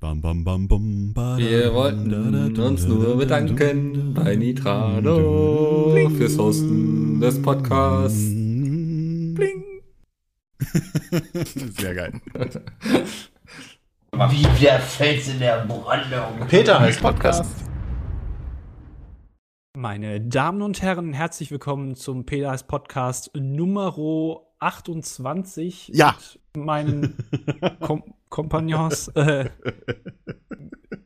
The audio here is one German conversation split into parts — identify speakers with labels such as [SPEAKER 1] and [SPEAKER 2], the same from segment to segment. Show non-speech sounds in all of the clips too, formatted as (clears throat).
[SPEAKER 1] Bam, bam, bam, bam, ba,
[SPEAKER 2] Wir wollten uns nur bedanken bei Nitrado fürs Hosten des Podcasts.
[SPEAKER 1] Bling. Sehr geil.
[SPEAKER 3] Wie der Fels in der Brandung.
[SPEAKER 4] Peter heißt Podcast.
[SPEAKER 5] Meine Damen und Herren, herzlich willkommen zum Pedas Podcast Numero 28.
[SPEAKER 1] Ja.
[SPEAKER 5] Mit
[SPEAKER 1] (laughs)
[SPEAKER 5] meinen Kom Kompagnons. Äh,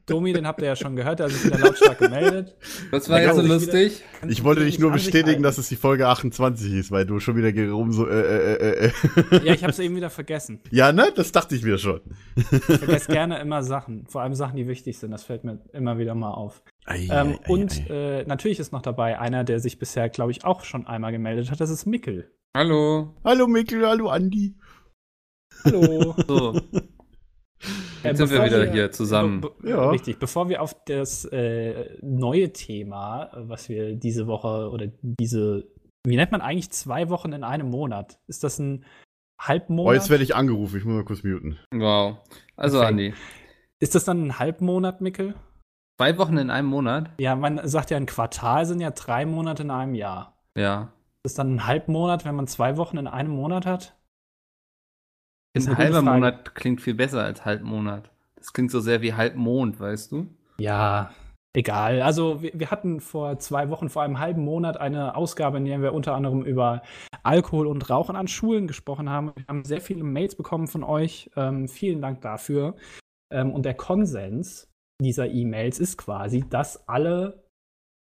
[SPEAKER 5] Domi, den habt ihr ja schon gehört, der hat sich wieder lautstark gemeldet.
[SPEAKER 2] Das war jetzt so lustig.
[SPEAKER 1] Ich wollte dich nur
[SPEAKER 5] An sich
[SPEAKER 1] bestätigen,
[SPEAKER 5] halten.
[SPEAKER 1] dass es die Folge 28 ist, weil du schon wieder rum so. Äh, äh, äh, äh.
[SPEAKER 5] Ja, ich hab's eben wieder vergessen.
[SPEAKER 1] Ja, ne? Das dachte ich mir schon.
[SPEAKER 5] Ich vergesse gerne immer Sachen. Vor allem Sachen, die wichtig sind. Das fällt mir immer wieder mal auf.
[SPEAKER 1] Ei,
[SPEAKER 5] Ähm,
[SPEAKER 1] ei, ei,
[SPEAKER 5] und
[SPEAKER 1] ei.
[SPEAKER 5] äh, natürlich ist noch dabei einer, der sich bisher, glaube ich, auch schon einmal gemeldet hat. Das ist Mickel.
[SPEAKER 2] Hallo.
[SPEAKER 1] hallo Mikkel, hallo Andi.
[SPEAKER 5] Hallo.
[SPEAKER 2] So,
[SPEAKER 5] Äh,
[SPEAKER 2] jetzt sind wir
[SPEAKER 5] bevor
[SPEAKER 2] wieder hier zusammen.
[SPEAKER 5] Be be
[SPEAKER 1] Ja.
[SPEAKER 5] Richtig, bevor wir auf das äh, neue Thema, äh, was wir diese Woche oder diese, wie nennt man eigentlich zwei Wochen in einem Monat? Ist das ein
[SPEAKER 1] Oh,
[SPEAKER 5] Halbmonat?
[SPEAKER 1] jetzt werde ich angerufen. Ich muss mal kurz muten.
[SPEAKER 2] Wow. Also,
[SPEAKER 5] Perfekt.
[SPEAKER 2] Andi,
[SPEAKER 5] ist das dann ein Halbmonat, Mickel?
[SPEAKER 2] zwei Wochen in einem Monat?
[SPEAKER 5] Ja, man sagt ja, ein Quartal sind ja drei Monate in einem Jahr.
[SPEAKER 2] Ja.
[SPEAKER 5] Ist das dann ein Halbmonat, wenn man zwei Wochen in einem Monat hat? Ist
[SPEAKER 2] Ein
[SPEAKER 5] eine gute
[SPEAKER 2] halber
[SPEAKER 5] Frage.
[SPEAKER 2] Monat klingt viel besser als Halbmonat. Das klingt so sehr wie Halbmond, weißt du?
[SPEAKER 5] Ja, egal. Also wir, wir hatten vor zwei Wochen, vor einem halben Monat, eine Ausgabe, in der wir unter anderem über Alkohol und Rauchen an Schulen gesprochen haben. Wir haben sehr viele Mails bekommen von euch. Ähm, vielen Dank dafür. Ähm, und der Konsens dieser E-Mails ist quasi, dass alle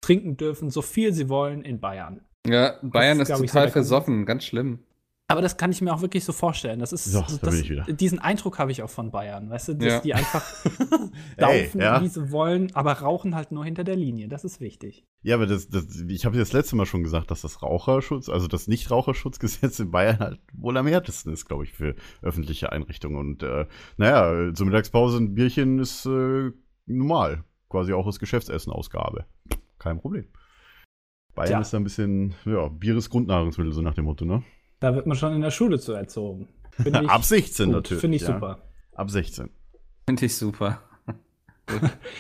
[SPEAKER 5] trinken dürfen, so viel sie wollen in Bayern.
[SPEAKER 2] Ja, Bayern ist,
[SPEAKER 5] Das ist, glaub ich, so
[SPEAKER 2] total
[SPEAKER 5] der
[SPEAKER 2] versoffen, ganz schlimm.
[SPEAKER 5] Aber das kann ich mir auch wirklich so vorstellen. Das ist
[SPEAKER 1] So, da
[SPEAKER 5] das,
[SPEAKER 1] bin ich wieder.
[SPEAKER 5] diesen Eindruck habe ich auch von Bayern, weißt du, dass
[SPEAKER 2] Ja.
[SPEAKER 5] die einfach
[SPEAKER 1] (laughs) Ey,
[SPEAKER 5] laufen,
[SPEAKER 1] ja.
[SPEAKER 5] wie sie wollen, aber rauchen halt nur hinter der Linie. Das ist wichtig.
[SPEAKER 1] Ja, aber das, das, ich habe das letzte Mal schon gesagt, dass das Raucherschutz, also das Nichtraucherschutzgesetz in Bayern halt wohl am härtesten ist, glaube ich, für öffentliche Einrichtungen. Und äh, naja, zur Mittagspause ein Bierchen ist äh, normal. Quasi auch als Geschäftsessen-Ausgabe. Kein Problem. Bayern
[SPEAKER 5] Tja.
[SPEAKER 1] ist da ein bisschen, ja, Bier ist Grundnahrungsmittel, so nach dem Motto, ne?
[SPEAKER 5] Da wird man schon in der Schule zu erzogen. Finde
[SPEAKER 1] Ab 16
[SPEAKER 5] gut,
[SPEAKER 1] natürlich.
[SPEAKER 5] oh, Finde ich
[SPEAKER 1] ja.
[SPEAKER 5] super.
[SPEAKER 1] Ab (laughs) 16.
[SPEAKER 2] Finde ich super.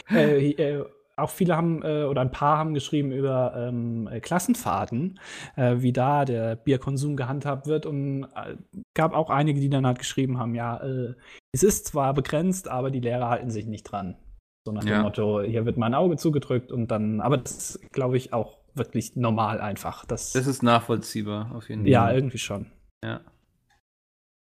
[SPEAKER 5] Äh, äh, auch viele haben äh, oder ein paar haben geschrieben über ähm, äh, Klassenfahrten, äh, wie da der Bierkonsum gehandhabt wird. Und äh, gab auch einige, die dann halt geschrieben haben, ja, äh, es ist zwar begrenzt, aber die Lehrer halten sich nicht dran. So nach
[SPEAKER 2] Ja.
[SPEAKER 5] dem Motto, hier wird mein Auge zugedrückt und dann, aber das ist, glaube ich, auch wirklich normal einfach. Das,
[SPEAKER 2] Das ist nachvollziehbar, auf jeden Fall.
[SPEAKER 5] ja, irgendwie schon.
[SPEAKER 2] Mhm. Ja.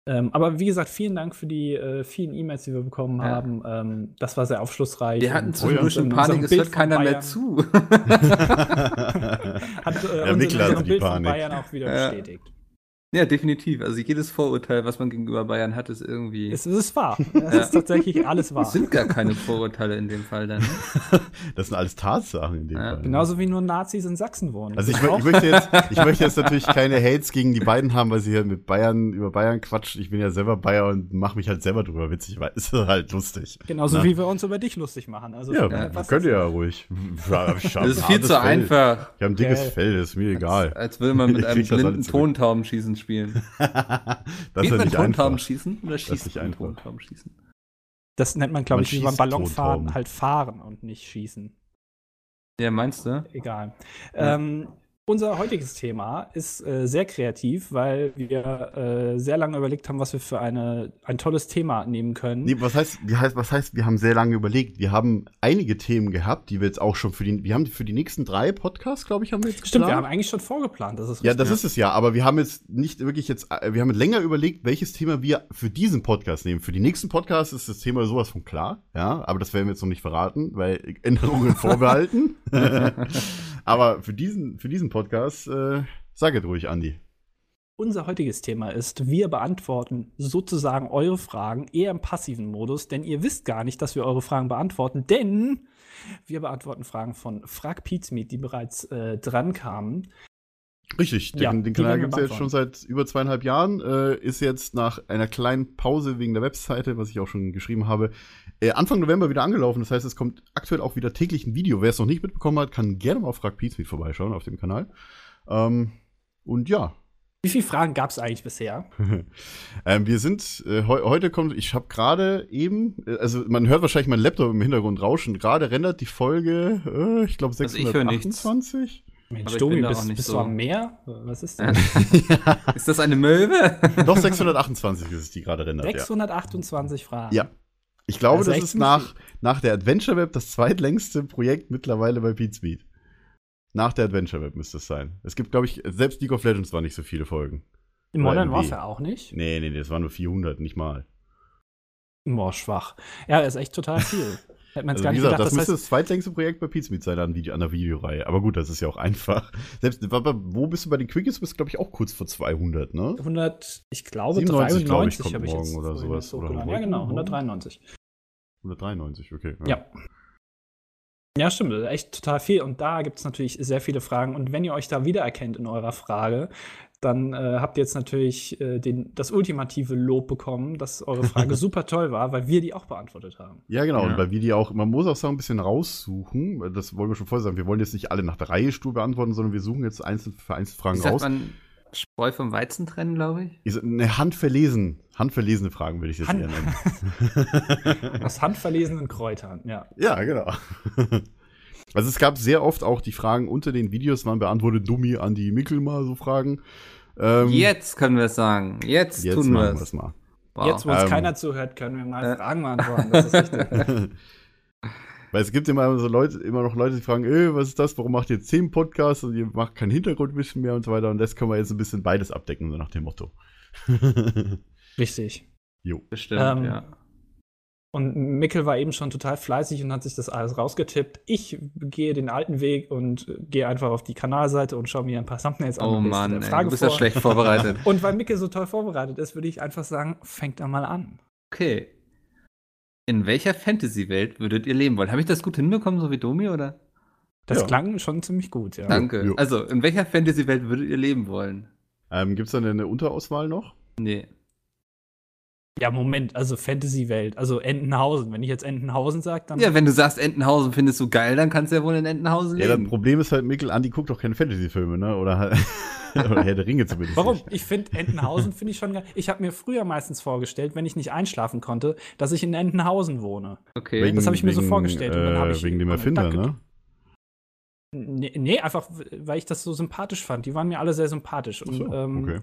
[SPEAKER 5] Ähm, aber wie gesagt, vielen Dank für die äh, vielen E-Mails, die wir bekommen
[SPEAKER 2] Ja.
[SPEAKER 5] haben. Ähm, das war sehr aufschlussreich.
[SPEAKER 2] Wir hatten
[SPEAKER 5] Und
[SPEAKER 2] zwischendurch
[SPEAKER 5] in
[SPEAKER 2] schon
[SPEAKER 5] unserem
[SPEAKER 2] Panik, es
[SPEAKER 5] Bild
[SPEAKER 2] hört
[SPEAKER 5] von
[SPEAKER 2] keiner mehr
[SPEAKER 5] Bayern-
[SPEAKER 2] zu.
[SPEAKER 5] (laughs)
[SPEAKER 2] (laughs)
[SPEAKER 5] Hat äh,
[SPEAKER 1] Ja,
[SPEAKER 5] uns in
[SPEAKER 1] Mikkel hatte
[SPEAKER 5] unserem
[SPEAKER 1] die
[SPEAKER 5] Bild von
[SPEAKER 1] Panik.
[SPEAKER 5] Bayern auch wieder
[SPEAKER 2] Ja.
[SPEAKER 5] bestätigt.
[SPEAKER 2] ja, definitiv. Also jedes Vorurteil, was man gegenüber Bayern hat, ist irgendwie.
[SPEAKER 5] Es, es ist wahr. Es ist tatsächlich alles
[SPEAKER 2] Es
[SPEAKER 5] wahr.
[SPEAKER 2] sind gar keine Vorurteile in dem Fall dann. ne?
[SPEAKER 1] das sind alles Tatsachen in dem
[SPEAKER 2] Ja.
[SPEAKER 1] Fall. ne?
[SPEAKER 5] Genauso wie nur Nazis in Sachsen wohnen.
[SPEAKER 1] Also ich, mö- ich, möchte jetzt, ich möchte jetzt natürlich keine Hates gegen die beiden haben, weil sie hier mit Bayern über Bayern quatschen. Ich bin ja selber Bayer und mache mich halt selber drüber witzig, weil es ist halt lustig.
[SPEAKER 5] Genauso
[SPEAKER 1] Na.
[SPEAKER 5] wie wir uns über dich lustig machen. Also
[SPEAKER 1] Ja,
[SPEAKER 5] von daher passt
[SPEAKER 1] könnt
[SPEAKER 5] das.
[SPEAKER 1] ihr ja
[SPEAKER 2] (laughs)
[SPEAKER 1] ruhig.
[SPEAKER 2] Das ist viel zu einfach.
[SPEAKER 1] Ich habe ein dickes
[SPEAKER 5] Geil.
[SPEAKER 1] Fell, ist mir
[SPEAKER 2] (laughs) Als,
[SPEAKER 1] egal.
[SPEAKER 2] als will man mit
[SPEAKER 1] Ich
[SPEAKER 2] einem
[SPEAKER 1] krieg das alle
[SPEAKER 2] blinden
[SPEAKER 1] zurück.
[SPEAKER 2] Tontaubenschießen spielen.
[SPEAKER 1] das ist
[SPEAKER 2] Geht
[SPEAKER 1] ja
[SPEAKER 2] man
[SPEAKER 1] nicht einfach.
[SPEAKER 2] Tontaubenschießen oder schießt
[SPEAKER 1] nicht
[SPEAKER 2] man
[SPEAKER 1] einfach.
[SPEAKER 2] Tontaubenschießen?
[SPEAKER 5] Das nennt man,
[SPEAKER 1] Man
[SPEAKER 5] glaube ich, wie beim
[SPEAKER 1] schießt
[SPEAKER 5] Ballonfahren
[SPEAKER 1] Tontauben.
[SPEAKER 5] halt fahren und nicht schießen.
[SPEAKER 2] Ja, meinst du?
[SPEAKER 5] Egal.
[SPEAKER 2] Ja.
[SPEAKER 5] Ähm, unser heutiges Thema ist äh, sehr kreativ, weil wir äh, sehr lange überlegt haben, was wir für eine, ein tolles Thema nehmen können.
[SPEAKER 1] Nee, was heißt, wie heißt, was heißt, wir haben sehr lange überlegt. Wir haben einige Themen gehabt, die wir jetzt auch schon für die, wir haben für die nächsten drei Podcasts, glaube ich, haben wir jetzt
[SPEAKER 5] Stimmt, wir
[SPEAKER 1] geplant.
[SPEAKER 5] haben eigentlich schon vorgeplant. Das ist
[SPEAKER 1] Ja,
[SPEAKER 5] richtig.
[SPEAKER 1] das ist es ja, aber wir haben jetzt nicht wirklich jetzt, äh, wir haben länger überlegt, welches Thema wir für diesen Podcast nehmen. Für die nächsten Podcasts ist das Thema sowas von klar, ja, aber das werden wir jetzt noch nicht verraten, weil (laughs) Änderungen vorbehalten. (laughs) aber für diesen, für diesen Podcast, äh, sag jetzt ruhig, Andi.
[SPEAKER 5] Unser heutiges Thema ist, wir beantworten sozusagen eure Fragen eher im passiven Modus, denn ihr wisst gar nicht, dass wir eure Fragen beantworten, denn wir beantworten Fragen von Frag Pizmeet, die bereits äh, dran kamen.
[SPEAKER 1] Richtig, den,
[SPEAKER 5] Ja,
[SPEAKER 1] den
[SPEAKER 5] die
[SPEAKER 1] Kanal
[SPEAKER 5] werden wir
[SPEAKER 1] gibt's jetzt schon seit über zweieinhalb Jahren. Äh, ist jetzt nach einer kleinen Pause wegen der Webseite, was ich auch schon geschrieben habe, äh, Anfang November wieder angelaufen. Das heißt, es kommt aktuell auch wieder täglich ein Video. Wer es noch nicht mitbekommen hat, kann gerne mal auf Frag Pizmeet vorbeischauen auf dem Kanal. Ähm, und ja,
[SPEAKER 5] Wie viele Fragen gab es eigentlich bisher?
[SPEAKER 1] ähm, wir sind äh, heu heute kommt. Ich habe gerade eben, äh, also man hört wahrscheinlich meinen Laptop im Hintergrund rauschen. Gerade rendert die Folge, äh, ich glaube
[SPEAKER 6] Also ich höre
[SPEAKER 1] (laughs)
[SPEAKER 6] nichts.
[SPEAKER 1] 628.
[SPEAKER 5] Mensch,
[SPEAKER 6] Aber ich
[SPEAKER 5] Domi,
[SPEAKER 6] bin da auch
[SPEAKER 5] bist,
[SPEAKER 6] nicht
[SPEAKER 5] bist
[SPEAKER 6] so-
[SPEAKER 5] du am Meer? Was ist denn?
[SPEAKER 6] Ist das eine Möwe?
[SPEAKER 1] Doch 628 ist es, die gerade rendert. Ja.
[SPEAKER 5] 628 Fragen.
[SPEAKER 1] Ja. Ich glaube,
[SPEAKER 5] Also
[SPEAKER 1] das
[SPEAKER 5] echt
[SPEAKER 1] ist
[SPEAKER 5] nicht
[SPEAKER 1] nach, nach der Adventure Web das zweitlängste Projekt mittlerweile bei Beatsmeet. Nach der Adventure Web müsste es sein. Es gibt, glaube ich, selbst League of Legends waren nicht so viele Folgen.
[SPEAKER 5] In
[SPEAKER 1] Nein,
[SPEAKER 5] Modern
[SPEAKER 1] wie?
[SPEAKER 5] Warfare auch nicht?
[SPEAKER 1] Nee, nee, nee, das waren nur 400, nicht mal.
[SPEAKER 5] Boah, schwach. Ja, ist echt
[SPEAKER 1] (laughs)
[SPEAKER 5] total viel. Hätte man es
[SPEAKER 1] Also,
[SPEAKER 5] gar
[SPEAKER 1] wie
[SPEAKER 5] nicht
[SPEAKER 1] gesagt,
[SPEAKER 5] gedacht.
[SPEAKER 1] das
[SPEAKER 5] Das
[SPEAKER 1] müsste
[SPEAKER 5] heißt,
[SPEAKER 1] das zweitlängste Projekt bei Beatsmeet sein an, Video, an der Videoreihe. Aber gut, das ist ja auch einfach. Selbst, wa- wa- wo bist du bei den Quickies? Bist glaube ich, auch kurz vor 200, ne?
[SPEAKER 5] 100, ich glaube,
[SPEAKER 1] 97,
[SPEAKER 5] 93
[SPEAKER 1] glaube ich, kommt
[SPEAKER 5] habe ich jetzt
[SPEAKER 1] morgen oder
[SPEAKER 5] vorhin
[SPEAKER 1] sowas.
[SPEAKER 5] jetzt
[SPEAKER 1] Oder Mhm.
[SPEAKER 5] hochgeladen. Ja,
[SPEAKER 1] morgen,
[SPEAKER 5] genau,
[SPEAKER 1] morgen.
[SPEAKER 5] 193.
[SPEAKER 1] 193, okay.
[SPEAKER 5] Ja. Ja, stimmt, das ist echt total viel. Und da gibt es natürlich sehr viele Fragen. Und wenn ihr euch da wiedererkennt in eurer Frage, dann äh, habt ihr jetzt natürlich äh, den, das ultimative Lob bekommen, dass
[SPEAKER 1] (laughs)
[SPEAKER 5] eure Frage super toll war, weil wir die auch beantwortet haben.
[SPEAKER 1] Ja, genau.
[SPEAKER 6] Ja.
[SPEAKER 1] Und weil wir die auch, man muss auch sagen, ein bisschen raussuchen. weil Das wollen wir schon vorher sagen. Wir wollen jetzt nicht alle nach der Reihe stur beantworten, sondern wir suchen jetzt einzeln für
[SPEAKER 6] Wie
[SPEAKER 1] Einzelfragen
[SPEAKER 6] sagt
[SPEAKER 1] raus.
[SPEAKER 6] man Spreu vom Weizen trennen, glaube ich?
[SPEAKER 1] Ist eine handverlesen, handverlesene Fragen würde ich jetzt
[SPEAKER 5] Hand-
[SPEAKER 1] eher
[SPEAKER 6] (laughs)
[SPEAKER 1] nennen.
[SPEAKER 5] Aus handverlesenen Kräutern, ja.
[SPEAKER 1] ja, genau. (laughs) Also es gab sehr oft auch die Fragen unter den Videos, waren beantwortet dummi an die Mickelma, so Fragen. Ähm,
[SPEAKER 6] Jetzt können wir es sagen. Jetzt,
[SPEAKER 1] jetzt
[SPEAKER 6] tun wir
[SPEAKER 1] machen wir
[SPEAKER 6] es.
[SPEAKER 1] es mal.
[SPEAKER 6] Wow.
[SPEAKER 5] Jetzt, wo uns
[SPEAKER 1] Ähm.
[SPEAKER 5] keiner zuhört, können wir mal
[SPEAKER 6] Äh.
[SPEAKER 5] Fragen beantworten. Das ist richtig.
[SPEAKER 1] (laughs) Weil es gibt immer so Leute, immer noch Leute, die fragen, äh, was ist das? Warum macht ihr zehn Podcasts und ihr macht kein Hintergrundwissen mehr und so weiter? Und das können wir jetzt ein bisschen beides abdecken, so nach dem
[SPEAKER 5] (laughs)
[SPEAKER 1] Motto.
[SPEAKER 5] richtig.
[SPEAKER 6] Bestimmt,
[SPEAKER 5] Ähm,
[SPEAKER 6] ja.
[SPEAKER 5] Und Mickel war eben schon total fleißig und hat sich das alles rausgetippt. Ich gehe den alten Weg und äh, gehe einfach auf die Kanalseite und schaue mir ein paar Thumbnails an.
[SPEAKER 6] Oh
[SPEAKER 5] und lese der
[SPEAKER 6] Mann, ey,
[SPEAKER 5] Frage
[SPEAKER 6] du bist ja
[SPEAKER 5] vor.
[SPEAKER 6] schlecht vorbereitet.
[SPEAKER 5] (laughs) Und weil Mickel so toll vorbereitet ist, würde ich einfach sagen, fängt da mal an.
[SPEAKER 6] Okay. In welcher Fantasy-Welt würdet ihr leben wollen? Habe ich das gut hinbekommen, so wie Domi, oder?
[SPEAKER 5] Das
[SPEAKER 1] Ja.
[SPEAKER 5] klang schon ziemlich gut, ja.
[SPEAKER 6] Danke.
[SPEAKER 1] jo.
[SPEAKER 6] Also, in welcher Fantasy-Welt würdet ihr leben wollen?
[SPEAKER 1] Ähm, Gibt es dann eine Unterauswahl noch?
[SPEAKER 6] Nee.
[SPEAKER 5] Ja, Moment, also Fantasy-Welt, also Entenhausen. Wenn ich jetzt Entenhausen sage, dann.
[SPEAKER 6] Ja, wenn du sagst, Entenhausen findest du geil, dann kannst du ja wohl in Entenhausen
[SPEAKER 1] Ja, das
[SPEAKER 6] leben.
[SPEAKER 1] Problem ist halt, Mikkel, Andi guckt doch keine Fantasy-Filme, ne? Oder, halt- (laughs) oder Herr der Ringe zumindest.
[SPEAKER 5] Warum?
[SPEAKER 1] Nicht.
[SPEAKER 5] Ich finde Entenhausen finde ich schon geil. Ich habe mir früher meistens vorgestellt, wenn ich nicht einschlafen konnte, dass ich in Entenhausen wohne.
[SPEAKER 6] okay.
[SPEAKER 5] das hab ich mir so
[SPEAKER 1] wegen,
[SPEAKER 5] vorgestellt und dann hab ich
[SPEAKER 1] wegen dem
[SPEAKER 5] an den
[SPEAKER 1] Erfinder,
[SPEAKER 5] Tag
[SPEAKER 1] ne?
[SPEAKER 5] Nee, nee, einfach, weil ich das so sympathisch fand. Die waren mir alle sehr sympathisch. Und,
[SPEAKER 1] Ach so,
[SPEAKER 5] ähm,
[SPEAKER 1] okay.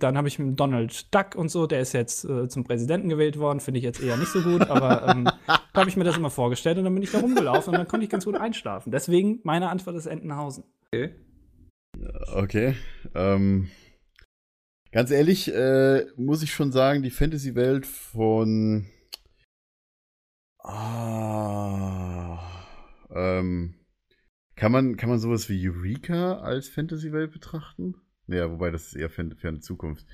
[SPEAKER 5] Dann habe ich mit Donald Duck und so, der ist jetzt äh, zum Präsidenten gewählt worden, finde ich jetzt eher nicht so gut, aber
[SPEAKER 1] (laughs)
[SPEAKER 5] ähm, da habe ich mir das immer vorgestellt und dann bin ich da rumgelaufen und dann konnte ich ganz gut einschlafen. Deswegen meine Antwort ist Entenhausen.
[SPEAKER 6] okay.
[SPEAKER 1] Okay. Ähm, ganz ehrlich, äh, muss ich schon sagen, die Fantasy-Welt von. Ah, ähm, kann, man, kann man sowas wie Eureka als Fantasy-Welt betrachten? Ja, wobei das ist eher fern- ferne Zukunft.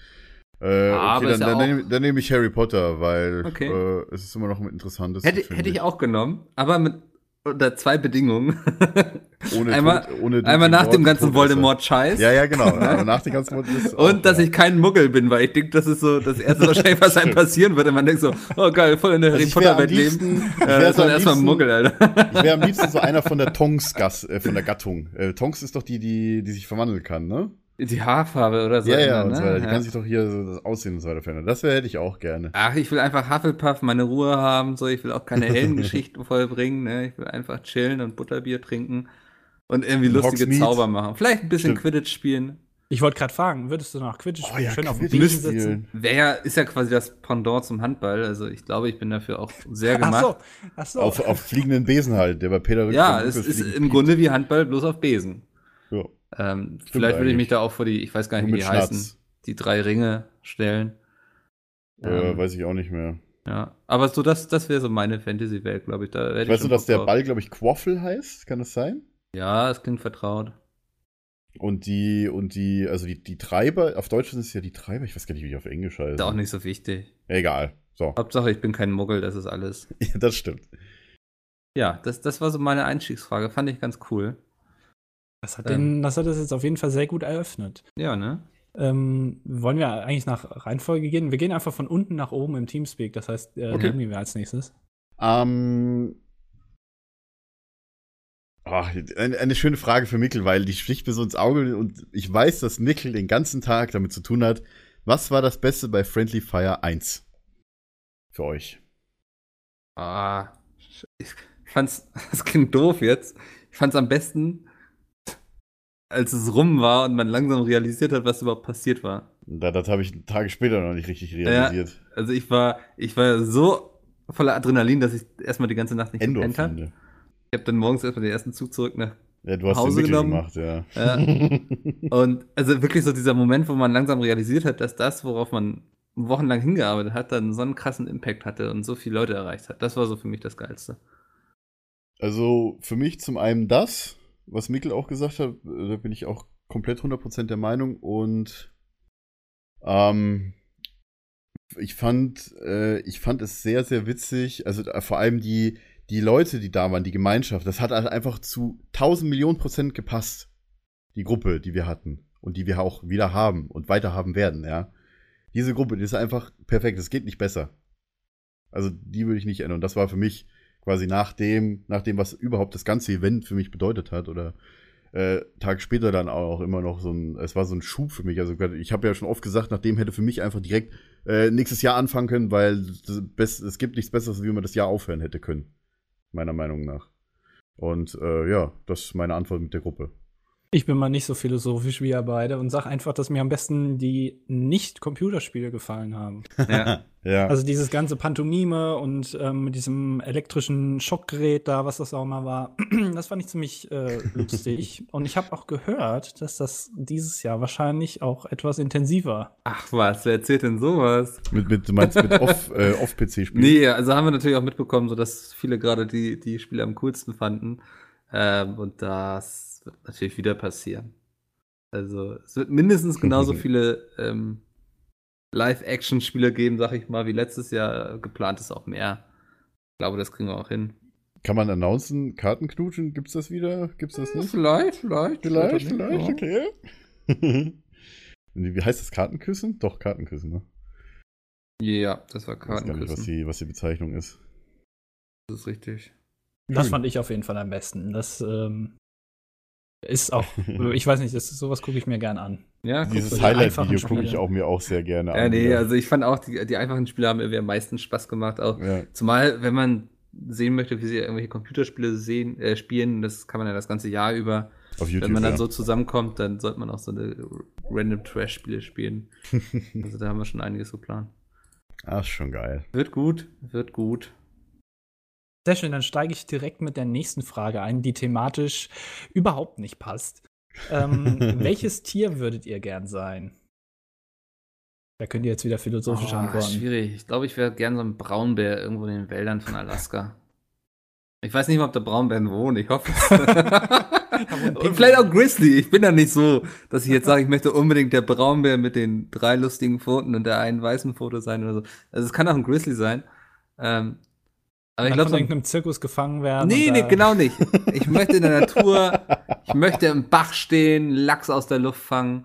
[SPEAKER 1] Äh,
[SPEAKER 6] Ah,
[SPEAKER 1] okay,
[SPEAKER 6] aber
[SPEAKER 1] dann,
[SPEAKER 6] ist ja
[SPEAKER 1] dann,
[SPEAKER 6] auch-
[SPEAKER 1] nehme, dann nehme ich Harry Potter, weil
[SPEAKER 6] Okay.
[SPEAKER 1] äh, es ist immer noch ein interessantes.
[SPEAKER 6] Hätte, hätte ich auch genommen, aber mit unter zwei Bedingungen.
[SPEAKER 1] Ohne
[SPEAKER 6] einmal-
[SPEAKER 1] Tod- ohne
[SPEAKER 6] (laughs) Einmal nach
[SPEAKER 1] Dumbledore
[SPEAKER 6] dem
[SPEAKER 1] und
[SPEAKER 6] ganzen
[SPEAKER 1] Todesser.
[SPEAKER 6] Voldemort-Scheiß.
[SPEAKER 1] also. Ja, ja,
[SPEAKER 6] (laughs)
[SPEAKER 1] genau. Aber nach dem ganzen Wort ist auch,
[SPEAKER 6] Und dass ich kein Muggel bin, weil ich denke, das ist so das erste wahrscheinlich,
[SPEAKER 1] (laughs)
[SPEAKER 6] was einem passieren würde. Man denkt so, oh geil, voll in der
[SPEAKER 1] Also
[SPEAKER 6] Harry
[SPEAKER 1] ich wär am
[SPEAKER 6] Potter-Welt leben.
[SPEAKER 1] liebsten- ich
[SPEAKER 6] Äh,
[SPEAKER 1] wär
[SPEAKER 6] das
[SPEAKER 1] so
[SPEAKER 6] war
[SPEAKER 1] am
[SPEAKER 6] erstmal ein
[SPEAKER 1] liebsten-
[SPEAKER 6] Muggel, Alter. (laughs)
[SPEAKER 1] Ich wäre am liebsten so einer von der Tongs-Gas, äh, von der Gattung. Äh, Tongs ist doch die, die, die sich verwandeln kann, ne?
[SPEAKER 6] Die Haarfarbe oder so.
[SPEAKER 1] ja, ja,
[SPEAKER 6] ne?
[SPEAKER 1] und so weiter. Die
[SPEAKER 6] Ja.
[SPEAKER 1] kann sich doch hier so das Aussehen und so weiter verändern. Das wär, hätte ich auch gerne.
[SPEAKER 6] Ach, ich will einfach Hufflepuff, meine Ruhe haben, so. Ich will auch
[SPEAKER 1] (laughs)
[SPEAKER 6] keine Heldengeschichten vollbringen, ne? Ich will einfach chillen und Butterbier trinken und irgendwie
[SPEAKER 1] Und
[SPEAKER 6] lustige
[SPEAKER 1] Hogsmeade.
[SPEAKER 6] Zauber machen. Vielleicht ein bisschen
[SPEAKER 1] Stimmt.
[SPEAKER 6] Quidditch spielen.
[SPEAKER 5] Ich wollte gerade fragen, würdest du nach Quidditch
[SPEAKER 6] Oh
[SPEAKER 5] spielen? Schön auf dem
[SPEAKER 1] Oh Quidditch
[SPEAKER 5] Besen sitzen.
[SPEAKER 1] spielen.
[SPEAKER 6] Wäre ja, ist ja quasi das Pendant zum Handball. Also ich glaube, ich bin dafür auch
[SPEAKER 1] (laughs)
[SPEAKER 6] sehr
[SPEAKER 5] Ach
[SPEAKER 6] gemacht.
[SPEAKER 5] so, ach so.
[SPEAKER 1] Auf, auf fliegenden Besen halt, der bei Peter Rück
[SPEAKER 6] Ja,
[SPEAKER 1] von
[SPEAKER 6] es
[SPEAKER 1] Lucas
[SPEAKER 6] ist
[SPEAKER 1] fliegt.
[SPEAKER 6] im Grunde wie Handball, bloß auf Besen.
[SPEAKER 1] Ja,
[SPEAKER 6] Ähm, vielleicht würde ich
[SPEAKER 1] eigentlich.
[SPEAKER 6] mich da auch vor die, ich weiß gar
[SPEAKER 1] nur
[SPEAKER 6] nicht,
[SPEAKER 1] mit
[SPEAKER 6] wie die heißen,
[SPEAKER 1] Schnatz.
[SPEAKER 6] die drei Ringe stellen.
[SPEAKER 1] Äh,
[SPEAKER 6] Ähm,
[SPEAKER 1] weiß ich auch nicht mehr.
[SPEAKER 6] ja. Aber so, das, das wäre so meine Fantasy-Welt, glaube ich. Da hätte ich
[SPEAKER 1] Weißt du,
[SPEAKER 6] schon
[SPEAKER 1] dass
[SPEAKER 6] Bock
[SPEAKER 1] der
[SPEAKER 6] drauf.
[SPEAKER 1] Ball, glaube ich, Quaffel heißt? Kann das sein?
[SPEAKER 6] Ja, es klingt vertraut.
[SPEAKER 1] Und die, und die, also die, die Treiber, auf Deutsch sind es ja die Treiber, ich weiß gar nicht, wie die auf Englisch heißen.
[SPEAKER 6] Ist auch nicht so wichtig.
[SPEAKER 1] Egal. So, (laughs)
[SPEAKER 6] Hauptsache, ich bin kein Muggel, das ist alles.
[SPEAKER 1] ja, das stimmt.
[SPEAKER 6] Ja, das, das war so meine Einstiegsfrage. Fand ich ganz cool.
[SPEAKER 5] das, hat
[SPEAKER 1] ähm.
[SPEAKER 5] den, das hat das jetzt auf jeden Fall sehr gut eröffnet.
[SPEAKER 6] Ja, ne?
[SPEAKER 5] Ähm, wollen wir eigentlich nach Reihenfolge gehen? Wir gehen einfach von unten nach oben im Teamspeak. Das heißt, äh,
[SPEAKER 1] Okay.
[SPEAKER 5] nehmen wir als nächstes.
[SPEAKER 1] Ähm, Ach, eine, eine schöne Frage für Mickel, weil die sticht mir so ins Auge und ich weiß, dass Mickel den ganzen Tag damit zu tun hat. Was war das Beste bei Friendly Fire 1? Für euch.
[SPEAKER 6] Ah, ich fand's, (laughs) das klingt doof jetzt. Ich fand's am besten, als es rum war und man langsam realisiert hat, was überhaupt passiert war.
[SPEAKER 1] Da, das habe ich Tage später noch nicht richtig realisiert.
[SPEAKER 6] Also ich war, ich war so voller Adrenalin, dass ich erstmal die ganze Nacht nicht gepennt habe.
[SPEAKER 1] Endorphine.
[SPEAKER 6] Ich habe dann morgens erstmal den ersten Zug zurück nach
[SPEAKER 1] Ja, du hast den
[SPEAKER 6] Hause
[SPEAKER 1] Mickel
[SPEAKER 6] genommen.
[SPEAKER 1] gemacht, ja.
[SPEAKER 6] Ja. Und also wirklich so dieser Moment, wo man langsam realisiert hat, dass das, worauf man wochenlang hingearbeitet hat, dann so einen krassen Impact hatte und so viele Leute erreicht hat. Das war so für mich das Geilste.
[SPEAKER 1] Also für mich zum einen das, was Mikkel auch gesagt hat, äh, da bin ich auch komplett 100% der Meinung und ähm, ich fand, äh, ich fand es sehr, sehr witzig, also äh, vor allem die, die Leute, die da waren, die Gemeinschaft, das hat halt einfach zu 1000 Millionen Prozent gepasst. Die Gruppe, die wir hatten und die wir auch wieder haben und weiter haben werden, ja. Diese Gruppe, die ist einfach perfekt, es geht nicht besser. Also die würde ich nicht ändern. Das war für mich quasi nach dem, nach dem, was überhaupt das ganze Event für mich bedeutet hat oder äh, Tag später dann auch immer noch so ein, es war so ein Schub für mich. Also ich habe ja schon oft gesagt, nach dem hätte für mich einfach direkt äh, nächstes Jahr anfangen können, weil das Best, es gibt nichts Besseres, wie man das Jahr aufhören hätte können, meiner Meinung nach. Und äh, ja, das ist meine Antwort mit der Gruppe.
[SPEAKER 5] Ich bin mal nicht so philosophisch wie ihr beide und sag einfach, dass mir am besten die Nicht-Computerspiele gefallen haben.
[SPEAKER 6] Ja.
[SPEAKER 1] Ja,
[SPEAKER 5] Also dieses ganze Pantomime und ähm, mit diesem elektrischen Schockgerät da, was das auch mal war, (clears throat) das fand ich ziemlich äh, lustig. und ich habe auch gehört, dass das dieses Jahr wahrscheinlich auch etwas intensiver.
[SPEAKER 6] Ach was, wer erzählt denn sowas?
[SPEAKER 1] mit, mit, du meinst mit Off- äh, Off-PC-Spielen?
[SPEAKER 6] Nee, also haben wir natürlich auch mitbekommen, so dass viele gerade die, die Spiele am coolsten fanden. Ähm, und das wird natürlich wieder passieren. Also es wird
[SPEAKER 1] (laughs)
[SPEAKER 6] mindestens genauso viele ähm, Live-Action-Spiele geben, sag ich mal, wie letztes Jahr. Geplant ist auch mehr. Ich glaube, das kriegen wir auch hin.
[SPEAKER 1] Kann man announcen, Karten knutschen? Gibt's das wieder? Gibt's
[SPEAKER 6] Äh,
[SPEAKER 1] das nicht?
[SPEAKER 6] Vielleicht, vielleicht.
[SPEAKER 1] Vielleicht, vielleicht, okay. (laughs) Wie heißt das? Kartenküssen? Doch, Kartenküssen, ne?
[SPEAKER 6] Ja, das war
[SPEAKER 1] Ich weiß gar nicht, was
[SPEAKER 6] Kartenküssen.
[SPEAKER 1] die, was die Bezeichnung ist.
[SPEAKER 6] Das ist richtig.
[SPEAKER 5] Das
[SPEAKER 1] Schön.
[SPEAKER 5] fand ich auf jeden Fall am besten. Das ähm, ist auch, ich weiß nicht, das, sowas gucke ich mir gern an.
[SPEAKER 6] Ja, guck.
[SPEAKER 1] Dieses
[SPEAKER 5] die
[SPEAKER 1] Highlight-Video
[SPEAKER 5] einfachen
[SPEAKER 1] gucke ich
[SPEAKER 5] Spiele.
[SPEAKER 1] auch mir auch sehr gerne
[SPEAKER 6] ja, nee,
[SPEAKER 1] wieder.
[SPEAKER 6] also ich fand auch, die, die einfachen Spiele haben irgendwie am meisten Spaß gemacht. Auch
[SPEAKER 1] ja.
[SPEAKER 6] Zumal, wenn man sehen möchte, wie sie irgendwelche Computerspiele sehen, äh, spielen, das kann man ja das ganze Jahr über.
[SPEAKER 1] Auf YouTube.
[SPEAKER 6] wenn man dann
[SPEAKER 1] ja.
[SPEAKER 6] so zusammenkommt, dann sollte man auch so eine random
[SPEAKER 1] (laughs)
[SPEAKER 6] Trash-Spiele spielen. also da haben wir schon einiges geplant.
[SPEAKER 1] Ach, Ah, ist schon
[SPEAKER 6] (laughs)
[SPEAKER 1] geil.
[SPEAKER 6] Wird gut, wird gut.
[SPEAKER 5] Sehr schön, dann steige ich direkt mit der nächsten Frage ein, die thematisch überhaupt nicht passt.
[SPEAKER 6] (laughs)
[SPEAKER 5] Ähm, welches Tier würdet ihr gern sein? Da könnt ihr jetzt wieder philosophisch
[SPEAKER 6] Oh,
[SPEAKER 5] antworten.
[SPEAKER 6] schwierig. Ich glaube, ich wäre gern so ein Braunbär irgendwo in den Wäldern von Alaska. Ich weiß nicht mal, ob da Braunbären wohnen, ich hoffe
[SPEAKER 5] (laughs)
[SPEAKER 6] es. Und vielleicht auch Grizzly. Ich bin da nicht so, dass ich jetzt sage, ich möchte unbedingt der Braunbär mit den drei lustigen Pfoten und der einen weißen Pfote sein oder so. Also es kann auch ein Grizzly sein. Ähm, aber ich
[SPEAKER 5] Dann
[SPEAKER 6] glaube,
[SPEAKER 5] von
[SPEAKER 6] so ein-
[SPEAKER 5] irgendeinem Zirkus gefangen werden.
[SPEAKER 6] nee,
[SPEAKER 5] und
[SPEAKER 6] nee,
[SPEAKER 5] da-
[SPEAKER 6] genau nicht. Ich möchte in der Natur, ich möchte im Bach stehen, Lachs aus der Luft fangen.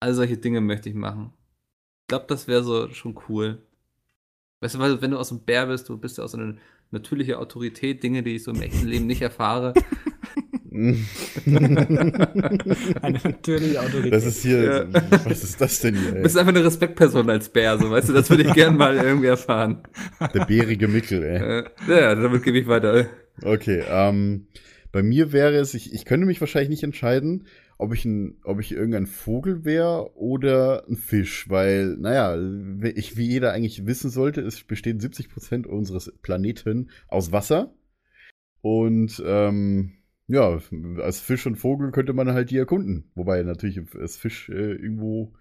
[SPEAKER 6] All solche Dinge möchte ich machen. Ich glaube, das wäre so schon cool. Weißt du, weil wenn du aus dem Bär bist, du bist ja auch so eine natürliche Autorität, Dinge, die ich so im echten Leben nicht
[SPEAKER 5] (laughs)
[SPEAKER 6] erfahre.
[SPEAKER 5] (laughs) Eine natürliche Autorität.
[SPEAKER 1] das ist hier.
[SPEAKER 6] Ja.
[SPEAKER 1] Was ist das denn hier?
[SPEAKER 6] Du
[SPEAKER 1] Ey?
[SPEAKER 6] bist einfach eine Respektperson als Bär, so weißt du, das würde ich gern mal irgendwie erfahren.
[SPEAKER 1] Der bärige Mickel, ey.
[SPEAKER 6] Äh, ja, damit gebe ich weiter.
[SPEAKER 1] Okay, ähm, bei mir wäre es, ich, ich könnte mich wahrscheinlich nicht entscheiden, ob ich, ein, ob ich irgendein Vogel wäre oder ein Fisch, weil, naja, wie- ich, wie jeder eigentlich wissen sollte, es bestehen 70% unseres Planeten aus Wasser. Und ähm, ja, als Fisch und Vogel könnte man halt die erkunden. Wobei natürlich als Fisch äh, irgendwo,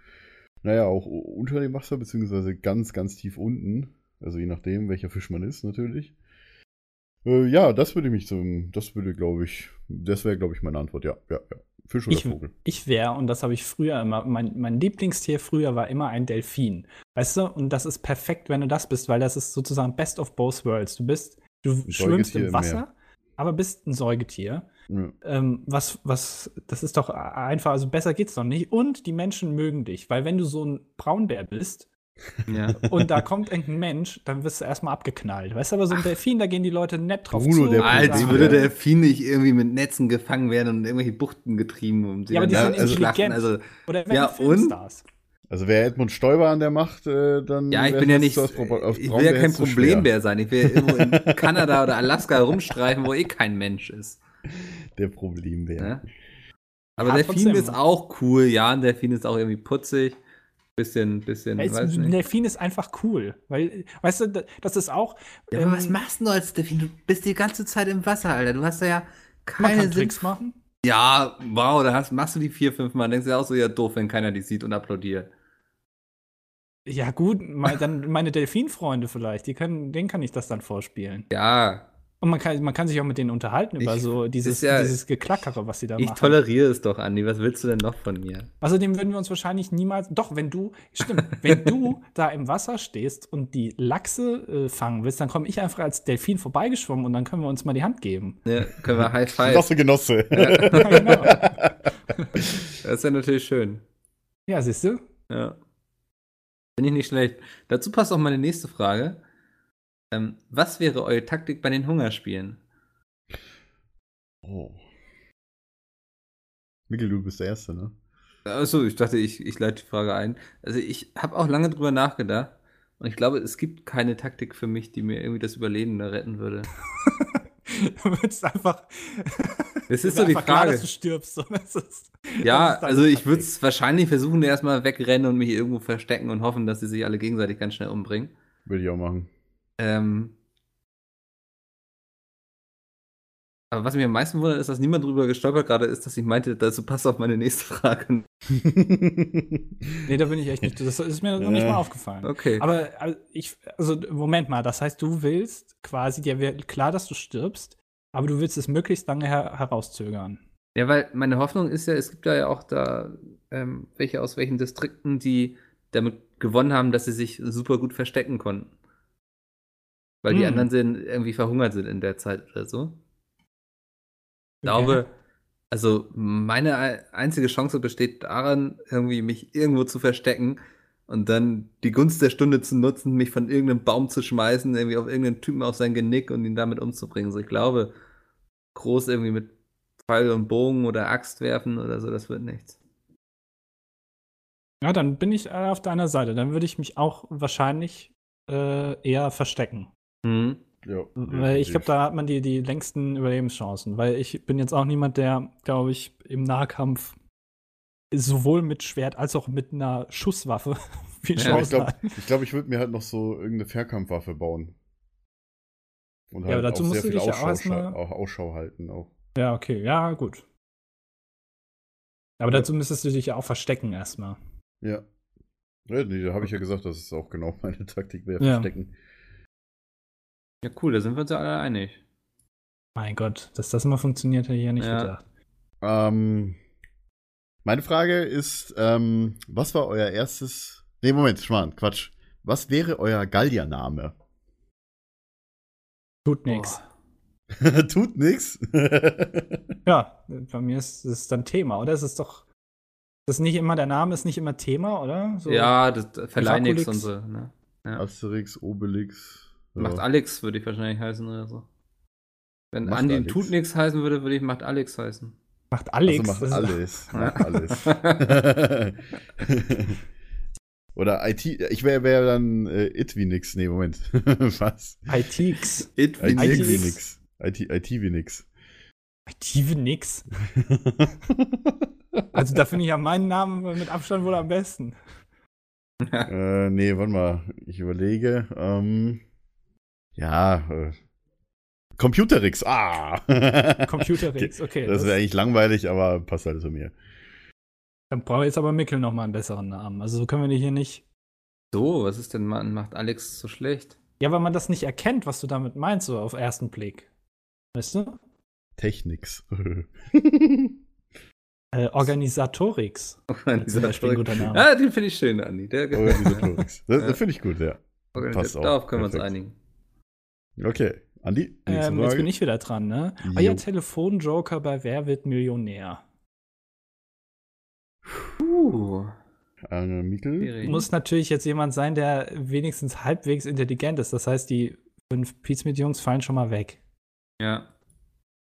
[SPEAKER 1] naja, auch unter dem Wasser, beziehungsweise ganz, ganz tief unten. Also je nachdem, welcher Fisch man ist, natürlich. Äh, ja, das würde mich zum, das würde, glaube ich, das wäre, glaube ich, meine Antwort, ja. ja, ja. Fisch oder
[SPEAKER 5] Ich-
[SPEAKER 1] Vogel.
[SPEAKER 5] Ich wäre, und das habe ich früher immer, mein, mein Lieblingstier früher war immer ein Delfin. Weißt du, und das ist perfekt, wenn du das bist, weil das ist sozusagen best of both worlds. Du bist, du schwimmst
[SPEAKER 1] Säugetier im
[SPEAKER 5] im Wasser,
[SPEAKER 1] Meer.
[SPEAKER 5] aber bist ein Säugetier.
[SPEAKER 1] Ja.
[SPEAKER 5] ähm, was, was, das ist doch einfach, also besser geht's doch nicht. Und die Menschen mögen dich, weil wenn du so ein Braunbär bist,
[SPEAKER 6] Ja.
[SPEAKER 1] (laughs)
[SPEAKER 5] und da kommt irgendein Mensch, dann wirst du erstmal abgeknallt. Weißt du, aber so ein Delfin, da gehen die Leute nett drauf
[SPEAKER 1] Bruno,
[SPEAKER 5] zu.
[SPEAKER 1] der
[SPEAKER 5] und
[SPEAKER 6] Als
[SPEAKER 5] sagen-
[SPEAKER 1] Delfin,
[SPEAKER 6] würde
[SPEAKER 1] ja.
[SPEAKER 6] der Delfin nicht irgendwie mit Netzen gefangen werden und in irgendwelche Buchten getrieben. Um sie
[SPEAKER 5] Ja, aber die
[SPEAKER 6] dann
[SPEAKER 5] sind
[SPEAKER 6] zu schlachten.
[SPEAKER 5] intelligent.
[SPEAKER 6] Also,
[SPEAKER 5] Oder
[SPEAKER 6] Ja,
[SPEAKER 5] ja,
[SPEAKER 6] und?
[SPEAKER 5] Filmstars.
[SPEAKER 1] Also wäre Edmund Stoiber an der Macht, äh, dann.
[SPEAKER 6] ja, ich
[SPEAKER 1] wär
[SPEAKER 6] bin ja
[SPEAKER 1] das
[SPEAKER 6] nicht,
[SPEAKER 1] auf Bra- auf
[SPEAKER 6] ich
[SPEAKER 1] Braun
[SPEAKER 6] will ja
[SPEAKER 1] wär
[SPEAKER 6] kein
[SPEAKER 1] jetzt zu schwer.
[SPEAKER 6] Problembär sein. Ich will ja irgendwo (laughs) in Kanada oder Alaska rumstreifen, wo eh kein Mensch ist.
[SPEAKER 1] Der Problembär.
[SPEAKER 6] Ne? Aber
[SPEAKER 5] Ja,
[SPEAKER 6] Delfin
[SPEAKER 5] trotzdem.
[SPEAKER 6] ist auch cool. Ja, ein Delfin ist auch irgendwie putzig. Bisschen, bisschen,
[SPEAKER 5] Ja, ist-
[SPEAKER 6] Hm, weiß
[SPEAKER 5] Ein
[SPEAKER 6] nicht.
[SPEAKER 5] Delfin ist einfach cool. Weil, weißt du, da- das ist auch.
[SPEAKER 6] Ja, aber
[SPEAKER 5] ähm,
[SPEAKER 6] was machst du als Delfin? Du bist die ganze Zeit im Wasser, Alter. Du hast da ja
[SPEAKER 5] man
[SPEAKER 6] keine
[SPEAKER 5] kann
[SPEAKER 6] Sinn.
[SPEAKER 5] Tricks machen.
[SPEAKER 6] Ja, wow, da hast, machst du die vier, fünf Mal. Denkst du ja auch so, ja, doof, wenn keiner die sieht und applaudiert.
[SPEAKER 5] Ja, gut, me- dann meine Delfinfreunde vielleicht, die können, denen kann ich das dann vorspielen.
[SPEAKER 6] Ja,
[SPEAKER 5] Und man kann, man kann sich auch mit denen unterhalten über
[SPEAKER 6] Ich-
[SPEAKER 5] so dieses,
[SPEAKER 6] ist ja-
[SPEAKER 5] dieses Geklackere, was sie da
[SPEAKER 6] ich
[SPEAKER 5] machen.
[SPEAKER 6] toleriere es doch, Andi. Was willst du denn noch von mir?
[SPEAKER 5] Außerdem würden wir uns wahrscheinlich niemals. Doch, wenn du, stimmt, wenn
[SPEAKER 6] (laughs)
[SPEAKER 5] du da im Wasser stehst und die Lachse äh, fangen willst, dann komme ich einfach als Delfin vorbeigeschwommen und dann können wir uns mal die
[SPEAKER 6] (laughs)
[SPEAKER 5] Hand geben.
[SPEAKER 6] Ne, können wir
[SPEAKER 5] (laughs)
[SPEAKER 6] High Five.
[SPEAKER 1] Genosse, Genosse.
[SPEAKER 6] (laughs)
[SPEAKER 5] Ja, genau.
[SPEAKER 6] Das ist ja natürlich schön.
[SPEAKER 5] ja siehst du?
[SPEAKER 6] Ja. Finde ich nicht schlecht. Dazu passt auch meine nächste Frage. Ähm, was wäre eure Taktik bei den Hungerspielen?
[SPEAKER 1] Oh. Mikkel, du bist der Erste, ne?
[SPEAKER 6] Achso, ich dachte, ich, ich leite die Frage ein. Also ich habe auch lange drüber nachgedacht und ich glaube, es gibt keine Taktik für mich, die mir irgendwie das Überleben da retten
[SPEAKER 5] (laughs)
[SPEAKER 6] würde.
[SPEAKER 5] Du würdest einfach.
[SPEAKER 6] Das ist
[SPEAKER 5] (laughs) Mir
[SPEAKER 6] so die
[SPEAKER 5] einfach Klar,
[SPEAKER 6] Frage.
[SPEAKER 5] dass du stirbst. So, das ist, das
[SPEAKER 6] Ja,
[SPEAKER 5] ist deine
[SPEAKER 6] also ich
[SPEAKER 5] Taktik.
[SPEAKER 6] würde es wahrscheinlich versuchen, erstmal wegrennen und mich irgendwo verstecken und hoffen, dass sie sich alle gegenseitig ganz schnell umbringen.
[SPEAKER 1] Würde ich auch machen.
[SPEAKER 6] Ähm, aber was mich am meisten wundert, ist, dass niemand drüber gestolpert gerade ist, dass ich meinte, dazu passt auf meine nächste Frage.
[SPEAKER 5] Nee, da bin ich echt nicht. Das ist mir noch nicht
[SPEAKER 1] Äh.
[SPEAKER 5] mal aufgefallen.
[SPEAKER 6] Okay.
[SPEAKER 5] Aber also ich, also Moment mal, das heißt, du willst quasi, dir wird klar, dass du stirbst, aber du willst es möglichst lange her herauszögern.
[SPEAKER 6] ja, weil meine Hoffnung ist ja, es gibt da ja auch da ähm, welche aus welchen Distrikten, die damit gewonnen haben, dass sie sich super gut verstecken konnten. Weil die
[SPEAKER 5] Hm.
[SPEAKER 6] anderen sind irgendwie verhungert sind in der Zeit oder so. Ich glaube, also meine ei- einzige Chance besteht darin, irgendwie mich irgendwo zu verstecken und dann die Gunst der Stunde zu nutzen, mich von irgendeinem Baum zu schmeißen, irgendwie auf irgendeinen Typen auf sein Genick und ihn damit umzubringen. So, ich glaube, groß irgendwie mit Pfeil und Bogen oder Axt werfen oder so, das wird nichts.
[SPEAKER 5] Ja, dann bin ich äh, auf deiner Seite. Dann würde ich mich auch wahrscheinlich äh, eher verstecken.
[SPEAKER 6] Mhm.
[SPEAKER 1] (laughs) ja,
[SPEAKER 5] Weil ich glaube, da hat man die, die längsten Überlebenschancen. Weil ich bin jetzt auch niemand, der, glaube ich, im Nahkampf sowohl mit Schwert als auch mit einer Schusswaffe (laughs) viel
[SPEAKER 6] Ja,
[SPEAKER 1] Ja, aber ich
[SPEAKER 5] Chancen
[SPEAKER 1] glaube,
[SPEAKER 5] (laughs) hat.
[SPEAKER 1] ich, glaub, ich würde mir halt noch so irgendeine Fernkampfwaffe bauen. Und halt
[SPEAKER 5] Ja, aber dazu musst du dich ja auch
[SPEAKER 1] Ausschau,
[SPEAKER 5] erstmal-
[SPEAKER 1] auch Ausschau halten. Auch.
[SPEAKER 5] Ja, okay, ja, gut. Aber dazu müsstest du dich ja auch verstecken erstmal.
[SPEAKER 1] Ja. ja nee, da habe ich ja gesagt, das ist auch genau (laughs) meine Taktik, wäre
[SPEAKER 5] Ja.
[SPEAKER 1] verstecken.
[SPEAKER 6] Ja, cool, da sind wir uns ja alle einig.
[SPEAKER 5] Mein Gott, dass das mal funktioniert, hätte ich ja nicht
[SPEAKER 6] Ja.
[SPEAKER 5] gedacht.
[SPEAKER 1] Ähm, meine Frage ist, ähm, was war euer erstes. Nee, Moment, Schwan, Quatsch. Was wäre euer Galliername? (laughs)
[SPEAKER 5] Tut nix.
[SPEAKER 1] Tut nix. (laughs)
[SPEAKER 5] Ja, bei mir ist es dann Thema, oder? Es ist doch. Das ist nicht immer, der Name ist nicht immer Thema, oder? So-
[SPEAKER 6] Ja, das das verleiht nichts
[SPEAKER 5] Sakulix.
[SPEAKER 6] und so. Ne? Ja.
[SPEAKER 1] Asterix, Obelix. ja. Also
[SPEAKER 6] Macht Alex, würde ich wahrscheinlich heißen oder so. Wenn
[SPEAKER 1] Macht
[SPEAKER 6] Andi
[SPEAKER 1] Alex.
[SPEAKER 6] tut nichts heißen würde, würde ich Macht Alex heißen.
[SPEAKER 5] Macht
[SPEAKER 1] Also
[SPEAKER 5] Alex.
[SPEAKER 1] macht
[SPEAKER 5] das (laughs) ist-
[SPEAKER 1] alles. Macht
[SPEAKER 5] (laughs)
[SPEAKER 1] alles. (laughs) Oder IT. Ich wäre wär dann äh, IT wie nix. Nee, Moment. (laughs) was?
[SPEAKER 5] ITX.
[SPEAKER 6] It
[SPEAKER 1] IT
[SPEAKER 5] nix.
[SPEAKER 1] wie nix. IT, IT wie
[SPEAKER 5] (laughs)
[SPEAKER 1] nix.
[SPEAKER 5] Aktive nix. Also da finde ich ja meinen Namen mit Abstand wohl am besten.
[SPEAKER 1] Äh, nee, warte mal. Ich überlege. Ähm, ja. Äh, Computerix. Ah!
[SPEAKER 5] Computerix,
[SPEAKER 1] (laughs)
[SPEAKER 5] okay.
[SPEAKER 1] Das wäre eigentlich langweilig, aber passt halt zu mir.
[SPEAKER 5] dann brauchen wir jetzt aber Mickel nochmal einen besseren Namen. Also so können wir hier nicht.
[SPEAKER 6] So, was ist denn Mann, macht Alex
[SPEAKER 4] (laughs)
[SPEAKER 6] so schlecht?
[SPEAKER 5] Ja, weil man das nicht erkennt, was du damit meinst, so auf ersten Blick. Weißt du?
[SPEAKER 1] (laughs) Technix.
[SPEAKER 5] Äh, Organisatorix.
[SPEAKER 4] Oh,
[SPEAKER 5] Zum Beispiel ein guter Name.
[SPEAKER 6] Ah, den finde ich schön, Andi. Der
[SPEAKER 1] Oh,
[SPEAKER 4] (laughs)
[SPEAKER 6] gefällt mir.
[SPEAKER 1] Organisatorix. Das, das finde ich gut, ja.
[SPEAKER 6] Organis-
[SPEAKER 1] passt auch.
[SPEAKER 6] Darauf können wir uns
[SPEAKER 1] Perfekt.
[SPEAKER 6] einigen.
[SPEAKER 1] Okay. Andi? nächste
[SPEAKER 5] Ähm, jetzt
[SPEAKER 1] Frage.
[SPEAKER 5] bin ich wieder dran, ne?
[SPEAKER 1] Jo.
[SPEAKER 5] Euer Telefonjoker bei Wer wird Millionär?
[SPEAKER 6] Uh,
[SPEAKER 1] Eine Mittel.
[SPEAKER 4] Schwierig.
[SPEAKER 5] Muss natürlich jetzt jemand sein, der wenigstens halbwegs intelligent ist. Das heißt, die fünf Pizmit-Jungs fallen schon mal weg.
[SPEAKER 4] Ja.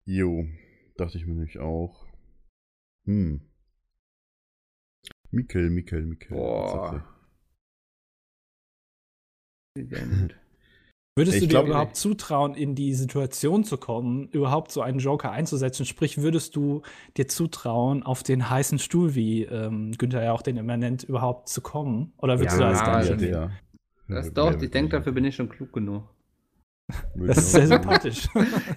[SPEAKER 1] Jo, dachte ich mir nicht auch. Hm. Mikkel, Mikkel, Mikkel.
[SPEAKER 4] Boah.
[SPEAKER 5] Würdest
[SPEAKER 1] Ich
[SPEAKER 5] du dir
[SPEAKER 1] glaub-
[SPEAKER 5] überhaupt zutrauen, in die Situation zu kommen, überhaupt so einen Joker einzusetzen? Sprich, würdest du dir zutrauen, auf den heißen Stuhl, wie ähm, Günther ja auch den immer nennt, überhaupt zu kommen? Oder würdest
[SPEAKER 4] Ja,
[SPEAKER 5] du das
[SPEAKER 1] Jetzt
[SPEAKER 5] gar
[SPEAKER 1] hat's
[SPEAKER 5] nicht?
[SPEAKER 4] also-
[SPEAKER 1] jetzt-
[SPEAKER 5] hinnehmen?
[SPEAKER 1] Ja,
[SPEAKER 4] Das
[SPEAKER 1] (laughs) Ja,
[SPEAKER 4] dauert,
[SPEAKER 1] wer
[SPEAKER 4] ich denke,
[SPEAKER 1] wirklich-
[SPEAKER 4] dafür bin ich schon klug genug. (laughs)
[SPEAKER 1] wirklich
[SPEAKER 5] (laughs) Das ist sehr
[SPEAKER 1] auch- (laughs)
[SPEAKER 5] sympathisch.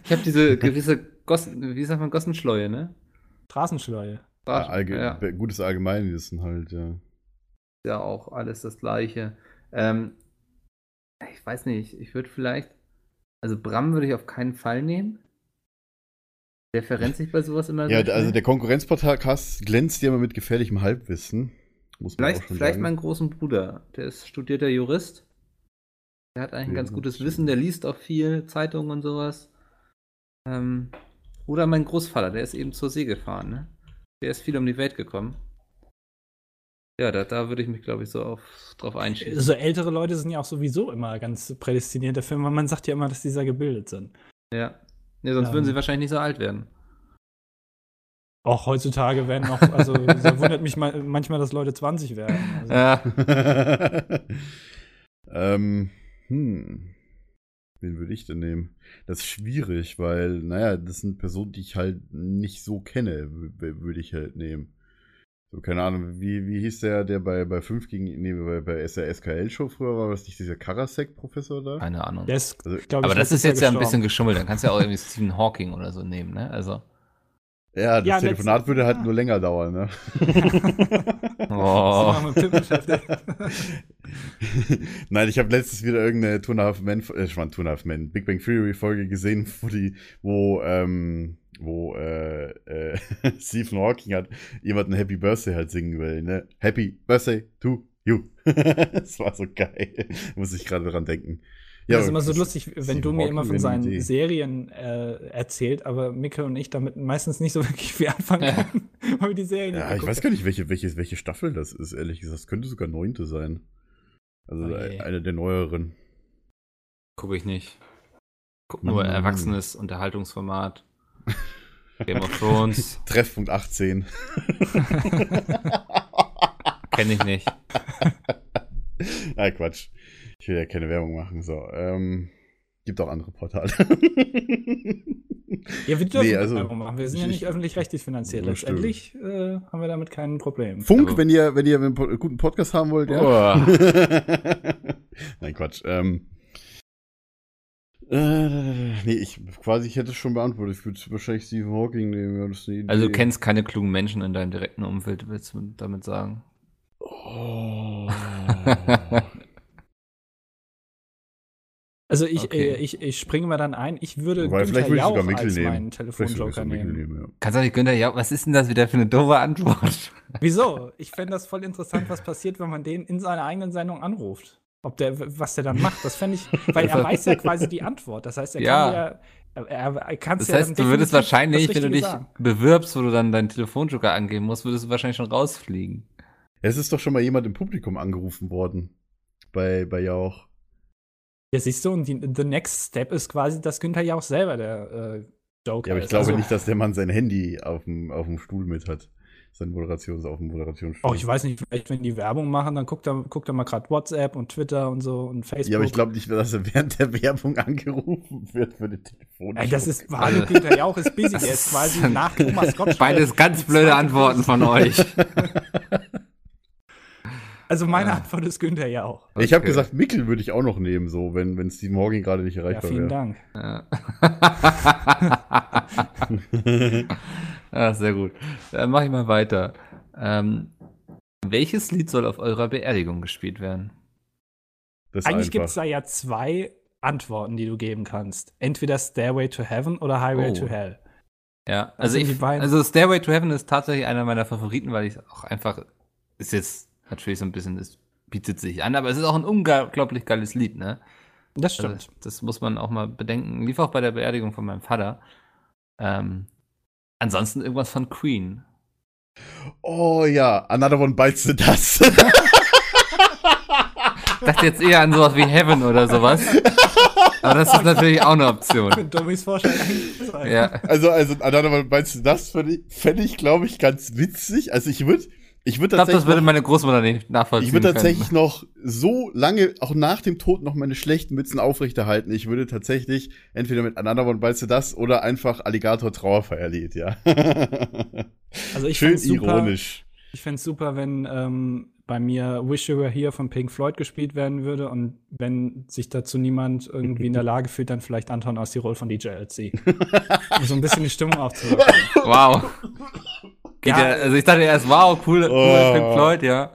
[SPEAKER 4] Ich habe diese gewisse Gossen, wie sagt man, Gossenschleue, ne?
[SPEAKER 5] Straßenschleue.
[SPEAKER 1] Ja, allge
[SPEAKER 4] ja,
[SPEAKER 1] be- Gutes Allgemeinwissen halt, ja.
[SPEAKER 4] ja auch alles das Gleiche. Ähm, ich weiß nicht, ich würde vielleicht, also Bram würde ich auf keinen Fall nehmen. Der verrennt sich bei sowas immer
[SPEAKER 1] Ja,
[SPEAKER 4] sehr
[SPEAKER 1] also
[SPEAKER 4] schnell.
[SPEAKER 1] der Konkurrenzpodcast glänzt ja immer mit gefährlichem Halbwissen. Muss man
[SPEAKER 4] Vielleicht,
[SPEAKER 1] auch schon
[SPEAKER 4] vielleicht
[SPEAKER 1] sagen.
[SPEAKER 4] meinen großen Bruder. Der ist studierter Jurist. Der hat eigentlich ein ganz
[SPEAKER 1] Ja,
[SPEAKER 4] gutes
[SPEAKER 1] stimmt.
[SPEAKER 4] Wissen. Der liest auch viel Zeitungen und sowas. Ähm, oder mein Großvater, der ist eben zur See gefahren. Ne? Der ist viel um die Welt gekommen. Ja, da, da würde ich mich, glaube ich, so auf, drauf einschießen.
[SPEAKER 5] So ältere Leute sind ja auch sowieso immer ganz prädestiniert dafür, weil man sagt ja immer, dass die sehr gebildet sind.
[SPEAKER 4] ja. Nee, sonst
[SPEAKER 5] Ähm.
[SPEAKER 4] würden sie wahrscheinlich nicht so alt werden.
[SPEAKER 5] Auch heutzutage werden
[SPEAKER 1] (laughs)
[SPEAKER 5] noch, also da wundert mich mal, manchmal, dass Leute 20 werden. Also,
[SPEAKER 4] Ja.
[SPEAKER 1] (laughs) ähm, hm. Wen würde ich denn nehmen? Das ist schwierig, weil, naja, das sind Personen, die ich halt nicht so kenne, w- w- würde ich halt nehmen. So, keine Ahnung, wie, wie hieß der, der bei, bei 5 gegen, nee, bei, bei SRSKL-Show früher war, das nicht dieser Karasek-Professor da?
[SPEAKER 5] Ah.
[SPEAKER 6] Keine Ahnung.
[SPEAKER 5] der ist,
[SPEAKER 1] Also-
[SPEAKER 5] glaub ich,
[SPEAKER 6] Aber das
[SPEAKER 5] letztes
[SPEAKER 6] ist jetzt
[SPEAKER 5] Jahr
[SPEAKER 6] ja ein bisschen
[SPEAKER 5] gestorben.
[SPEAKER 6] geschummelt. Dann kannst du ja auch irgendwie Stephen Hawking oder so nehmen, ne?
[SPEAKER 5] (laughs)
[SPEAKER 6] Also.
[SPEAKER 1] Ja, das
[SPEAKER 5] Ja,
[SPEAKER 1] Telefonat
[SPEAKER 5] letzt-
[SPEAKER 1] würde halt
[SPEAKER 5] ah.
[SPEAKER 1] nur länger dauern, ne?
[SPEAKER 6] Oh.
[SPEAKER 5] Sind wir mit Tim beschäftigt?
[SPEAKER 6] (laughs)
[SPEAKER 1] (laughs) Nein, ich habe letztens wieder irgendeine Two and a Half Men, äh, ich meine Two and a Half Men, Big Bang Theory Folge gesehen, wo die, wo, ähm, wo, äh, äh, (laughs) Stephen Hawking hat jemanden Happy Birthday halt singen will, ne? Happy Birthday to you. (laughs) das war so geil. Muss ich gerade dran denken.
[SPEAKER 5] das ist
[SPEAKER 1] aber
[SPEAKER 5] immer so
[SPEAKER 1] das-
[SPEAKER 5] lustig, wenn
[SPEAKER 1] Stephen
[SPEAKER 5] du mir immer
[SPEAKER 1] Hawking
[SPEAKER 5] von
[SPEAKER 1] wäre eine
[SPEAKER 5] seinen
[SPEAKER 1] Idee.
[SPEAKER 5] Serien äh, erzählt, aber Micke und ich damit meistens nicht so (laughs) wirklich viel anfangen können, (laughs) weil wir die Serien
[SPEAKER 1] Ja, ich weiß gar nicht, welche, welche, welche Staffel das ist, ehrlich gesagt. Das könnte sogar neunte sein. Also
[SPEAKER 5] Oh je.
[SPEAKER 1] eine der neueren.
[SPEAKER 6] Gucke ich nicht. Guck
[SPEAKER 1] Mann,
[SPEAKER 6] nur
[SPEAKER 1] Mann, Mann.
[SPEAKER 6] erwachsenes Unterhaltungsformat. Game of Thrones.
[SPEAKER 1] Treffpunkt 18. (laughs)
[SPEAKER 6] Kenne ich nicht.
[SPEAKER 1] Ah, Quatsch. Ich will ja keine Werbung machen. So, ähm, gibt auch andere Portale.
[SPEAKER 5] Ja, wir dürfen
[SPEAKER 1] Nee,
[SPEAKER 5] nee,
[SPEAKER 1] also,
[SPEAKER 5] machen. Wir sind ja
[SPEAKER 1] ich-
[SPEAKER 5] nicht öffentlich-rechtlich finanziert.
[SPEAKER 1] Ja, stimmt.
[SPEAKER 5] Letztendlich äh, haben wir damit kein Problem.
[SPEAKER 1] (laughs) Funk,
[SPEAKER 6] Aber-
[SPEAKER 1] wenn ihr, wenn ihr einen po- guten Podcast haben wollt, ja. (laughs)
[SPEAKER 6] Oh.
[SPEAKER 1] Nein, Quatsch. Ähm, äh, nee, ich quasi, ich hätte es schon beantwortet. Ich würde wahrscheinlich Stephen Hawking nehmen. Ja, das ist eine Idee.
[SPEAKER 6] Also du kennst keine klugen Menschen in deinem direkten Umfeld, willst du damit sagen?
[SPEAKER 1] (laughs) Oh.
[SPEAKER 5] Also ich,
[SPEAKER 6] Okay.
[SPEAKER 5] äh, ich, ich springe mal dann ein. Ich würde
[SPEAKER 1] Wobei, vielleicht würde ich sogar Mikkel
[SPEAKER 5] als
[SPEAKER 1] nehmen.
[SPEAKER 5] meinen
[SPEAKER 1] Vielleicht soll ich
[SPEAKER 5] Telefonjoker
[SPEAKER 1] auch Mikkel
[SPEAKER 5] nehmen.
[SPEAKER 1] nehmen, ja.
[SPEAKER 6] Kannst du nicht, Günther, ja, was ist denn das wieder für eine doofe Antwort?
[SPEAKER 5] Wieso? Ich fände das voll interessant, was passiert, wenn man den in seiner eigenen Sendung anruft. Ob der, was der dann macht, das fände ich,
[SPEAKER 6] (laughs)
[SPEAKER 5] weil er weiß ja quasi die Antwort. Das heißt, er
[SPEAKER 6] Ja.
[SPEAKER 5] kann ja, er, er kann's
[SPEAKER 6] Das
[SPEAKER 5] ja
[SPEAKER 6] heißt,
[SPEAKER 5] dann
[SPEAKER 6] du würdest
[SPEAKER 5] definitiv
[SPEAKER 6] wahrscheinlich,
[SPEAKER 5] das
[SPEAKER 6] wenn du
[SPEAKER 5] Richtige
[SPEAKER 6] dich
[SPEAKER 5] sagen.
[SPEAKER 6] bewirbst, wo du dann deinen Telefonjoker angeben musst, würdest du wahrscheinlich schon rausfliegen.
[SPEAKER 1] Es ist doch schon mal jemand im Publikum angerufen worden. Bei, bei Jauch.
[SPEAKER 5] Ja, siehst du, und die, the next step ist quasi, dass Günther ja auch selber der äh, Joker
[SPEAKER 1] Ja, aber ich
[SPEAKER 5] ist.
[SPEAKER 1] glaube
[SPEAKER 5] Also-
[SPEAKER 1] nicht, dass der Mann sein Handy auf dem, auf dem Stuhl mit hat. Sein Moderations auf dem Moderationsstuhl.
[SPEAKER 5] Oh, ich weiß nicht, vielleicht, wenn die Werbung machen, dann guckt er, guckt er mal gerade WhatsApp und Twitter und so und Facebook.
[SPEAKER 1] Ja, aber ich glaube nicht, dass er während der Werbung angerufen wird für den Telefon.
[SPEAKER 5] Ey, das ist, hallo
[SPEAKER 6] (laughs)
[SPEAKER 5] Günther Jauch ist busy, der ist quasi nach Thomas Gottschalk.
[SPEAKER 6] Beides ganz blöde Antworten von
[SPEAKER 5] (laughs)
[SPEAKER 6] euch.
[SPEAKER 5] Also meine Antwort ist Günther Jauch.
[SPEAKER 1] Ich habe
[SPEAKER 6] Okay.
[SPEAKER 1] gesagt, Mickel würde ich auch noch nehmen, so, wenn, wenn Stephen Hawking gerade nicht
[SPEAKER 5] Ja,
[SPEAKER 1] erreichbar wäre.
[SPEAKER 5] vielen Dank.
[SPEAKER 6] Ja. ah, sehr gut. Dann mache ich mal weiter. Ähm, welches Lied soll auf eurer Beerdigung gespielt werden?
[SPEAKER 1] (laughs) Das ist
[SPEAKER 5] Eigentlich gibt es
[SPEAKER 1] einfach.
[SPEAKER 5] da ja zwei Antworten, die du geben kannst. Entweder Stairway to Heaven oder Highway
[SPEAKER 6] Oh.
[SPEAKER 5] to Hell.
[SPEAKER 6] Ja,
[SPEAKER 5] Das
[SPEAKER 6] also,
[SPEAKER 5] sind die
[SPEAKER 6] ich,
[SPEAKER 5] beiden.
[SPEAKER 6] also Stairway to Heaven ist tatsächlich einer meiner Favoriten, weil ich auch einfach, ist jetzt natürlich so ein bisschen, es bietet sich an, aber es ist auch ein unglaublich geiles Lied, ne?
[SPEAKER 5] Das
[SPEAKER 6] Also,
[SPEAKER 5] stimmt.
[SPEAKER 6] das muss man auch mal bedenken. Lief auch bei der Beerdigung von meinem Vater. Ähm, ansonsten irgendwas von Queen.
[SPEAKER 1] Oh ja, another one bites the dust. (laughs)
[SPEAKER 6] dachte jetzt eher an sowas wie Heaven oder sowas. Aber das ist natürlich auch eine Option.
[SPEAKER 5] Dummies Vorschlag eigentlich sein.
[SPEAKER 6] Ja.
[SPEAKER 1] Also, also, Adana, meinst du das? Fände ich, fänd ich glaube ich, ganz witzig. Also, ich würde ich würd
[SPEAKER 6] Ich glaube,
[SPEAKER 1] tatsächlich,
[SPEAKER 6] das würde meine Großmutter nicht nachvollziehen.
[SPEAKER 1] ich würde
[SPEAKER 6] können. ne?
[SPEAKER 1] tatsächlich noch so lange, auch nach dem Tod, noch meine schlechten Mützen aufrechterhalten. Ich würde tatsächlich entweder mit Another One Bites the Dust oder einfach Alligator Trauerfeierlied, ja.
[SPEAKER 5] Also (laughs) ich
[SPEAKER 1] Schön
[SPEAKER 5] find's super.
[SPEAKER 1] ironisch.
[SPEAKER 5] Ich fände es super, wenn ähm, bei mir Wish You Were Here von Pink Floyd gespielt werden würde und wenn sich dazu niemand irgendwie in der Lage fühlt, dann vielleicht Anton aus Tirol
[SPEAKER 1] (laughs)
[SPEAKER 5] von DJLC. um so ein bisschen die Stimmung aufzulockern.
[SPEAKER 6] Wow. Geht ja. also ich dachte erst, wow, cool, cool
[SPEAKER 1] Oh.
[SPEAKER 6] Pink Floyd, ja.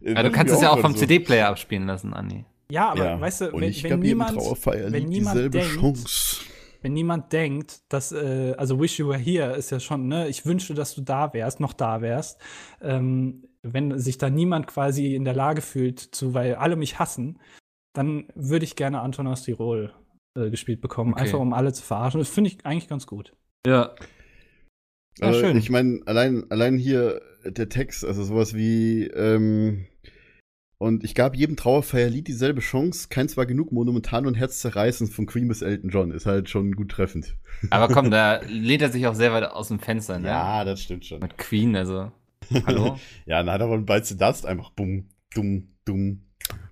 [SPEAKER 1] Ja,
[SPEAKER 6] Aber du kannst es ja auch vom
[SPEAKER 1] so.
[SPEAKER 6] CD-Player abspielen lassen, Andi.
[SPEAKER 5] Ja, aber
[SPEAKER 1] also Ja.
[SPEAKER 5] weißt du,
[SPEAKER 1] und
[SPEAKER 5] wenn,
[SPEAKER 1] ich
[SPEAKER 5] wenn,
[SPEAKER 1] gab jedem
[SPEAKER 5] niemand,
[SPEAKER 1] Trauerfeierlied
[SPEAKER 5] wenn niemand
[SPEAKER 1] dieselbe
[SPEAKER 5] denkt-
[SPEAKER 1] Chance.
[SPEAKER 5] wenn niemand denkt, dass, äh, also Wish You Were Here ist ja schon, ne, ich wünschte, dass du da wärst, noch da wärst. Ähm, wenn sich da niemand quasi in der Lage fühlt zu, weil alle mich hassen, dann würde ich gerne Anton aus Tirol äh, gespielt bekommen,
[SPEAKER 6] Okay.
[SPEAKER 5] einfach um alle zu verarschen. Das finde ich eigentlich ganz gut.
[SPEAKER 6] Ja. Ja,
[SPEAKER 1] Also,
[SPEAKER 6] schön.
[SPEAKER 1] Ich meine, allein, allein hier der Text, also sowas wie, ähm, und ich gab jedem Trauerfeierlied dieselbe Chance, keins war genug, monumental und herzzerreißend von Queen bis Elton John, ist halt schon gut treffend.
[SPEAKER 6] Aber komm, da lehnt er sich auch sehr weit aus dem Fenster, ne?
[SPEAKER 1] das stimmt schon.
[SPEAKER 6] Mit Queen, also.
[SPEAKER 1] (laughs)
[SPEAKER 6] Hallo?
[SPEAKER 1] Ja, na, da war ein Beize Dust einfach bumm, dumm, dumm.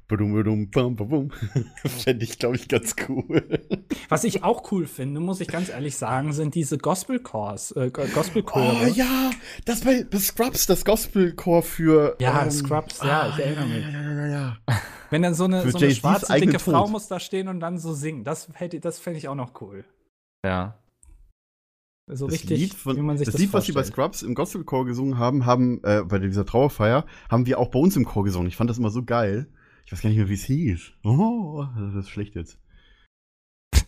[SPEAKER 1] Badum, badum, bam, bam, bum. (laughs) Fände ich, glaube ich, ganz cool.
[SPEAKER 5] Was ich auch cool finde, muss ich ganz ehrlich sagen, sind diese Gospel-Chors, äh, Go- Gospel-Chöre.
[SPEAKER 1] Oh, Ah, ja, das bei das Scrubs, das Gospelchor für. ähm, Ah,
[SPEAKER 5] Ja, Scrubs, ja, ich erinnere mich.
[SPEAKER 1] Ja, ja, ja, ja.
[SPEAKER 5] Wenn dann so eine,
[SPEAKER 1] Für
[SPEAKER 5] so eine
[SPEAKER 1] Jay-Z's
[SPEAKER 5] schwarze,
[SPEAKER 1] eigenen
[SPEAKER 5] dicke Frau
[SPEAKER 1] Tod.
[SPEAKER 5] muss da stehen und dann so singen. Das, hätte- das fände ich auch noch cool.
[SPEAKER 6] Ja.
[SPEAKER 5] So
[SPEAKER 1] das
[SPEAKER 5] richtig,
[SPEAKER 1] Lied von,
[SPEAKER 5] wie man sich das,
[SPEAKER 1] das Lied, was sie
[SPEAKER 5] vorstellt.
[SPEAKER 1] bei Scrubs im Gospelchor gesungen haben, haben äh, bei dieser Trauerfeier, haben wir auch bei uns im Chor gesungen. Ich fand das immer so geil. Ich weiß gar nicht mehr, wie es hieß. Oh, das ist schlecht jetzt.
[SPEAKER 5] (laughs)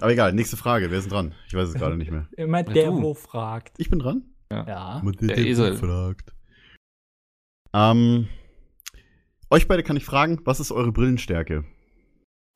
[SPEAKER 1] Aber egal, nächste Frage. Wer ist denn dran? Ich weiß es gerade nicht mehr.
[SPEAKER 5] Immer
[SPEAKER 6] Ja,
[SPEAKER 5] der,
[SPEAKER 6] du.
[SPEAKER 5] wo fragt.
[SPEAKER 1] Ich bin dran.
[SPEAKER 5] Ja.
[SPEAKER 1] Mit
[SPEAKER 6] Ah, Der Esel.
[SPEAKER 1] fragt. Ähm, euch beide kann ich fragen, was ist eure Brillenstärke?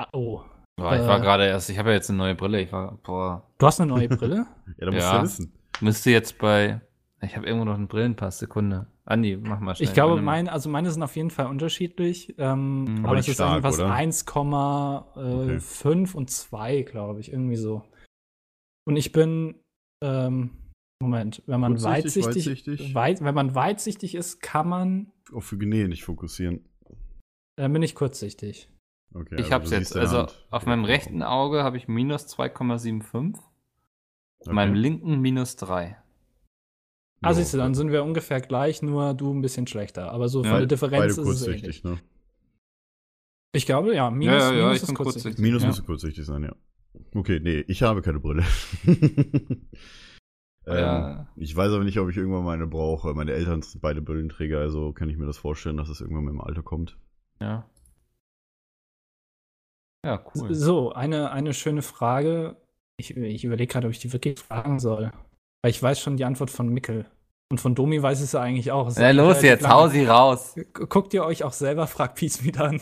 [SPEAKER 5] Ah, Oh.
[SPEAKER 6] Boah, ich war gerade erst, ich habe ja jetzt eine neue Brille. Ich war, boah.
[SPEAKER 5] Du hast eine neue
[SPEAKER 1] (laughs)
[SPEAKER 5] Brille?
[SPEAKER 1] Ja, da musst
[SPEAKER 6] Ja.
[SPEAKER 1] du ja wissen.
[SPEAKER 6] Müsste jetzt bei. Ich habe irgendwo noch einen Brillenpass, Sekunde. Andi, mach mal schnell.
[SPEAKER 5] ich glaube,
[SPEAKER 6] Nimm mal.
[SPEAKER 5] meine, also meine sind auf jeden Fall unterschiedlich. Ähm,
[SPEAKER 6] Mhm.
[SPEAKER 5] aber,
[SPEAKER 1] Aber
[SPEAKER 5] es
[SPEAKER 1] nicht
[SPEAKER 5] ist
[SPEAKER 1] stark,
[SPEAKER 5] irgendwas
[SPEAKER 1] oder?
[SPEAKER 5] 1,5 äh, und 2, glaube ich. Irgendwie so. Und ich bin, ähm, Moment, wenn man
[SPEAKER 1] Kurzsichtig,
[SPEAKER 5] weitsichtig,
[SPEAKER 1] weitsichtig?
[SPEAKER 5] Weit, wenn man weitsichtig ist, kann man,
[SPEAKER 1] Auf Hygiene nicht fokussieren.
[SPEAKER 5] dann bin ich kurzsichtig.
[SPEAKER 1] Okay,
[SPEAKER 6] Ich
[SPEAKER 1] also
[SPEAKER 6] hab's
[SPEAKER 1] du
[SPEAKER 6] jetzt.
[SPEAKER 1] siehst deine
[SPEAKER 6] Also
[SPEAKER 1] Hand.
[SPEAKER 6] auf
[SPEAKER 1] Ja,
[SPEAKER 6] meinem
[SPEAKER 1] wow.
[SPEAKER 6] rechten Auge habe ich minus 2,75,
[SPEAKER 1] Okay.
[SPEAKER 6] meinem linken minus 3.
[SPEAKER 5] Ah,
[SPEAKER 1] Ja,
[SPEAKER 5] siehst du, dann sind wir ungefähr gleich, nur du ein bisschen schlechter. Aber so
[SPEAKER 6] Ja,
[SPEAKER 5] von der
[SPEAKER 1] beide-
[SPEAKER 5] Differenz
[SPEAKER 1] beide
[SPEAKER 5] ist es ähnlich.
[SPEAKER 1] kurzsichtig, ne?
[SPEAKER 5] Ich glaube, ja, minus,
[SPEAKER 6] Ja, ja, ja,
[SPEAKER 5] minus
[SPEAKER 6] ich bin kurzsichtig.
[SPEAKER 1] Minus
[SPEAKER 6] Ja.
[SPEAKER 1] muss kurzsichtig sein, ja. Okay, nee, ich habe keine
[SPEAKER 6] (laughs)
[SPEAKER 1] Brille. ähm,
[SPEAKER 6] Ja.
[SPEAKER 1] ich weiß aber nicht, ob ich irgendwann meine brauche. Meine Eltern sind beide Brillenträger, also kann ich mir das vorstellen, dass es irgendwann mit dem Alter kommt.
[SPEAKER 5] (laughs)
[SPEAKER 6] Ja. Ja, cool.
[SPEAKER 5] So, eine, eine schöne Frage. Ich, ich überlege gerade, ob ich die wirklich fragen soll. Weil ich weiß schon die Antwort von Mickel. Und von Domi weiß es ja eigentlich auch. Es ist
[SPEAKER 6] Na los
[SPEAKER 5] relativ
[SPEAKER 6] jetzt,
[SPEAKER 5] lang.
[SPEAKER 6] hau sie raus. (laughs)
[SPEAKER 5] Guckt ihr euch auch selber, fragt Peace wieder an.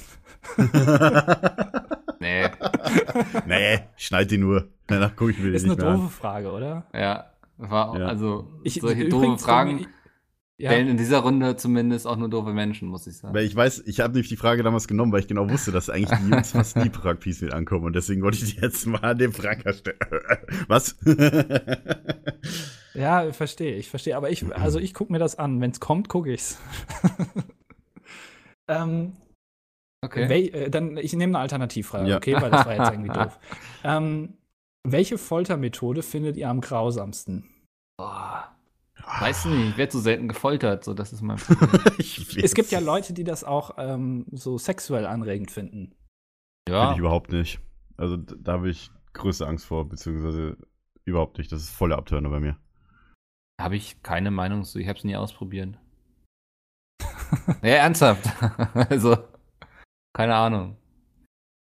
[SPEAKER 6] Nee,
[SPEAKER 1] Nee, schneid die nur. Danach gucke ich mir die
[SPEAKER 5] Ist
[SPEAKER 1] nicht
[SPEAKER 5] eine
[SPEAKER 1] mehr an.
[SPEAKER 5] doofe Frage, oder?
[SPEAKER 6] ja. War,
[SPEAKER 1] Ja.
[SPEAKER 6] Also,
[SPEAKER 5] Ich-
[SPEAKER 6] solche
[SPEAKER 5] übrigens,
[SPEAKER 6] doofen
[SPEAKER 5] Domi,
[SPEAKER 6] Fragen
[SPEAKER 5] ich-
[SPEAKER 6] stellen
[SPEAKER 5] Ja,
[SPEAKER 6] in dieser Runde zumindest auch nur doofe Menschen, muss ich sagen.
[SPEAKER 1] Weil ich weiß, ich habe nämlich die Frage damals genommen, weil ich genau wusste, dass eigentlich die Jungs fast nie Prag Peace mit ankommen und deswegen wollte ich die jetzt mal an den Frager stellen. (laughs) Was?
[SPEAKER 5] ja, verstehe, ich verstehe. Aber ich, also ich gucke mir das an. Wenn es kommt, gucke ich's. (laughs) ähm,
[SPEAKER 6] Okay.
[SPEAKER 5] Wel äh, dann, ich nehme eine Alternativfrage,
[SPEAKER 1] Ja.
[SPEAKER 5] okay, weil das war
[SPEAKER 1] (laughs)
[SPEAKER 5] jetzt irgendwie doof. Ähm, welche Foltermethode findet ihr am grausamsten?
[SPEAKER 6] Boah. Weiß nicht, ich werde so selten gefoltert, so das ist mein Problem.
[SPEAKER 1] (laughs) Ich weiß
[SPEAKER 5] Es gibt ja Leute, die das auch ähm, so sexuell anregend finden.
[SPEAKER 1] Will
[SPEAKER 6] ja.
[SPEAKER 1] ich überhaupt nicht. Also d- da habe ich größte Angst vor, beziehungsweise überhaupt nicht. Das ist voller Abtörner bei mir.
[SPEAKER 6] Habe ich keine Meinung zu. Ich habe es nie ausprobiert. (laughs) ja, ernsthaft. (laughs) also, keine Ahnung.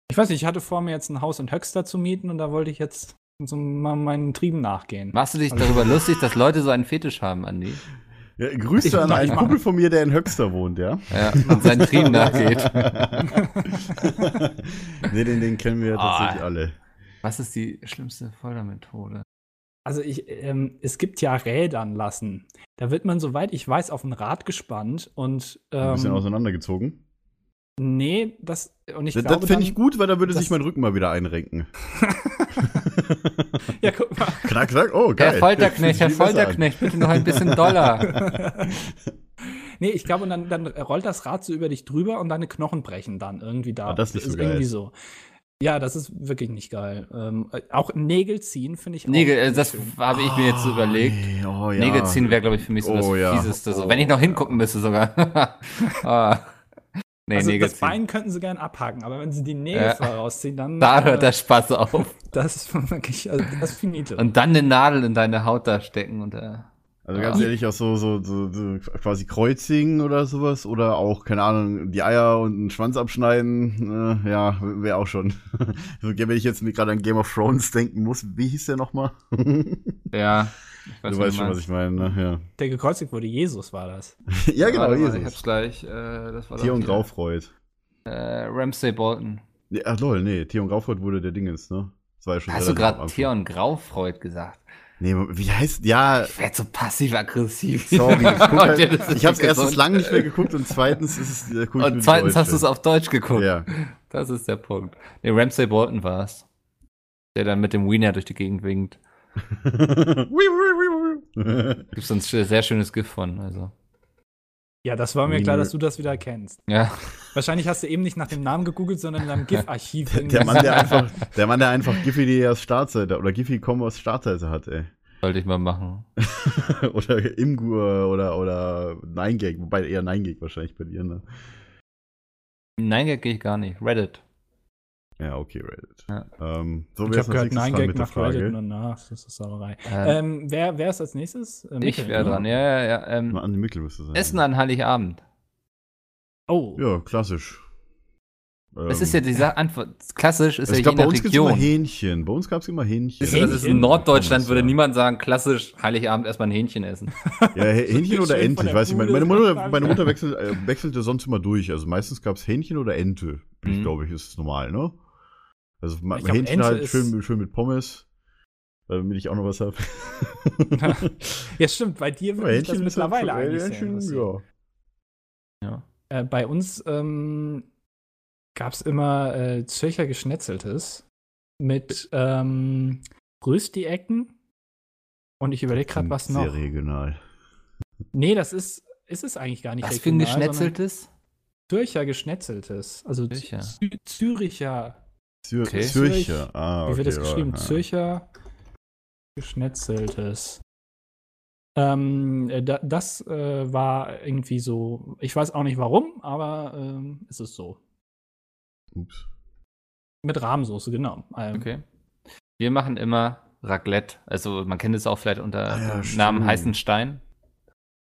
[SPEAKER 5] Ich weiß nicht, ich hatte vor mir jetzt ein Haus in Höxter zu mieten und da wollte ich jetzt so mal meinen Trieben nachgehen.
[SPEAKER 6] Machst du dich
[SPEAKER 1] Also (laughs)
[SPEAKER 6] darüber lustig, dass Leute so einen Fetisch haben, Andi?
[SPEAKER 1] Ja, Grüße an einen Kumpel von mir, der in Höxter wohnt, ja?
[SPEAKER 6] Ja, und seinen Trieben nachgeht.
[SPEAKER 1] (laughs) nee, den, den kennen wir ja
[SPEAKER 6] Ah.
[SPEAKER 1] tatsächlich alle.
[SPEAKER 6] Was ist die schlimmste Foltermethode?
[SPEAKER 5] Also ich, ähm, es gibt ja Rädern lassen. Da wird man, soweit ich weiß, auf ein Rad gespannt und
[SPEAKER 1] Ein bisschen
[SPEAKER 5] ähm,
[SPEAKER 1] auseinandergezogen.
[SPEAKER 5] Nee, das. Und ich
[SPEAKER 1] Das,
[SPEAKER 5] glaube,
[SPEAKER 1] das finde ich
[SPEAKER 5] dann-
[SPEAKER 1] gut, weil da würde sich
[SPEAKER 5] das-
[SPEAKER 1] mein Rücken mal wieder einrenken.
[SPEAKER 5] (laughs) Ja, guck mal.
[SPEAKER 1] Knack, knack, oh, geil.
[SPEAKER 6] Herr Folterknecht, Herr
[SPEAKER 1] Fühlt sich viel besser an.
[SPEAKER 6] Folterknecht, bitte noch ein bisschen
[SPEAKER 1] (laughs)
[SPEAKER 6] doller.
[SPEAKER 5] Nee, ich glaube, und dann, dann rollt das Rad so über dich drüber und deine Knochen brechen dann irgendwie da.
[SPEAKER 1] Ah, das ist nicht so geil.
[SPEAKER 5] irgendwie so. Ja, das ist wirklich nicht geil. Ähm, äh, auch Nägel ziehen finde ich
[SPEAKER 6] Nägel,
[SPEAKER 5] auch.
[SPEAKER 6] äh, das habe ich mir jetzt so
[SPEAKER 1] Ah,
[SPEAKER 6] überlegt.
[SPEAKER 1] nee, oh, ja.
[SPEAKER 6] Nägel ziehen wäre, glaube ich, für mich so das
[SPEAKER 1] Oh, ja.
[SPEAKER 6] Fieseste. So.
[SPEAKER 1] Oh,
[SPEAKER 6] Wenn ich noch hingucken müsste sogar. (laughs) ah. Nee,
[SPEAKER 5] also
[SPEAKER 6] Nägel
[SPEAKER 5] das
[SPEAKER 6] ziehen.
[SPEAKER 5] Bein könnten sie gern abhaken, aber wenn sie die Nägel
[SPEAKER 6] Ja.
[SPEAKER 5] vorausziehen, dann
[SPEAKER 6] Da
[SPEAKER 5] äh,
[SPEAKER 6] hört der Spaß auf.
[SPEAKER 5] das ist (laughs) wirklich also das ist finito.
[SPEAKER 6] Und dann eine Nadel in deine Haut da stecken und äh,
[SPEAKER 1] Also ganz
[SPEAKER 6] Ja.
[SPEAKER 1] ehrlich, auch so, so, so, so quasi Kreuzingen oder sowas oder auch, keine Ahnung, die Eier und einen Schwanz abschneiden, äh, ja, wäre auch schon. (laughs) so, wenn ich jetzt mir gerade an Game of Thrones denken muss, wie hieß der
[SPEAKER 6] (laughs)
[SPEAKER 1] nochmal? du
[SPEAKER 6] ja. Ich weiß,
[SPEAKER 1] weißt schon, was ich meine, ne?
[SPEAKER 5] Der gekreuzigt wurde, Jesus war das.
[SPEAKER 1] Ja, ja genau,
[SPEAKER 6] Warte mal, Ich hab's
[SPEAKER 1] Jesus.
[SPEAKER 6] gleich. Äh, das war
[SPEAKER 1] Tier
[SPEAKER 6] doch
[SPEAKER 1] und
[SPEAKER 6] hier.
[SPEAKER 1] Graufreud.
[SPEAKER 6] Äh, Ramsay Bolton.
[SPEAKER 1] Ja, ach lol, nee, Tier und Graufreud wurde der Dingens, ne? Das war ja schon
[SPEAKER 6] Hast du
[SPEAKER 1] relativ am
[SPEAKER 6] gerade
[SPEAKER 1] Anfang.
[SPEAKER 6] Theon Graufreud gesagt?
[SPEAKER 1] Nee, wie heißt, ja,
[SPEAKER 6] Ich werd so passiv-aggressiv. (laughs)
[SPEAKER 1] sorry. Ich, guck halt,
[SPEAKER 6] Und das ist
[SPEAKER 1] ich hab's
[SPEAKER 6] nicht
[SPEAKER 1] erstens
[SPEAKER 6] gesund.
[SPEAKER 1] lange nicht mehr geguckt und zweitens ist es, äh, guck ich nur
[SPEAKER 6] Und
[SPEAKER 1] die
[SPEAKER 6] zweitens hast
[SPEAKER 1] Deutsche.
[SPEAKER 6] du es auf Deutsch geguckt.
[SPEAKER 1] Ja,
[SPEAKER 6] (laughs) Das ist der Punkt. Nee, Ramsay Bolton war es. Der dann mit dem Wiener durch die Gegend winkt. Gibt's uns ein sehr schönes GIF von, also.
[SPEAKER 5] Ja, das war mir klar, dass du das wieder kennst.
[SPEAKER 6] Ja.
[SPEAKER 5] Wahrscheinlich hast du eben nicht nach dem Namen gegoogelt,
[SPEAKER 6] (laughs)
[SPEAKER 5] sondern in deinem
[SPEAKER 1] (laughs)
[SPEAKER 5] GIF-Archiv.
[SPEAKER 1] der
[SPEAKER 5] irgendwie. (laughs)
[SPEAKER 1] Mann, der einfach, der Mann, der einfach Giphy als Startseite oder Giphy.com als Startseite hat, ey. (laughs)
[SPEAKER 6] Sollte ich mal machen.
[SPEAKER 1] oder Imgur oder, oder 9gag, wobei eher 9gag wahrscheinlich bei dir, ne?
[SPEAKER 6] Nein, gehe ich gar nicht. Reddit.
[SPEAKER 1] Ja, okay, Reddit.
[SPEAKER 6] Ja.
[SPEAKER 1] Ähm, so
[SPEAKER 5] ich
[SPEAKER 1] wär's als
[SPEAKER 5] habe gehört,
[SPEAKER 1] nächstes
[SPEAKER 5] nein,
[SPEAKER 1] dran
[SPEAKER 5] Gag
[SPEAKER 1] mit der
[SPEAKER 5] macht Reddit
[SPEAKER 1] Frage.
[SPEAKER 5] nur nach. Das ist Sauerei.
[SPEAKER 6] Äh,
[SPEAKER 5] Ähm, wer, wer ist als nächstes? Äh,
[SPEAKER 6] ich
[SPEAKER 5] Michael,
[SPEAKER 6] wäre
[SPEAKER 5] ne?
[SPEAKER 6] dran. Ja, ja, ja. Ähm,
[SPEAKER 1] An die Mittel müsste sein.
[SPEAKER 6] Essen an Heiligabend.
[SPEAKER 5] Oh,
[SPEAKER 1] Ja, klassisch.
[SPEAKER 6] Das
[SPEAKER 1] Ähm,
[SPEAKER 6] ist ja die Sa- Antwort. Klassisch ist
[SPEAKER 1] also
[SPEAKER 6] ja
[SPEAKER 1] ich glaube,
[SPEAKER 6] je
[SPEAKER 1] bei
[SPEAKER 6] nach
[SPEAKER 1] uns gibt's immer
[SPEAKER 6] Region.
[SPEAKER 1] Hähnchen. Bei uns gab's immer Hähnchen.
[SPEAKER 6] Siehst du, das ist in
[SPEAKER 5] Hähnchen.
[SPEAKER 6] Norddeutschland, würde
[SPEAKER 1] Ja.
[SPEAKER 6] niemand sagen, klassisch Heiligabend erstmal ein Hähnchen essen.
[SPEAKER 1] Ja, Hä- Hähnchen
[SPEAKER 5] Schön
[SPEAKER 1] oder
[SPEAKER 5] von
[SPEAKER 1] Ente,
[SPEAKER 5] der
[SPEAKER 1] ich weiß nicht. Meine,
[SPEAKER 5] Bude.
[SPEAKER 1] meine Mutter, meine Mutter wechselt, äh, wechselte sonst immer durch. Also meistens gab es Hähnchen oder Ente,
[SPEAKER 6] Mhm.
[SPEAKER 1] glaube ich, ist normal, ne? Also ma-
[SPEAKER 5] Ich glaub,
[SPEAKER 1] Hähnchen
[SPEAKER 5] Ente
[SPEAKER 1] halt
[SPEAKER 5] ist-
[SPEAKER 1] schön, schön mit Pommes, äh, damit ich auch noch was
[SPEAKER 5] (laughs)
[SPEAKER 1] habe.
[SPEAKER 5] ja stimmt, bei dir würde
[SPEAKER 1] halt
[SPEAKER 5] ich das mittlerweile eigentlich sehr interessieren.
[SPEAKER 1] äh, ja.
[SPEAKER 6] Ja.
[SPEAKER 5] äh, Bei uns ähm, gab es immer äh, Zürcher Geschnetzeltes mit
[SPEAKER 1] Äh.
[SPEAKER 5] ähm, Rösti-Ecken und ich überlege gerade, was noch.
[SPEAKER 1] Hm, Sehr regional.
[SPEAKER 5] Nee, das ist, ist es eigentlich gar nicht
[SPEAKER 6] Was für ein
[SPEAKER 5] regional, sondern
[SPEAKER 6] geschnetzeltes?
[SPEAKER 5] Zürcher Geschnetzeltes, also
[SPEAKER 6] Zürcher.
[SPEAKER 5] Zürcher. Züricher,
[SPEAKER 1] Zür
[SPEAKER 6] Okay.
[SPEAKER 1] Zürcher. Ah,
[SPEAKER 5] wie wird das
[SPEAKER 1] ja,
[SPEAKER 5] geschrieben?
[SPEAKER 1] ja.
[SPEAKER 5] Zürcher Geschnetzeltes. Ähm, äh, da, das äh, war irgendwie so, ich weiß auch nicht warum, aber ähm, ist es ist so.
[SPEAKER 1] Ups.
[SPEAKER 5] Mit Rahmsoße, genau. Ähm,
[SPEAKER 6] Okay. Wir machen immer Raclette. Also man kennt es auch vielleicht unter
[SPEAKER 1] Ah ja,
[SPEAKER 6] dem
[SPEAKER 1] stimmt.
[SPEAKER 6] Namen Heißen Stein.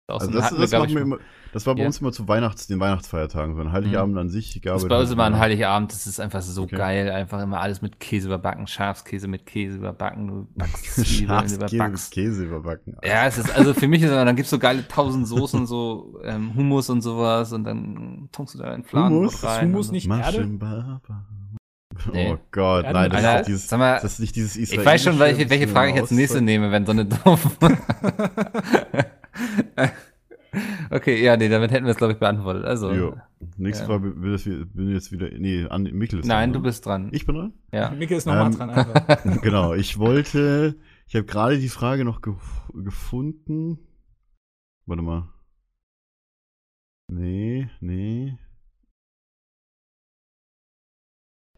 [SPEAKER 6] Auch
[SPEAKER 1] Also
[SPEAKER 6] so ein-
[SPEAKER 1] das,
[SPEAKER 6] hatten
[SPEAKER 1] das,
[SPEAKER 6] wir, glaub
[SPEAKER 1] machen wir
[SPEAKER 6] ich,
[SPEAKER 1] immer, das war bei
[SPEAKER 6] Ja. Mhm.
[SPEAKER 1] uns immer zu Weihnachts, den Weihnachtsfeiertagen. So ein Heiligabend an sich gab
[SPEAKER 6] Das also ist bei uns immer an
[SPEAKER 1] ein
[SPEAKER 6] Heiligabend, das ist einfach so
[SPEAKER 1] Okay.
[SPEAKER 6] geil, einfach immer alles mit Käse überbacken, Schafskäse mit Käse
[SPEAKER 1] (laughs)
[SPEAKER 6] überbacken, du backst Zwiebeln,
[SPEAKER 1] Heiligabend. mit
[SPEAKER 6] überbackst.
[SPEAKER 1] Käse überbacken.
[SPEAKER 6] Ja, es ist, also für mich ist immer, dann gibt's so geile tausend Soßen, so ähm, Hummus und sowas und dann tunkst du da deinen Fladenbrot
[SPEAKER 1] Hummus?
[SPEAKER 6] rein.
[SPEAKER 5] Ist Hummus
[SPEAKER 6] und so.
[SPEAKER 5] nicht Erde?
[SPEAKER 1] Maschenbaba.
[SPEAKER 6] Nee.
[SPEAKER 1] Oh Gott,
[SPEAKER 5] Erde
[SPEAKER 1] nein,
[SPEAKER 5] mit
[SPEAKER 1] das ist,
[SPEAKER 6] Alter,
[SPEAKER 1] doch dieses,
[SPEAKER 6] sag mal,
[SPEAKER 1] das ist nicht dieses
[SPEAKER 6] Ich weiß schon, welche, welche Frage ich als nächste nehme, wenn so eine (laughs) doof. okay, ja, nee, damit hätten wir es, glaube ich, beantwortet. Also,
[SPEAKER 1] Jo. Nächste
[SPEAKER 6] Ja.
[SPEAKER 1] Frage will das, bin jetzt wieder. Nee, an Mikkel ist
[SPEAKER 6] nein,
[SPEAKER 1] dran,
[SPEAKER 6] du
[SPEAKER 1] ne?
[SPEAKER 6] bist dran.
[SPEAKER 1] Ich bin dran?
[SPEAKER 6] ja.
[SPEAKER 5] Mikkel ist nochmal
[SPEAKER 1] Ähm, (laughs)
[SPEAKER 5] dran. (laughs) Einfach.
[SPEAKER 1] genau, ich wollte. Ich habe gerade die Frage noch ge gefunden. Warte mal. Nee, nee.